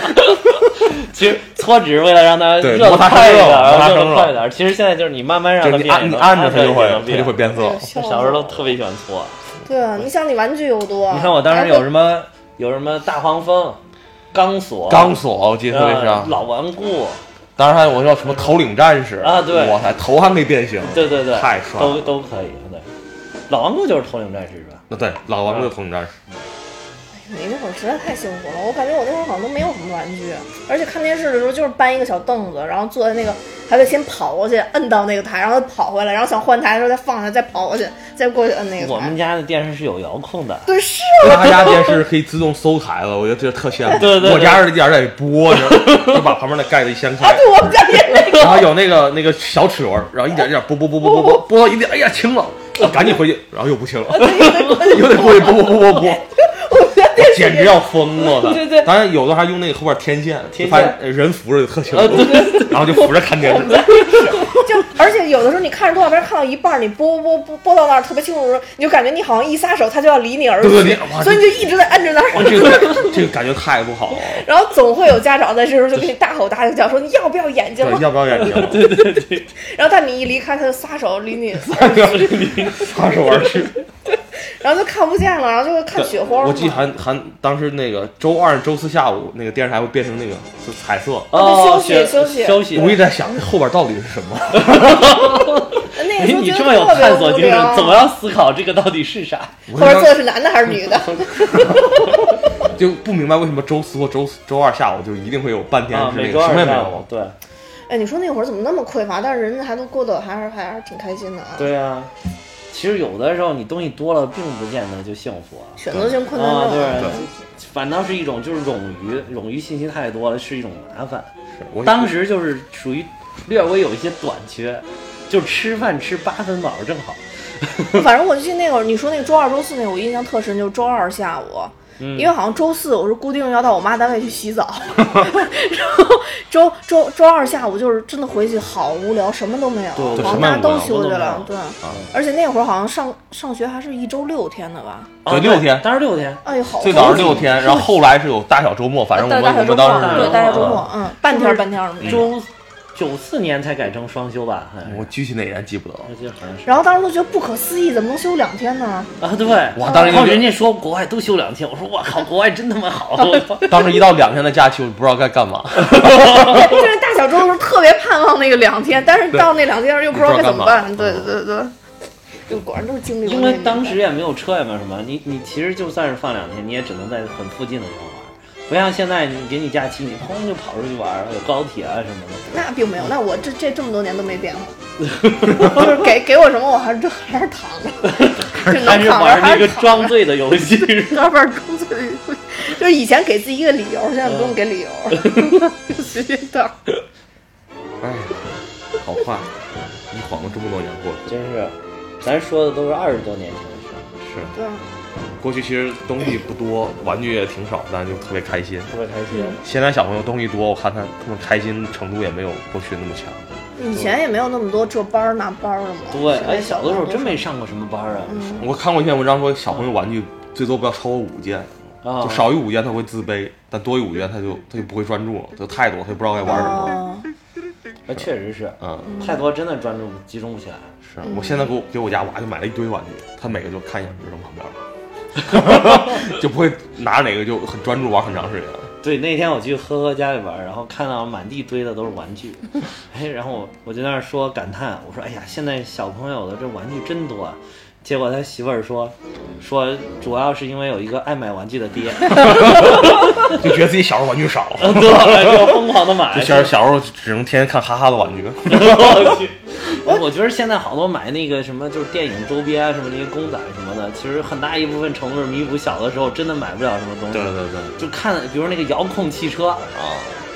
Speaker 2: 其实搓只是为了让它
Speaker 3: 对
Speaker 2: 热得
Speaker 3: 摩擦
Speaker 2: 快一
Speaker 3: 生热
Speaker 2: 点，热
Speaker 3: 摩擦生
Speaker 2: 得
Speaker 3: 热
Speaker 2: 快一点。其实现在就是你慢慢让
Speaker 3: 就
Speaker 2: 它
Speaker 3: 是你
Speaker 2: 变，
Speaker 3: 按你按着它就会
Speaker 2: 能
Speaker 3: 它就会变
Speaker 2: [laughs]
Speaker 3: 色。
Speaker 2: 我小时候都特别喜欢搓。
Speaker 1: 对啊，你想你玩具有多？哎
Speaker 2: 你看我当时有什
Speaker 1: 么？
Speaker 2: 么有什么大黄蜂、钢索、
Speaker 3: 钢索我记得特别
Speaker 2: 呃
Speaker 3: 像，
Speaker 2: 老顽固，
Speaker 3: 当时还有我叫什么头领战士
Speaker 2: 啊对
Speaker 3: 哇塞，头还可以变形，
Speaker 2: 对对对，
Speaker 3: 太帅
Speaker 2: 都
Speaker 3: 了。
Speaker 2: 都可以。对，老顽固就是头领战士吧？
Speaker 3: 那对老王的头领战士，
Speaker 1: 你那会儿实在太幸福了，我感觉我那会儿好像都没有什么玩具，而且看电视的时候就是搬一个小凳子，然后坐在那个，还得先跑过去摁到那个台，然后跑回来，然后想换台的时候再放下，再跑过去，再过去摁那个
Speaker 2: 我
Speaker 1: 台
Speaker 2: 们。家的电视是有遥控的，
Speaker 1: 对，是
Speaker 3: 他家电视可以自动搜台了，我觉得这特羡慕。
Speaker 2: 啊 [laughs] 对对对
Speaker 3: 我家是一点儿点儿播着，就把旁边的盖子一掀
Speaker 1: 啊，
Speaker 3: 开，
Speaker 1: 对，我们家也是。
Speaker 3: 然后有那个那个小齿轮，然后一点一点拨拨拨拨拨拨拨到一定，哎呀轻了，我赶紧回去，然后又不轻了，又得过去拨拨拨拨拨，我简直要疯了！
Speaker 1: 对对
Speaker 3: 当然有的还用那个后边天线，
Speaker 2: 天线
Speaker 3: 就发现人扶着就特清楚，然后就扶着看电视，
Speaker 1: 就 [laughs] 而且有的时候你看着动画片看到一半儿，你拨拨拨拨到那儿特别清楚的时候，你就感觉你好像一撒手，它就要离你而去，
Speaker 3: 对对对哇
Speaker 1: 所以你就一直在摁着那
Speaker 3: 哇，
Speaker 1: 儿。
Speaker 3: 这个这个感觉太不好了，
Speaker 1: 然后总会有家长在这时候就跟你大吼大叫，说你要不要眼睛
Speaker 3: 对
Speaker 1: 了？，
Speaker 3: 要不要眼睛？
Speaker 1: 然后但你一离开，他就撒手离
Speaker 2: [laughs]
Speaker 1: 你，
Speaker 3: 擦手而去。
Speaker 1: 然后就看不见了，然后就会看雪花嘛。
Speaker 3: 我记得还还当时那个周二、周四下午那个电视台会变成那个就彩色。
Speaker 1: 哦
Speaker 2: 哦，
Speaker 1: 休息
Speaker 2: 学
Speaker 1: 休息
Speaker 2: 休息。
Speaker 3: 我一直在想，这后边到底是什么？
Speaker 1: 那个时
Speaker 2: 你
Speaker 1: 候
Speaker 2: 哎你
Speaker 1: 觉
Speaker 2: 这
Speaker 1: 得
Speaker 2: 么有
Speaker 1: 特别
Speaker 2: 探索
Speaker 1: 无
Speaker 2: 精神，
Speaker 1: 聊
Speaker 2: 怎么样思考这个到底是啥？
Speaker 3: 我
Speaker 1: 后边
Speaker 3: 当
Speaker 1: 坐的是男的还是女的？
Speaker 2: [laughs]
Speaker 3: 就不明白为什么周四或周四周二下午就一定会有半天
Speaker 2: 啊，
Speaker 3: 是那
Speaker 2: 每
Speaker 3: 个、
Speaker 2: 周
Speaker 3: 什
Speaker 2: 二
Speaker 3: 么也没
Speaker 2: 下午
Speaker 3: 有。，
Speaker 2: 对
Speaker 1: 哎，你说那会儿怎么那么匮乏？但是人家还都过得还是还是挺开心的啊。，
Speaker 2: 对啊。其实有的时候你东西多了，并不见得就幸福啊。
Speaker 1: 选择性困难
Speaker 2: 啊，
Speaker 1: 症啊。
Speaker 2: 对，反倒是一种就是冗余，冗余信息太多了是一种麻烦。
Speaker 3: 我
Speaker 2: 当时就是属于略微有一些短缺，就吃饭吃八分饱正好。
Speaker 1: 反正我记得那会儿，你说那个周二、周四那个，我印象特深，就是周二下午，
Speaker 2: 嗯
Speaker 1: 因为好像周四我是固定要到我妈单位去洗澡， [laughs] 然后周周周二下午就是真的回去好无聊，什么都没有，好
Speaker 2: 对
Speaker 1: 像
Speaker 3: 什么
Speaker 1: 大
Speaker 3: 也
Speaker 1: 家都
Speaker 3: 无聊
Speaker 1: 休息
Speaker 2: 什么都没有
Speaker 1: 了，
Speaker 3: 啊
Speaker 1: 对。而且那会儿好像上上学还是一周六天的吧？
Speaker 3: 对六天
Speaker 2: 哦当时六天。
Speaker 1: 哎呦，好
Speaker 3: 最早是六天，然后后来是有大小周末，反正我
Speaker 1: 大
Speaker 3: 们
Speaker 1: 大
Speaker 3: 我
Speaker 1: 小周
Speaker 3: 们
Speaker 1: 末
Speaker 3: 当时啊嗯
Speaker 1: 对
Speaker 2: 啊
Speaker 3: 是
Speaker 1: 大小周末，嗯，半天儿半天儿什么的。
Speaker 2: 周九四年才改成双休吧？好像是
Speaker 3: 我具体哪年记不得了。
Speaker 2: 我记得好像是。
Speaker 1: 然后当时都觉得不可思议，怎么能休两天呢？ [laughs]
Speaker 2: 啊，对，
Speaker 3: 哇当时
Speaker 2: 然后
Speaker 3: 就
Speaker 2: 人家说国外都休两天，我说我靠，国外真他妈好，我操
Speaker 3: 当时一到两天的假期，我不知道该干嘛，
Speaker 1: 哎就是大小周的时候特别盼望那个两天，但是
Speaker 3: 对
Speaker 1: 到那两天又不知道该怎么办。对
Speaker 3: 嗯
Speaker 1: 对对对，就果然都是经历过
Speaker 2: 因
Speaker 1: 那个
Speaker 2: 为
Speaker 1: 年代。
Speaker 2: 当时也没有车，也没有什么，你你其实就算是放两天，你也只能在很附近的地方玩，不像现在你给你假期，你砰就跑出去玩，有高铁啊什么的。
Speaker 1: 那并没有，那我这这这么多年都没变化，就是
Speaker 2: [laughs]
Speaker 1: 给给我什么我还是就还是躺着，就
Speaker 2: 但
Speaker 1: 能
Speaker 2: 是
Speaker 1: 躺着
Speaker 2: 玩
Speaker 1: 还
Speaker 2: 那
Speaker 1: 是
Speaker 2: 个
Speaker 1: 躺着
Speaker 2: 装醉的游
Speaker 1: [laughs]
Speaker 2: 戏，
Speaker 1: 要不然工作也会，就是以前给自己一个理由，现在不
Speaker 2: 嗯
Speaker 1: 用给理由，
Speaker 2: [laughs]
Speaker 1: 随便躺。
Speaker 3: 哎，好快，一晃这么多年过去。
Speaker 2: 真是，咱说的都是二十多年前的事，
Speaker 3: 是，
Speaker 2: 嗯
Speaker 1: 对，
Speaker 3: 过去其实东西不多，玩具也挺少，但就特别开心。
Speaker 2: 特别开心。
Speaker 3: 现在小朋友东西多，我看他他们开心程度也没有过去那么强。
Speaker 1: 以前也没有那么多这班儿那班儿的嘛。
Speaker 2: 对，
Speaker 1: 现在
Speaker 2: 哎，小的时候真没
Speaker 1: 小
Speaker 2: 上过什么班啊，
Speaker 1: 嗯
Speaker 3: 我看过一篇文章说，小朋友玩具最多不要超过五件，
Speaker 2: 啊，
Speaker 3: 就少于五件他会自卑，但多于五件他就他就不会专注了，他太多他就不知道该玩
Speaker 1: 孩
Speaker 3: 什
Speaker 1: 儿
Speaker 3: 么了。
Speaker 1: 哦，
Speaker 2: 哎，确实是，
Speaker 3: 嗯，
Speaker 2: 太多真的专注集中不起来。
Speaker 3: 是我现在给我给我家娃就买了一堆玩具，他每个就看一眼就扔旁边了， [laughs] 就不会拿哪个就很专注玩很长时间。
Speaker 2: 对，那天我去呵呵家里玩儿，然后看到满地堆的都是玩具，哎，然后我我就在那儿说感叹，我说哎呀，现在小朋友的这玩具真多啊。结果他媳妇儿说，说主要是因为有一个爱买玩具的爹，
Speaker 3: 就觉得自己小时候玩具少，
Speaker 2: 嗯对，就疯狂的买
Speaker 3: 就。小小时候只能天天看哈哈的玩具。
Speaker 2: 我去，我我觉得现在好多买那个什么就是电影周边啊，什么那些公仔什么的，其实很大一部分成分弥补小的时候真的买不了什么东西。
Speaker 3: 对对对，
Speaker 2: 就看，比如那个遥控汽车啊，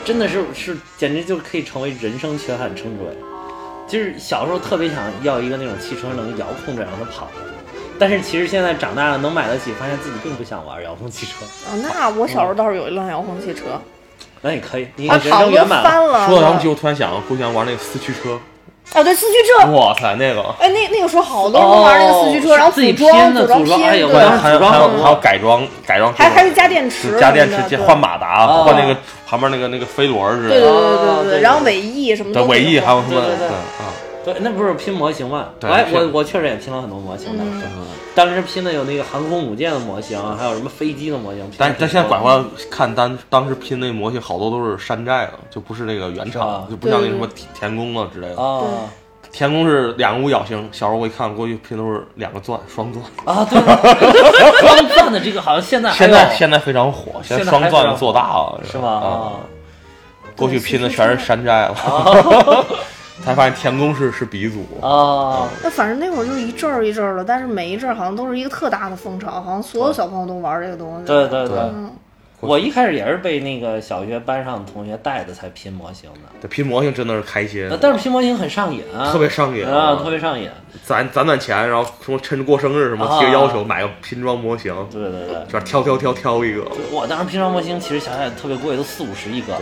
Speaker 2: 真的是是，简直就可以成为人生缺憾称之为。就是小时候特别想要一个那种汽车能遥控着让它跑的，但是其实现在长大了能买得起，发现自己并不想玩遥控汽车。 [laughs]
Speaker 1: 啊，那我小时候倒是有一辆遥控汽车，
Speaker 2: 那也可以，你
Speaker 1: 啊，
Speaker 2: 人
Speaker 1: 跑
Speaker 2: 生
Speaker 1: 都
Speaker 2: 圆满了。
Speaker 1: 翻了。
Speaker 3: 说到遥控器，我突然想，姑娘玩那个四驱车，
Speaker 1: 啊，对，四驱车，
Speaker 3: 哇塞，那个
Speaker 1: 哎，那那个时候好多人都玩那个四驱车，
Speaker 2: 嗯哦
Speaker 1: 然后
Speaker 2: 自己
Speaker 1: 组装
Speaker 2: 拼的
Speaker 1: 装
Speaker 2: 组装哎呦
Speaker 1: 对
Speaker 2: 我当时
Speaker 3: 还有
Speaker 2: 组装
Speaker 3: 还有
Speaker 2: 好
Speaker 3: 还有改装改装车
Speaker 1: 还
Speaker 3: 嘛，
Speaker 1: 还是加电池什么的，
Speaker 3: 是加电池换马达，
Speaker 2: 哦
Speaker 3: 换那个旁边那个那个飞轮似
Speaker 1: 对。对
Speaker 3: 的，
Speaker 1: 对对对
Speaker 2: 哦
Speaker 1: 对
Speaker 2: 对
Speaker 1: 对，
Speaker 2: 对
Speaker 1: 然后尾翼什么
Speaker 3: 对
Speaker 1: 的，
Speaker 3: 尾翼还有什么
Speaker 2: 对对对
Speaker 3: 对啊，
Speaker 2: 对，那不是拼模型嘛？
Speaker 3: 对
Speaker 2: 哎，
Speaker 3: 是
Speaker 2: 我我确实也拼了很多模型，当时当时拼的有那个航空母舰的模型，还有什么飞机的模型。
Speaker 3: 但
Speaker 2: 拼得挺
Speaker 3: 但现在
Speaker 2: 多
Speaker 3: 拐
Speaker 2: 的
Speaker 3: 回来看，当当时拼那模型好多都是山寨的，就不是那个原
Speaker 2: 啊
Speaker 3: 厂，就不像那
Speaker 1: 对
Speaker 3: 什么田田工啊之类的。
Speaker 2: 啊
Speaker 3: 田工是两个五角星，小时候我一看过去拼都是两个钻双钻，
Speaker 2: 啊，对， [laughs] 双钻哦的这个好像现在还
Speaker 3: 现在
Speaker 2: 有
Speaker 3: 现在非常火，现在
Speaker 2: 现在还
Speaker 3: 双
Speaker 2: 非常
Speaker 3: 钻
Speaker 2: 火
Speaker 3: 做大了
Speaker 2: 是吗？
Speaker 3: 啊，
Speaker 2: 啊。
Speaker 3: 过去拼的全是山寨了， [laughs] 才发现田工是是鼻祖。
Speaker 2: 啊，
Speaker 1: 那反正那会儿就是一阵儿一阵儿的，但是每一阵儿好像都是一个特大的风潮，好像所有小朋友都玩这个东西。
Speaker 2: 对对对，
Speaker 1: 嗯
Speaker 2: 我一开始也是被那个小学班上同学带的才拼模型的，
Speaker 3: 这拼模型真的是开心，
Speaker 2: 但是拼模型很上瘾啊，
Speaker 3: 特别上瘾
Speaker 2: 啊，特别上瘾。
Speaker 3: 攒攒攒钱，然后什么趁着过生日什么
Speaker 2: 啊
Speaker 3: 提个要求买个拼装模型，
Speaker 2: 对对对，
Speaker 3: 这挑挑挑挑一个。
Speaker 2: 我当时拼装模型其实想想也特别贵，都四五十一个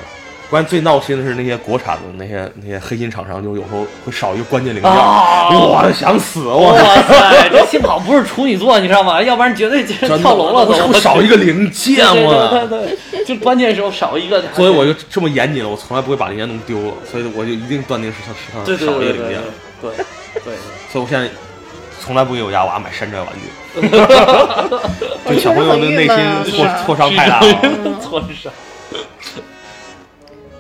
Speaker 3: 关键最闹心的是那些国产的那些那些黑心厂商，就有时候会少一个关键零件，哎
Speaker 2: 啊！
Speaker 3: 我想死
Speaker 2: 哇
Speaker 3: 我。
Speaker 2: 塞，这幸好不是处女座，你知道吗？ [laughs] 要不然绝对就是
Speaker 3: 真的
Speaker 2: 跳楼了都。
Speaker 3: 我少一个零件
Speaker 2: 对对
Speaker 3: 我。
Speaker 2: 对对，就关键时候少一个。
Speaker 3: 所以我就这么严谨，我从来不会把零件弄丢了，所以我就一定断定是它是它
Speaker 2: 对对
Speaker 3: 少一
Speaker 2: 对
Speaker 3: 个
Speaker 2: 对
Speaker 3: 零
Speaker 2: 对
Speaker 3: 件。
Speaker 2: 对对，
Speaker 3: 所以我现在从来不给我家娃买山寨玩具，
Speaker 1: 我
Speaker 3: 对小朋友的内心
Speaker 1: 是吧
Speaker 3: 挫挫伤
Speaker 2: [laughs]
Speaker 3: 太大了。
Speaker 2: 错是。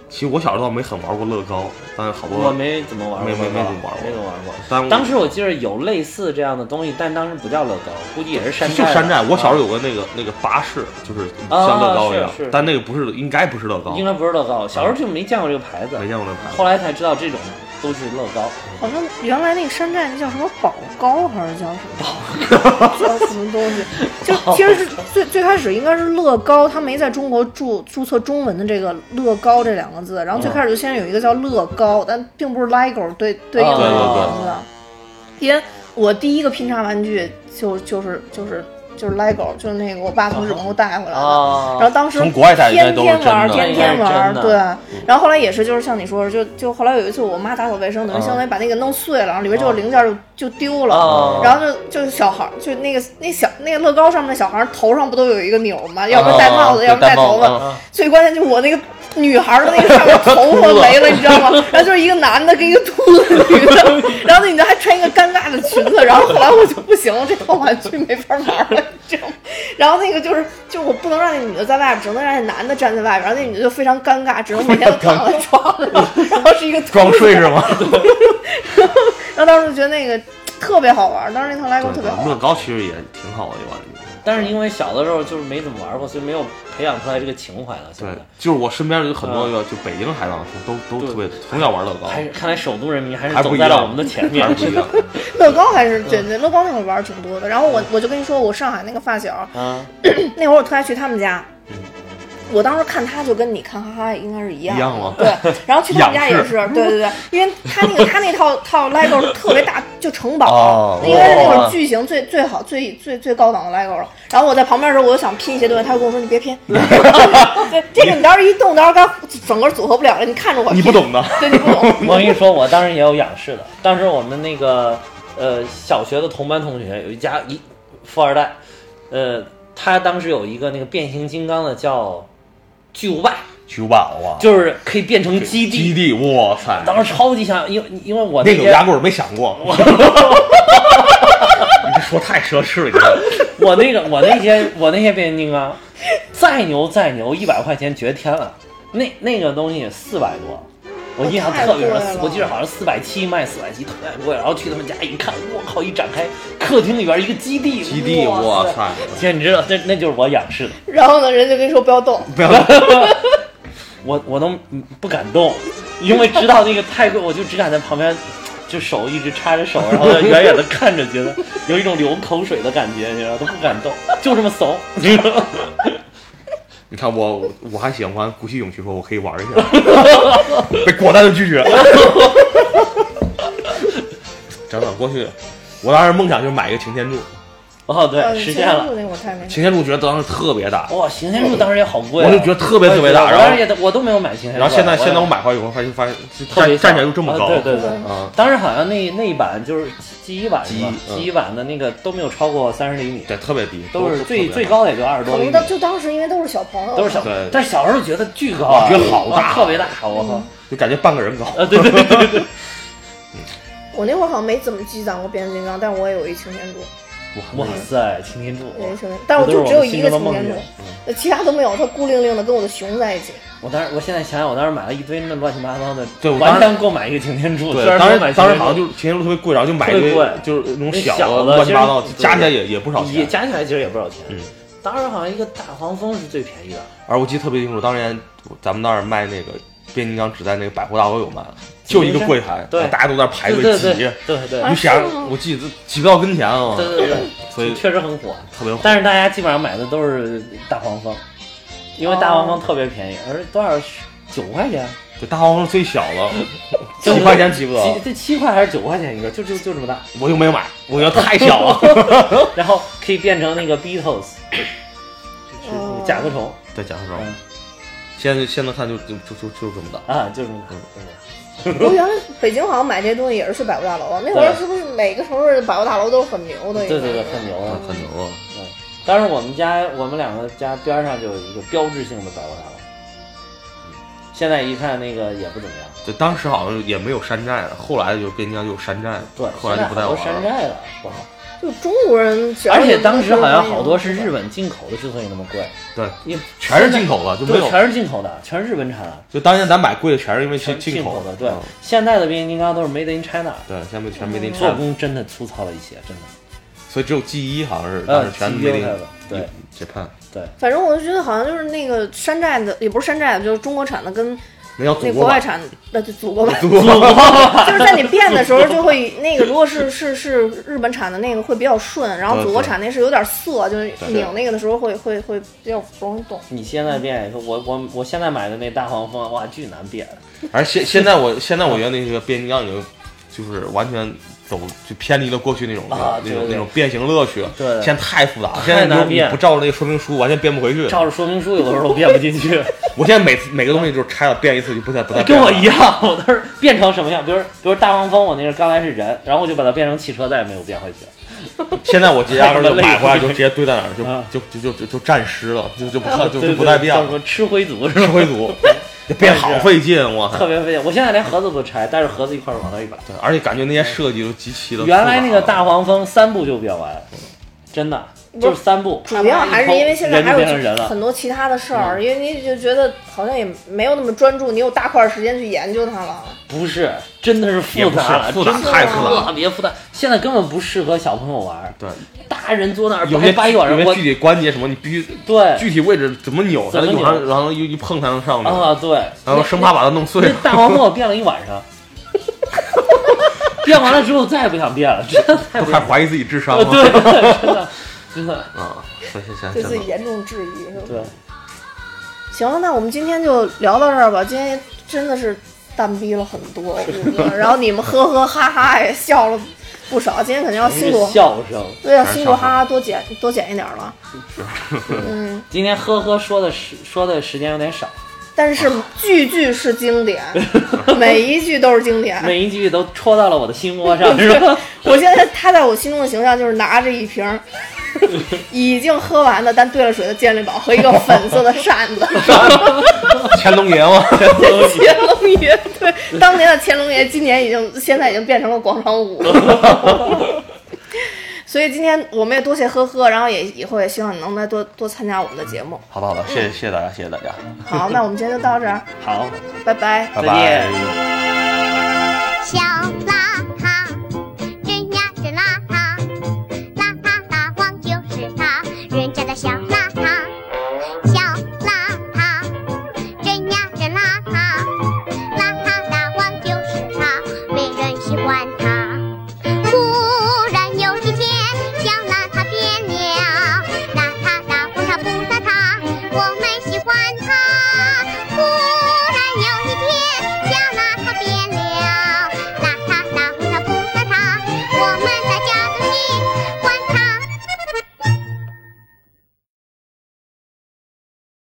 Speaker 3: 其实我小时候倒没很玩过乐高，但是好多
Speaker 2: 我没怎么玩过，
Speaker 3: 没
Speaker 2: 没
Speaker 3: 没没怎么玩过
Speaker 2: 没怎么玩过。
Speaker 3: 当
Speaker 2: 当时我记得有类似这样的东西，但当时不叫乐高，估计也是山
Speaker 3: 就
Speaker 2: 寨的。
Speaker 3: 山寨。我小
Speaker 2: 候
Speaker 3: 时候有个那个那个巴士，就是
Speaker 2: 啊
Speaker 3: 像乐高一样
Speaker 2: 是是，
Speaker 3: 但那个不是应该不是乐高，
Speaker 2: 应
Speaker 3: 没
Speaker 2: 该不是乐高，小时候就没见过这个牌子，
Speaker 3: 见过那牌
Speaker 2: 后
Speaker 3: 子。
Speaker 2: 来才知道这种都是乐高。
Speaker 1: 好像原来那个山寨那叫什么宝高还是叫什么叫什么东西？就其实是最最开始应该是乐高，它没在中国注注册中文的这个乐高这两个字，然后最开始就先有一个叫乐高，但并不是 LEGO 对对应的那个名字。因为我第一个拼插玩具就就是就是就是 LEGO，就是那个我爸从日本给我带回来的。
Speaker 2: 啊
Speaker 1: 然后当时
Speaker 3: 从国外带的应该
Speaker 1: 天
Speaker 3: 都
Speaker 1: 天
Speaker 3: 是真
Speaker 1: 玩，
Speaker 3: 的
Speaker 1: 天天玩，
Speaker 2: 应该是真的
Speaker 1: 对。然后后来也是，就是像你说的，就就后来有一次我妈打扫卫生，等于相当于把那个弄碎了，然后里边就有零件就就丢了
Speaker 2: 哦，
Speaker 1: 然后就就是小孩儿，就那个那小那个乐高上面的小孩儿头上不都有一个钮儿吗？要不然戴帽子，
Speaker 3: 对
Speaker 1: 要不然戴
Speaker 3: 哦戴帽
Speaker 1: 头
Speaker 3: 子嗯
Speaker 1: 发。最关键就是我那个女孩儿的那个
Speaker 3: [laughs]
Speaker 1: 上面头发没了，你知道吗？然后就是一个男的跟一个秃子的女的，然后那女的还穿一个尴尬的裙子，然后后来我就不行了，这套玩具没法玩了，你知道吗？然后那个就是就是我不能让那女的在外边，只能让那男的站在外边，然后那女的就非常尴尬，只能每天都躺在床上， [laughs] 然后是一个秃子
Speaker 3: 装睡
Speaker 2: [laughs]
Speaker 3: 是吗？
Speaker 1: 然后当时就觉得那个特别好玩，当时那套 LEGO 特别好
Speaker 3: 乐
Speaker 1: 玩。
Speaker 3: 高其实也挺好的一个玩具。
Speaker 2: 但是因为小的时候就是没怎么玩过，所以没有培养出来这个情怀了。现
Speaker 3: 对
Speaker 2: 在，
Speaker 3: 就是我身边有很多个，就北京孩子都都特别从小玩乐高，
Speaker 2: 嗯还是看来首都人民还是
Speaker 3: 还不
Speaker 2: 走
Speaker 3: 一
Speaker 2: 在
Speaker 3: 样
Speaker 2: 了我们的前面
Speaker 3: 还。是不
Speaker 2: [laughs]
Speaker 3: 一样。
Speaker 1: 乐高还是对对，乐高那会儿玩儿挺多的。然后我我就跟你说，我上海那个发小，
Speaker 2: 啊，
Speaker 1: 那会儿我特爱去他们家，
Speaker 3: 嗯
Speaker 1: 我当时看他就跟你看哈哈应该是一样
Speaker 3: 一样吗
Speaker 1: 对，然后去他们家
Speaker 3: 仰
Speaker 1: 也
Speaker 3: 视
Speaker 1: 是，对对对，因为他那个他那套套 LEGO
Speaker 3: [laughs]
Speaker 1: 是特别大，就城堡
Speaker 3: 哦，
Speaker 1: 那应该是那
Speaker 2: 哇
Speaker 1: 种巨型最最好最最最高档的 LEGO 了。然后我在旁边的时候，我就想拼一些东西，他就跟我说你别拼，
Speaker 3: 嗯
Speaker 1: [laughs] 对这个你到时候一动，到时候该整个组合不了了，你看着我，
Speaker 3: 你不，懂的，
Speaker 1: 对，你不
Speaker 3: [laughs]
Speaker 1: 懂。
Speaker 2: [laughs] 我跟你说，我当时也有仰视的。当时我们那个呃小学的同班同学有一家一富二代，呃，他当时有一个那个变形金刚的叫巨无霸，
Speaker 3: 九把哇，
Speaker 2: 就是可以变成基地。
Speaker 3: 基地，哇塞，
Speaker 2: 当时超级想，因为因为我
Speaker 3: 哦那个
Speaker 2: 天
Speaker 3: 压根儿没想过。 [laughs] 你这说太奢侈了，你这
Speaker 2: 我那个我那些 [laughs] 我那些变形金刚，啊再牛再牛，一百块钱绝天了。那那个东西四百多，我印象特别
Speaker 1: 哦太贵
Speaker 2: 深
Speaker 1: 了，
Speaker 2: 我记得好像四百七卖四百七，特别贵。然后去他们家一看，我靠！一展开，客厅里边一个基地，
Speaker 3: 基地，
Speaker 2: 哇
Speaker 3: 哇！塞，
Speaker 2: 简直了，那那就是我仰视的， [laughs]
Speaker 1: 然后呢，人家就跟你说不要动，
Speaker 3: 不要
Speaker 2: 我我都不敢动，因为知道那个太贵，我就只敢在旁边就手一直插着手，然后远远的看着，觉得有一种流口水的感觉，你知道都不敢动，就这么怂。
Speaker 3: 你看我，我我还喜欢鼓起勇气说我可以玩一下， [laughs] 被果断的拒绝。真的，过去我当时梦想就是买一个擎天柱，
Speaker 2: [laughs] 哦，对，
Speaker 1: 呃
Speaker 2: 实
Speaker 1: 擎
Speaker 2: 现
Speaker 1: 天
Speaker 2: 了
Speaker 1: 柱。那我太没。
Speaker 3: 擎天柱觉得当时特别大，
Speaker 2: 哇，擎天柱当时也好贵啊，
Speaker 3: 我就觉得特别特别大
Speaker 2: 我也觉得
Speaker 3: 然后
Speaker 2: 我当时也我都没有买擎天柱，
Speaker 3: 然后现在
Speaker 2: 我也
Speaker 3: 现在我买回来以后发现发现
Speaker 2: 特别小
Speaker 3: 站站起来就这么高
Speaker 2: 啊对对对。
Speaker 3: 啊，
Speaker 2: 当时好像那那一版就是记忆版是吧？
Speaker 3: 记忆嗯
Speaker 2: 记忆版的那个都没有超过三十厘米，
Speaker 3: 对，特别低，
Speaker 2: 都是最
Speaker 3: 特别
Speaker 2: 最
Speaker 3: 大
Speaker 2: 高的也就二十
Speaker 1: 可
Speaker 2: 多厘
Speaker 1: 能
Speaker 2: 米，
Speaker 1: 当就当时因为都是小朋友，
Speaker 2: 都是小
Speaker 3: 对，
Speaker 2: 但是小时候觉得巨高啊，
Speaker 3: 哇觉得好大
Speaker 2: 哇特别大，我
Speaker 1: 嗯
Speaker 2: 靠！
Speaker 3: 就感觉半个人高。
Speaker 2: 呃，对对对对
Speaker 3: [laughs]
Speaker 2: 对，
Speaker 1: 我那会儿好像没怎么积攒过变形金刚，但我也有一擎天柱，
Speaker 2: 呃哇塞，擎天柱！
Speaker 1: 有一擎天，但我
Speaker 2: 这都
Speaker 1: 就是只有一
Speaker 2: 我们
Speaker 1: 个
Speaker 2: 心
Speaker 1: 擎
Speaker 2: 中的梦嗯
Speaker 1: 天
Speaker 2: 魇
Speaker 1: 柱，呃其他都没有，它孤零零的跟我的熊在一
Speaker 2: [laughs]
Speaker 1: 起。
Speaker 2: 我当时，我现在想想，我当时买了一堆那乱七八糟的，
Speaker 3: 对我
Speaker 2: 完
Speaker 3: 当
Speaker 2: 全够买一个擎天柱。
Speaker 3: 对
Speaker 2: 虽，然
Speaker 3: 当
Speaker 2: 没
Speaker 3: 时
Speaker 2: 有买擎
Speaker 3: 当时
Speaker 2: 天柱
Speaker 3: 好像就是擎天柱特别贵，然后就买一
Speaker 2: 特别
Speaker 3: 堆
Speaker 2: 贵
Speaker 3: 就是那种
Speaker 2: 那
Speaker 3: 小
Speaker 2: 小的
Speaker 3: 乱七八糟
Speaker 2: 其，实
Speaker 3: 加起来也也不少
Speaker 2: 也
Speaker 3: 钱。
Speaker 2: 加起来其实也不少钱。
Speaker 3: 嗯
Speaker 2: 当时好像一个大黄蜂是最便宜的，
Speaker 3: 而我记得特别清楚，当年咱们那儿卖那个变形金刚纸袋，那个百货大楼有卖，就一个柜台，
Speaker 2: 对
Speaker 3: 大家都在那排
Speaker 2: 对
Speaker 3: 队
Speaker 2: 对
Speaker 3: 挤，
Speaker 2: 对对对
Speaker 3: 你
Speaker 1: 是吗
Speaker 3: 想，我记得挤不到跟前啊，
Speaker 2: 对对对，
Speaker 3: 所以
Speaker 2: 确实很火。
Speaker 3: 特别火。
Speaker 2: 但是大家基本上买的都是大黄蜂，因为大黄蜂特别便宜，而且多少九块钱，
Speaker 3: 对，大黄蜂最小了，
Speaker 2: [laughs] 就
Speaker 3: 几块钱挤不到
Speaker 2: 七，这七块还是九块钱一个，就就就这么大，
Speaker 3: 我就没买，我觉得太小
Speaker 2: [laughs]
Speaker 3: 了。
Speaker 2: 然后可以变成那个 Beatles，就是甲壳虫
Speaker 3: 对，讲实话
Speaker 2: 嗯，
Speaker 3: 现在现在看就就就就就这么大。
Speaker 2: 啊，就这么
Speaker 3: 嗯
Speaker 2: 大。
Speaker 1: 我原来北京好像买这些东西也是去百货大楼啊，那会儿
Speaker 2: 对
Speaker 1: 是不是每个城市的百货大楼都是很牛的？
Speaker 2: 对对对，很。牛啊！
Speaker 3: 很牛啊！
Speaker 2: 当时我们家我们两个家边上就有一个标志性的百货大楼，嗯现在一看那个也不怎么样。
Speaker 3: 对，当时好像也没有山寨了，后来就变形金刚就有山寨了，
Speaker 2: 对，
Speaker 3: 后
Speaker 2: 现
Speaker 3: 来
Speaker 2: 在
Speaker 3: 就不太
Speaker 2: 好多
Speaker 3: 玩
Speaker 2: 山
Speaker 3: 了。
Speaker 2: 寨了，我靠！
Speaker 1: 就中国人，
Speaker 2: 而且当时好像好多是日。本进口的，之所以那么贵，
Speaker 3: 对，
Speaker 2: 因为
Speaker 3: 全是进口的，就没
Speaker 2: 对，
Speaker 3: 有。
Speaker 2: 全是进口的，全是日本产的，
Speaker 3: 就当年咱买贵的全是因为
Speaker 2: 全是
Speaker 3: 进
Speaker 2: 进
Speaker 3: 口
Speaker 2: 的。对
Speaker 3: 嗯，
Speaker 2: 现在的变形金刚都是 Made in China，
Speaker 3: 对，现在全没进
Speaker 2: 做
Speaker 3: 口，
Speaker 2: 工真的粗糙了一些，真的。
Speaker 3: 所以只有 G 一好像是当
Speaker 2: 呃
Speaker 3: 时全没
Speaker 2: GU
Speaker 3: 进
Speaker 2: 开的对
Speaker 3: 解判，
Speaker 2: 对，
Speaker 1: 反正我就觉得好像就是那个山寨的，也不是山寨的，就是中国产的跟
Speaker 3: 那叫
Speaker 1: 那
Speaker 3: 祖
Speaker 1: 国
Speaker 3: 国
Speaker 1: 外
Speaker 3: 版，
Speaker 1: 产的，那就祖国版。
Speaker 3: 祖国
Speaker 1: [laughs]
Speaker 3: 版
Speaker 1: 就是在你变的时候就会那个，如果是是是日本产的那个会比较顺，
Speaker 2: 嗯
Speaker 1: 然后
Speaker 3: 对
Speaker 1: 祖国产那是有点涩，就是
Speaker 3: 对
Speaker 1: 拧那个的时候会会会比较不容易动。
Speaker 2: 你现在变，我我我现在买的那大黄蜂，哇，巨难变。
Speaker 3: [laughs] 而现现在我现在我觉得那个变形金刚已经就是完全走就偏离了过去那种
Speaker 2: 啊
Speaker 3: 那
Speaker 2: 对
Speaker 3: 种
Speaker 2: 对
Speaker 3: 那种变形乐趣，
Speaker 2: 对
Speaker 3: 现在太复杂了，现
Speaker 2: 太
Speaker 3: 在
Speaker 2: 难
Speaker 3: 你就你
Speaker 2: 变
Speaker 3: 不照着那个说明书完全变不回去。
Speaker 2: 照着说明书有的时候都变不进去，
Speaker 3: 我现在每次每个东西就是拆了变一次就不再不再
Speaker 2: 跟
Speaker 3: 变
Speaker 2: 我
Speaker 3: 了
Speaker 2: 一样，我都是变成什么样？比如比如大黄蜂，我那是刚来是人，然后我就把它变成汽车，再也没有变回去。
Speaker 3: 现在我压根儿就买回来就
Speaker 2: 累
Speaker 3: 直接堆在那儿，
Speaker 2: 啊
Speaker 3: 就就就就就就站湿了，就就不看就
Speaker 2: 对
Speaker 3: 就
Speaker 2: 对
Speaker 3: 不再变
Speaker 2: 叫什
Speaker 3: 了。
Speaker 2: 么吃灰族是
Speaker 3: 吃
Speaker 2: 吧？
Speaker 3: 回
Speaker 2: [laughs]
Speaker 3: 族，就变好费劲，我
Speaker 2: 特
Speaker 3: 操！
Speaker 2: 别费劲。我现在连盒子都拆，带着盒子一块儿往那儿一摆。
Speaker 3: 对，而且感觉那些设计都极其的。
Speaker 2: 原来那个大，黄蜂三步就变完，真的就是三步。
Speaker 1: 主要还是因为现在
Speaker 2: 人
Speaker 1: 还
Speaker 2: 就变成人
Speaker 1: 有
Speaker 2: 了。嗯
Speaker 1: 很多其他的事儿，因为你就觉得好像也没有那么专注，你有大块时间去研究它了。
Speaker 2: 不是，真的是复杂了，
Speaker 3: 也不是复
Speaker 2: 真的是
Speaker 3: 杂太复杂了
Speaker 2: 特别复杂。现在根本不适合小朋友玩儿，
Speaker 3: 对，
Speaker 2: 大人坐那儿
Speaker 3: 有些
Speaker 2: 掰掰一晚
Speaker 3: 有
Speaker 2: 上，
Speaker 3: 些
Speaker 2: 我
Speaker 3: 具体关节什么，你必须
Speaker 2: 对
Speaker 3: 具体位置怎么扭才能
Speaker 2: 怎么
Speaker 3: 扭
Speaker 2: 扭
Speaker 3: 上，然后一一碰才能上去，
Speaker 2: 啊，对，
Speaker 3: 然后生怕把它弄碎
Speaker 2: 那。大黄蜂我变了一晚上，变完了之后再也不想变了，真的太
Speaker 3: 都
Speaker 2: 不
Speaker 3: 开
Speaker 2: 想
Speaker 3: 始怀疑自己智商
Speaker 2: 呃
Speaker 3: 了。
Speaker 2: 对，真的真的
Speaker 3: 啊，行行行
Speaker 1: 对自己
Speaker 3: 行，
Speaker 1: 严重质疑。是吧
Speaker 2: 对，
Speaker 1: 行，那我们今天就聊到这儿吧。今天真的是蛋逼了很多，我
Speaker 2: [laughs]
Speaker 1: 觉得。然后你们呵呵哈哈也笑了不少，今天肯定要辛
Speaker 2: 全
Speaker 1: 苦
Speaker 2: 是，笑声。
Speaker 1: 对啊，
Speaker 3: 全是
Speaker 1: 辛
Speaker 3: 笑
Speaker 1: 苦
Speaker 3: 话
Speaker 1: 哈哈多剪多剪一点儿了。嗯，
Speaker 2: 今天呵呵说的时说的时间有点少，
Speaker 1: 但是句句是经
Speaker 2: [laughs]
Speaker 1: 典，每一句都是经典。
Speaker 2: 每一句都戳到了我的心窝上，是吧？
Speaker 1: 我现在他在我心中的形象就是拿着一瓶儿已经喝完的但兑了水的健力宝和一个粉色的扇子，
Speaker 3: 乾隆
Speaker 2: [laughs]
Speaker 3: 爷嘛，
Speaker 1: 乾隆爷对，当年的乾隆爷，今年已经现在已经变成了广场舞 [laughs] 了。所以今天我们也多谢呵呵，然后也以后也希望你能来多多参加我们的节目。
Speaker 3: [laughs] 好的好的，谢谢谢谢大家，谢谢大家，
Speaker 1: 好，那我们今天就到这儿，
Speaker 2: 好，
Speaker 1: 拜拜。
Speaker 2: 再
Speaker 3: 拜拜
Speaker 2: 见。
Speaker 5: 小邋遢，真呀真邋遢，邋遢大王就是他，人家的小邋遢，小邋遢，真呀真邋遢，